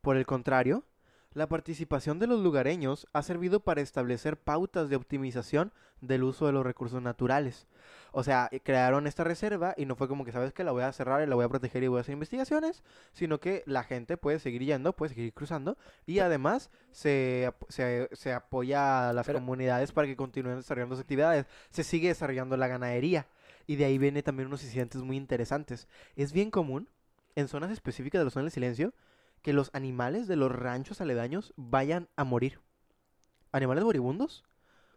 [SPEAKER 2] Por el contrario, la participación de los lugareños ha servido para establecer pautas de optimización del uso de los recursos naturales. O sea, eh, crearon esta reserva y no fue como que sabes que la voy a cerrar y la voy a proteger y voy a hacer investigaciones, sino que la gente puede seguir yendo, puede seguir cruzando y además se, ap- se, se apoya a las
[SPEAKER 1] Pero-
[SPEAKER 2] comunidades para que continúen desarrollando sus actividades. Se sigue desarrollando la ganadería y de ahí viene también unos incidentes muy interesantes. Es bien común en zonas específicas de la zona del silencio que los animales de los ranchos aledaños vayan a morir. Animales moribundos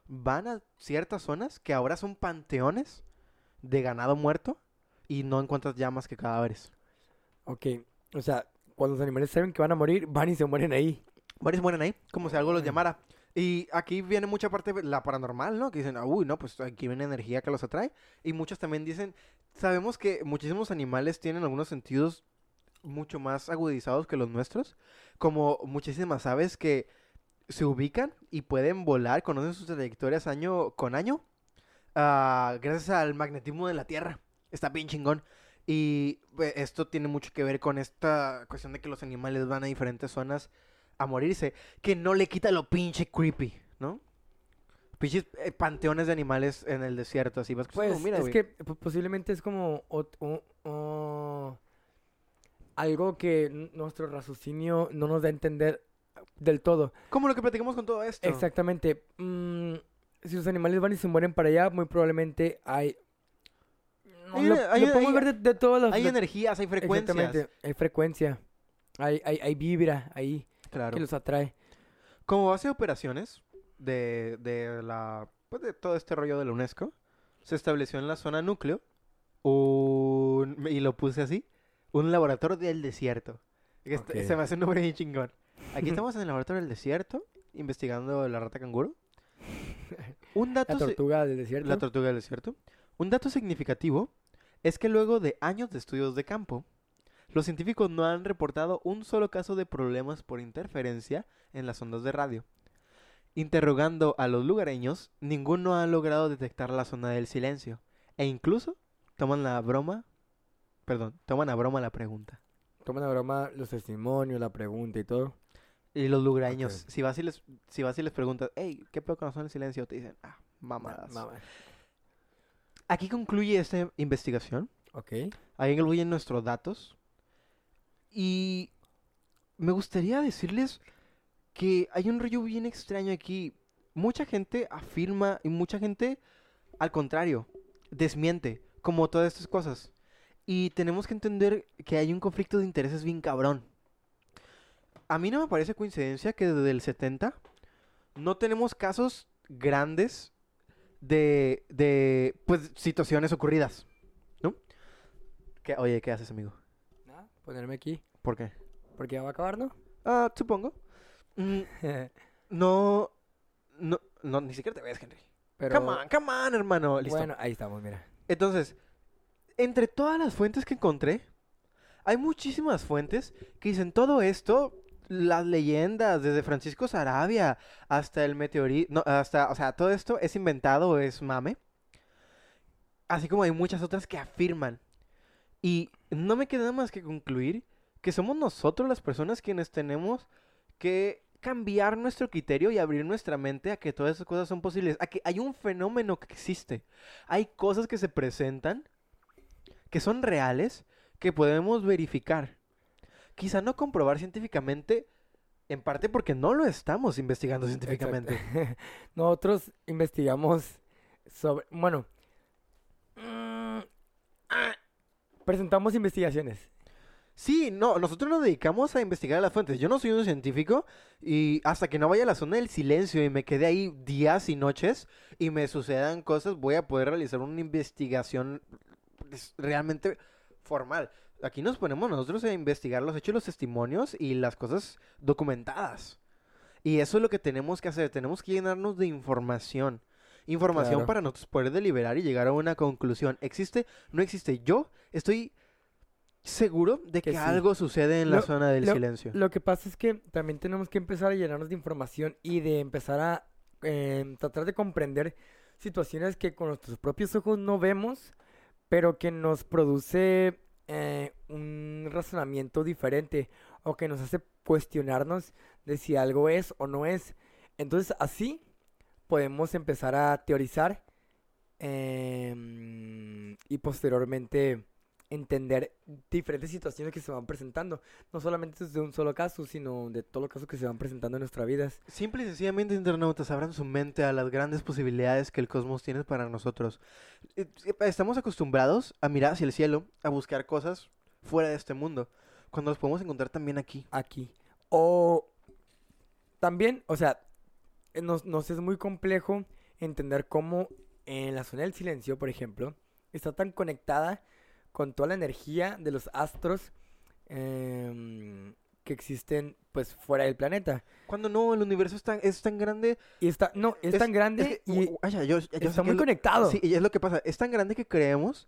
[SPEAKER 2] van a ciertas zonas que ahora son panteones de ganado muerto y no encuentras ya más que cadáveres.
[SPEAKER 1] Ok. O sea, cuando los animales saben que van a morir, van y se mueren ahí.
[SPEAKER 2] Varios mueren ahí, como si algo los
[SPEAKER 1] Ay.
[SPEAKER 2] llamara. Y aquí viene mucha parte de la paranormal, ¿no? Que dicen, "Ah, uy, no, pues aquí viene energía que los atrae. Y muchos también dicen, sabemos que muchísimos animales tienen algunos sentidos mucho más agudizados que los nuestros, como muchísimas aves que se ubican y pueden volar, conocen sus trayectorias año con año, ah, gracias al magnetismo de la Tierra. Está bien chingón. Y pues, esto tiene mucho que ver con esta cuestión de que los animales van a diferentes zonas a morirse, que no le quita lo pinche creepy, ¿no? Pinches eh, panteones de animales en el desierto, así vas
[SPEAKER 1] Pues
[SPEAKER 2] "Oh, mira,
[SPEAKER 1] es
[SPEAKER 2] güey".
[SPEAKER 1] que po- posiblemente es como ot- o- o- algo que n- nuestro raciocinio no nos da a entender del todo.
[SPEAKER 2] Como lo que platicamos con todo esto.
[SPEAKER 1] Exactamente. Mm, si los animales van y se mueren para allá, muy probablemente hay... No,
[SPEAKER 2] Hay
[SPEAKER 1] lo,
[SPEAKER 2] una- hay
[SPEAKER 1] lo
[SPEAKER 2] una-
[SPEAKER 1] podemos
[SPEAKER 2] hay-
[SPEAKER 1] ver de, de todas las...
[SPEAKER 2] Hay
[SPEAKER 1] de-
[SPEAKER 2] energías, hay frecuencias.
[SPEAKER 1] Exactamente, hay frecuencia. Hay, hay, hay vibra ahí
[SPEAKER 2] Claro.
[SPEAKER 1] que los atrae.
[SPEAKER 2] Como base de operaciones de, de la pues de todo este rollo de la UNESCO, se estableció en la zona núcleo un y lo puse así, un laboratorio del desierto. Que est-
[SPEAKER 1] Ok.
[SPEAKER 2] Se me hace un nombre bien chingón. Aquí estamos en el laboratorio del desierto investigando la rata canguro. Un dato
[SPEAKER 1] La
[SPEAKER 2] se-
[SPEAKER 1] tortuga del desierto.
[SPEAKER 2] la tortuga del desierto. Un dato significativo es que luego de años de estudios de campo, los científicos no han reportado un solo caso de problemas por interferencia en las ondas de radio. Interrogando a los lugareños, ninguno ha logrado detectar la zona del silencio. E incluso toman la broma, perdón, toman a broma la pregunta.
[SPEAKER 1] Toman a broma los testimonios, la pregunta y todo.
[SPEAKER 2] Y los lugareños, si vas y les, si vas y les preguntas, hey, ¿qué pedo con la zona del silencio? Te dicen, ah, mamadas.
[SPEAKER 1] Mamá.
[SPEAKER 2] Aquí concluye esta investigación.
[SPEAKER 1] Ok.
[SPEAKER 2] Ahí incluyen nuestros datos. Y me gustaría decirles que hay un rollo bien extraño aquí. Mucha gente afirma y mucha gente, al contrario, desmiente, como todas estas cosas. Y tenemos que entender que hay un conflicto de intereses bien cabrón. A mí no me parece coincidencia que desde el 70 no tenemos casos grandes de, de pues, situaciones ocurridas. ¿No? ¿Qué- oye, ¿qué haces, amigo?
[SPEAKER 1] Nada, ponerme aquí.
[SPEAKER 2] ¿Por qué?
[SPEAKER 1] Porque ya va a acabar, ¿no?
[SPEAKER 2] Ah, supongo. Mm, no, no, no, ni siquiera te ves, Henry.
[SPEAKER 1] Pero
[SPEAKER 2] Come on, come on, hermano. Listo.
[SPEAKER 1] bueno, ahí estamos, mira.
[SPEAKER 2] Entonces, entre todas las fuentes que encontré, hay muchísimas fuentes que dicen todo esto, las leyendas, desde Francisco Sarabia hasta el meteorito, no, hasta, o sea, todo esto es inventado, es mame. Así como hay muchas otras que afirman. Y no me queda más que concluir que somos nosotros las personas quienes tenemos que cambiar nuestro criterio y abrir nuestra mente a que todas esas cosas son posibles, a que hay un fenómeno que existe hay cosas que se presentan que son reales que podemos verificar. Quizá no comprobar científicamente, en parte porque no lo estamos investigando científicamente.
[SPEAKER 1] Exacto. Nosotros investigamos sobre. Bueno. mm, ah, presentamos investigaciones.
[SPEAKER 2] Sí, no, nosotros nos dedicamos a investigar las fuentes. Yo no soy un científico y hasta que no vaya a la zona del silencio y me quede ahí días y noches y me sucedan cosas, voy a poder realizar una investigación es- realmente formal. Aquí nos ponemos nosotros a investigar los hechos, los testimonios y las cosas documentadas. Y eso es lo que tenemos que hacer, tenemos que llenarnos de información. Información
[SPEAKER 1] Claro.
[SPEAKER 2] para nosotros poder deliberar y llegar a una conclusión. ¿Existe? ¿No existe? Yo estoy seguro de que,
[SPEAKER 1] Que sí.
[SPEAKER 2] algo sucede en la
[SPEAKER 1] Lo-
[SPEAKER 2] zona del
[SPEAKER 1] lo-
[SPEAKER 2] silencio.
[SPEAKER 1] Lo que pasa es que también tenemos que empezar a llenarnos de información y de empezar a em, tratar de comprender situaciones que con nuestros propios ojos no vemos, pero que nos produce eh, un razonamiento diferente o que nos hace cuestionarnos de si algo es o no es. Entonces así podemos empezar a teorizar em, y posteriormente entender diferentes situaciones que se van presentando no solamente es de un solo caso, sino de todos los casos que se van presentando en nuestras vidas.
[SPEAKER 2] Simple y sencillamente, internautas, abran su mente a las grandes posibilidades que el cosmos tiene para nosotros. Eh, eh, Estamos acostumbrados a mirar hacia el cielo, a buscar cosas fuera de este mundo, cuando los podemos encontrar también aquí.
[SPEAKER 1] Aquí. O también, o sea, eh, nos, nos es muy complejo entender cómo en la zona del silencio, por ejemplo, está tan conectada con toda la energía de los astros em, que existen pues fuera del planeta.
[SPEAKER 2] Cuando no, el universo es tan, es tan grande.
[SPEAKER 1] Y está, no, es,
[SPEAKER 2] Es-
[SPEAKER 1] tan grande
[SPEAKER 2] es que-
[SPEAKER 1] y
[SPEAKER 2] u- u- ay, ya, yo- ya sé
[SPEAKER 1] está
[SPEAKER 2] que
[SPEAKER 1] muy
[SPEAKER 2] lo-
[SPEAKER 1] conectado.
[SPEAKER 2] Sí, y es lo que pasa. Es tan grande que creemos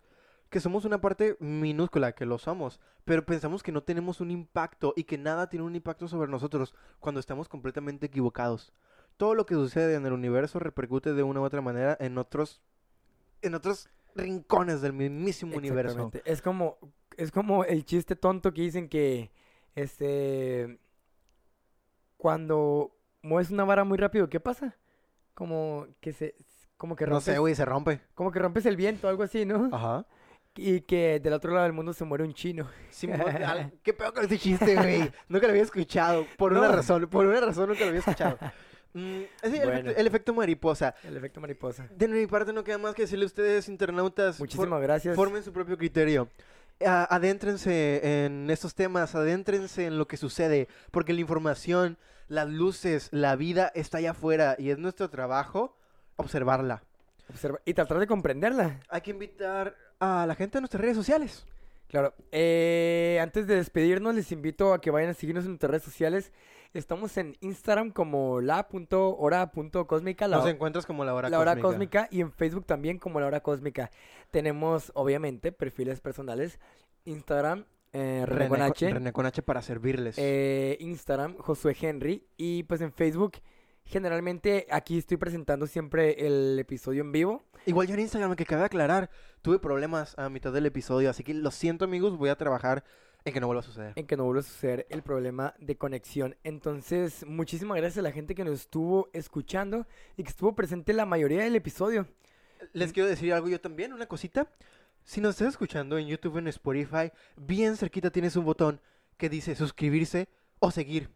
[SPEAKER 2] que somos una parte minúscula, que lo somos, pero pensamos que no tenemos un impacto y que nada tiene un impacto sobre nosotros cuando estamos completamente equivocados. Todo lo que sucede en el universo repercute de una u otra manera en otros, en otros rincones del mismísimo universo.
[SPEAKER 1] Exactamente. Es como, es como el chiste tonto que dicen que este cuando mueves una vara muy rápido, ¿qué pasa? Como que se como que
[SPEAKER 2] No
[SPEAKER 1] rompes,
[SPEAKER 2] sé, güey, se rompe.
[SPEAKER 1] como que rompes el viento, algo así, ¿no?
[SPEAKER 2] Ajá.
[SPEAKER 1] Y que del otro lado del mundo se muere un chino.
[SPEAKER 2] Simón, al- qué pedo con ese chiste, güey. Nunca lo había escuchado. Por una
[SPEAKER 1] No.
[SPEAKER 2] razón, por una razón nunca lo había escuchado. Mm, sí, el,
[SPEAKER 1] Bueno.
[SPEAKER 2] efecto, el efecto mariposa.
[SPEAKER 1] El efecto mariposa.
[SPEAKER 2] De mi parte no queda más que decirle a ustedes, internautas. for-
[SPEAKER 1] Muchísimas gracias.
[SPEAKER 2] Formen su propio criterio. A- Adéntrense en estos temas, adéntrense en lo que sucede, porque la información, las luces, la vida está allá afuera y es nuestro trabajo observarla.
[SPEAKER 1] Observa- Y tratar de comprenderla.
[SPEAKER 2] Hay que invitar a la gente a nuestras redes sociales.
[SPEAKER 1] Claro. Eh, antes de despedirnos, les invito a que vayan a seguirnos en nuestras redes sociales. Estamos en Instagram como la.hora.cósmica. La,
[SPEAKER 2] Nos encuentras como la hora
[SPEAKER 1] la hora
[SPEAKER 2] cósmica.
[SPEAKER 1] cósmica y en Facebook también como la hora cósmica. Tenemos, obviamente, perfiles personales. Instagram, eh, René con
[SPEAKER 2] René,
[SPEAKER 1] H,
[SPEAKER 2] René con H para servirles.
[SPEAKER 1] eh, Instagram, Josué Henry. Y pues en Facebook, generalmente aquí estoy presentando siempre el episodio en vivo.
[SPEAKER 2] Igual yo en Instagram, que cabe aclarar, tuve problemas a mitad del episodio, así que lo siento amigos, voy a trabajar en que no vuelva a suceder.
[SPEAKER 1] en que no vuelva a suceder el problema de conexión. Entonces, muchísimas gracias a la gente que nos estuvo escuchando y que estuvo presente la mayoría del episodio.
[SPEAKER 2] Les quiero decir algo yo también, una cosita. Si nos estás escuchando en YouTube, en Spotify, bien cerquita tienes un botón que dice suscribirse o seguir.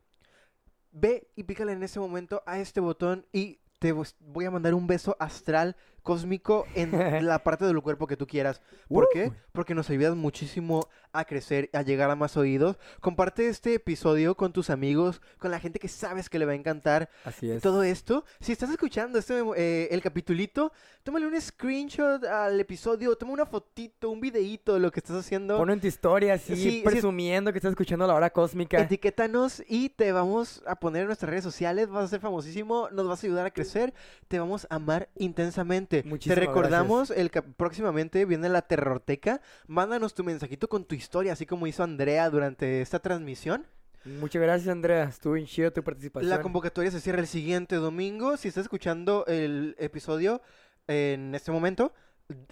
[SPEAKER 2] Ve y pícale en ese momento a este botón y te vos- voy a mandar un beso astral cósmico en la parte del cuerpo que tú quieras. ¿Por
[SPEAKER 1] Uh.
[SPEAKER 2] qué? Porque nos ayudas muchísimo a crecer, a llegar a más oídos. Comparte este episodio con tus amigos, con la gente que sabes que le va a encantar.
[SPEAKER 1] Así es.
[SPEAKER 2] Todo esto, si estás escuchando este, eh, el capitulito, tómale un screenshot al episodio, toma una fotito, un videíto de lo que estás haciendo,
[SPEAKER 1] Ponlo en tu historia, así
[SPEAKER 2] Sí, sí.
[SPEAKER 1] presumiendo que estás escuchando la hora cósmica.
[SPEAKER 2] etiquétanos y te vamos a poner en nuestras redes sociales, vas a ser famosísimo, nos vas a ayudar a crecer, te vamos a amar intensamente.
[SPEAKER 1] Muchísimas
[SPEAKER 2] te recordamos, el cap- próximamente viene la terrorteca, mándanos tu mensajito con tu historia, así como hizo Andrea durante esta transmisión.
[SPEAKER 1] Muchas gracias, Andrea. Estuvo bien chido tu participación.
[SPEAKER 2] La convocatoria se cierra el siguiente domingo. Si estás escuchando el episodio en este momento, d-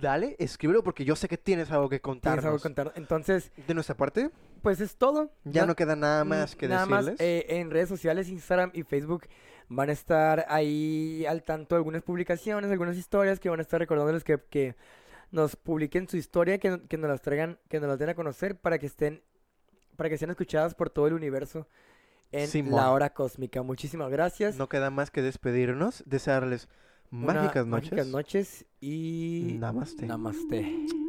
[SPEAKER 2] dale, escríbelo porque yo sé que tienes algo que
[SPEAKER 1] Tienes
[SPEAKER 2] contarnos.
[SPEAKER 1] algo que contar. Entonces,
[SPEAKER 2] De nuestra parte,
[SPEAKER 1] pues es todo.
[SPEAKER 2] ya no, queda nada más
[SPEAKER 1] Mm,
[SPEAKER 2] que
[SPEAKER 1] nada
[SPEAKER 2] decirles.
[SPEAKER 1] Más, eh, en redes sociales, Instagram y Facebook van a estar ahí al tanto de algunas publicaciones, algunas historias que van a estar recordándoles que, que nos publiquen su historia, que, no- que nos las traigan, que nos las den a conocer para que estén, para que sean escuchadas por todo el universo en
[SPEAKER 2] Simón.
[SPEAKER 1] la hora cósmica. Muchísimas gracias.
[SPEAKER 2] No queda más que despedirnos, desearles
[SPEAKER 1] Una-
[SPEAKER 2] mágicas noches.
[SPEAKER 1] Mágicas noches y
[SPEAKER 2] Namaste.
[SPEAKER 1] Namaste.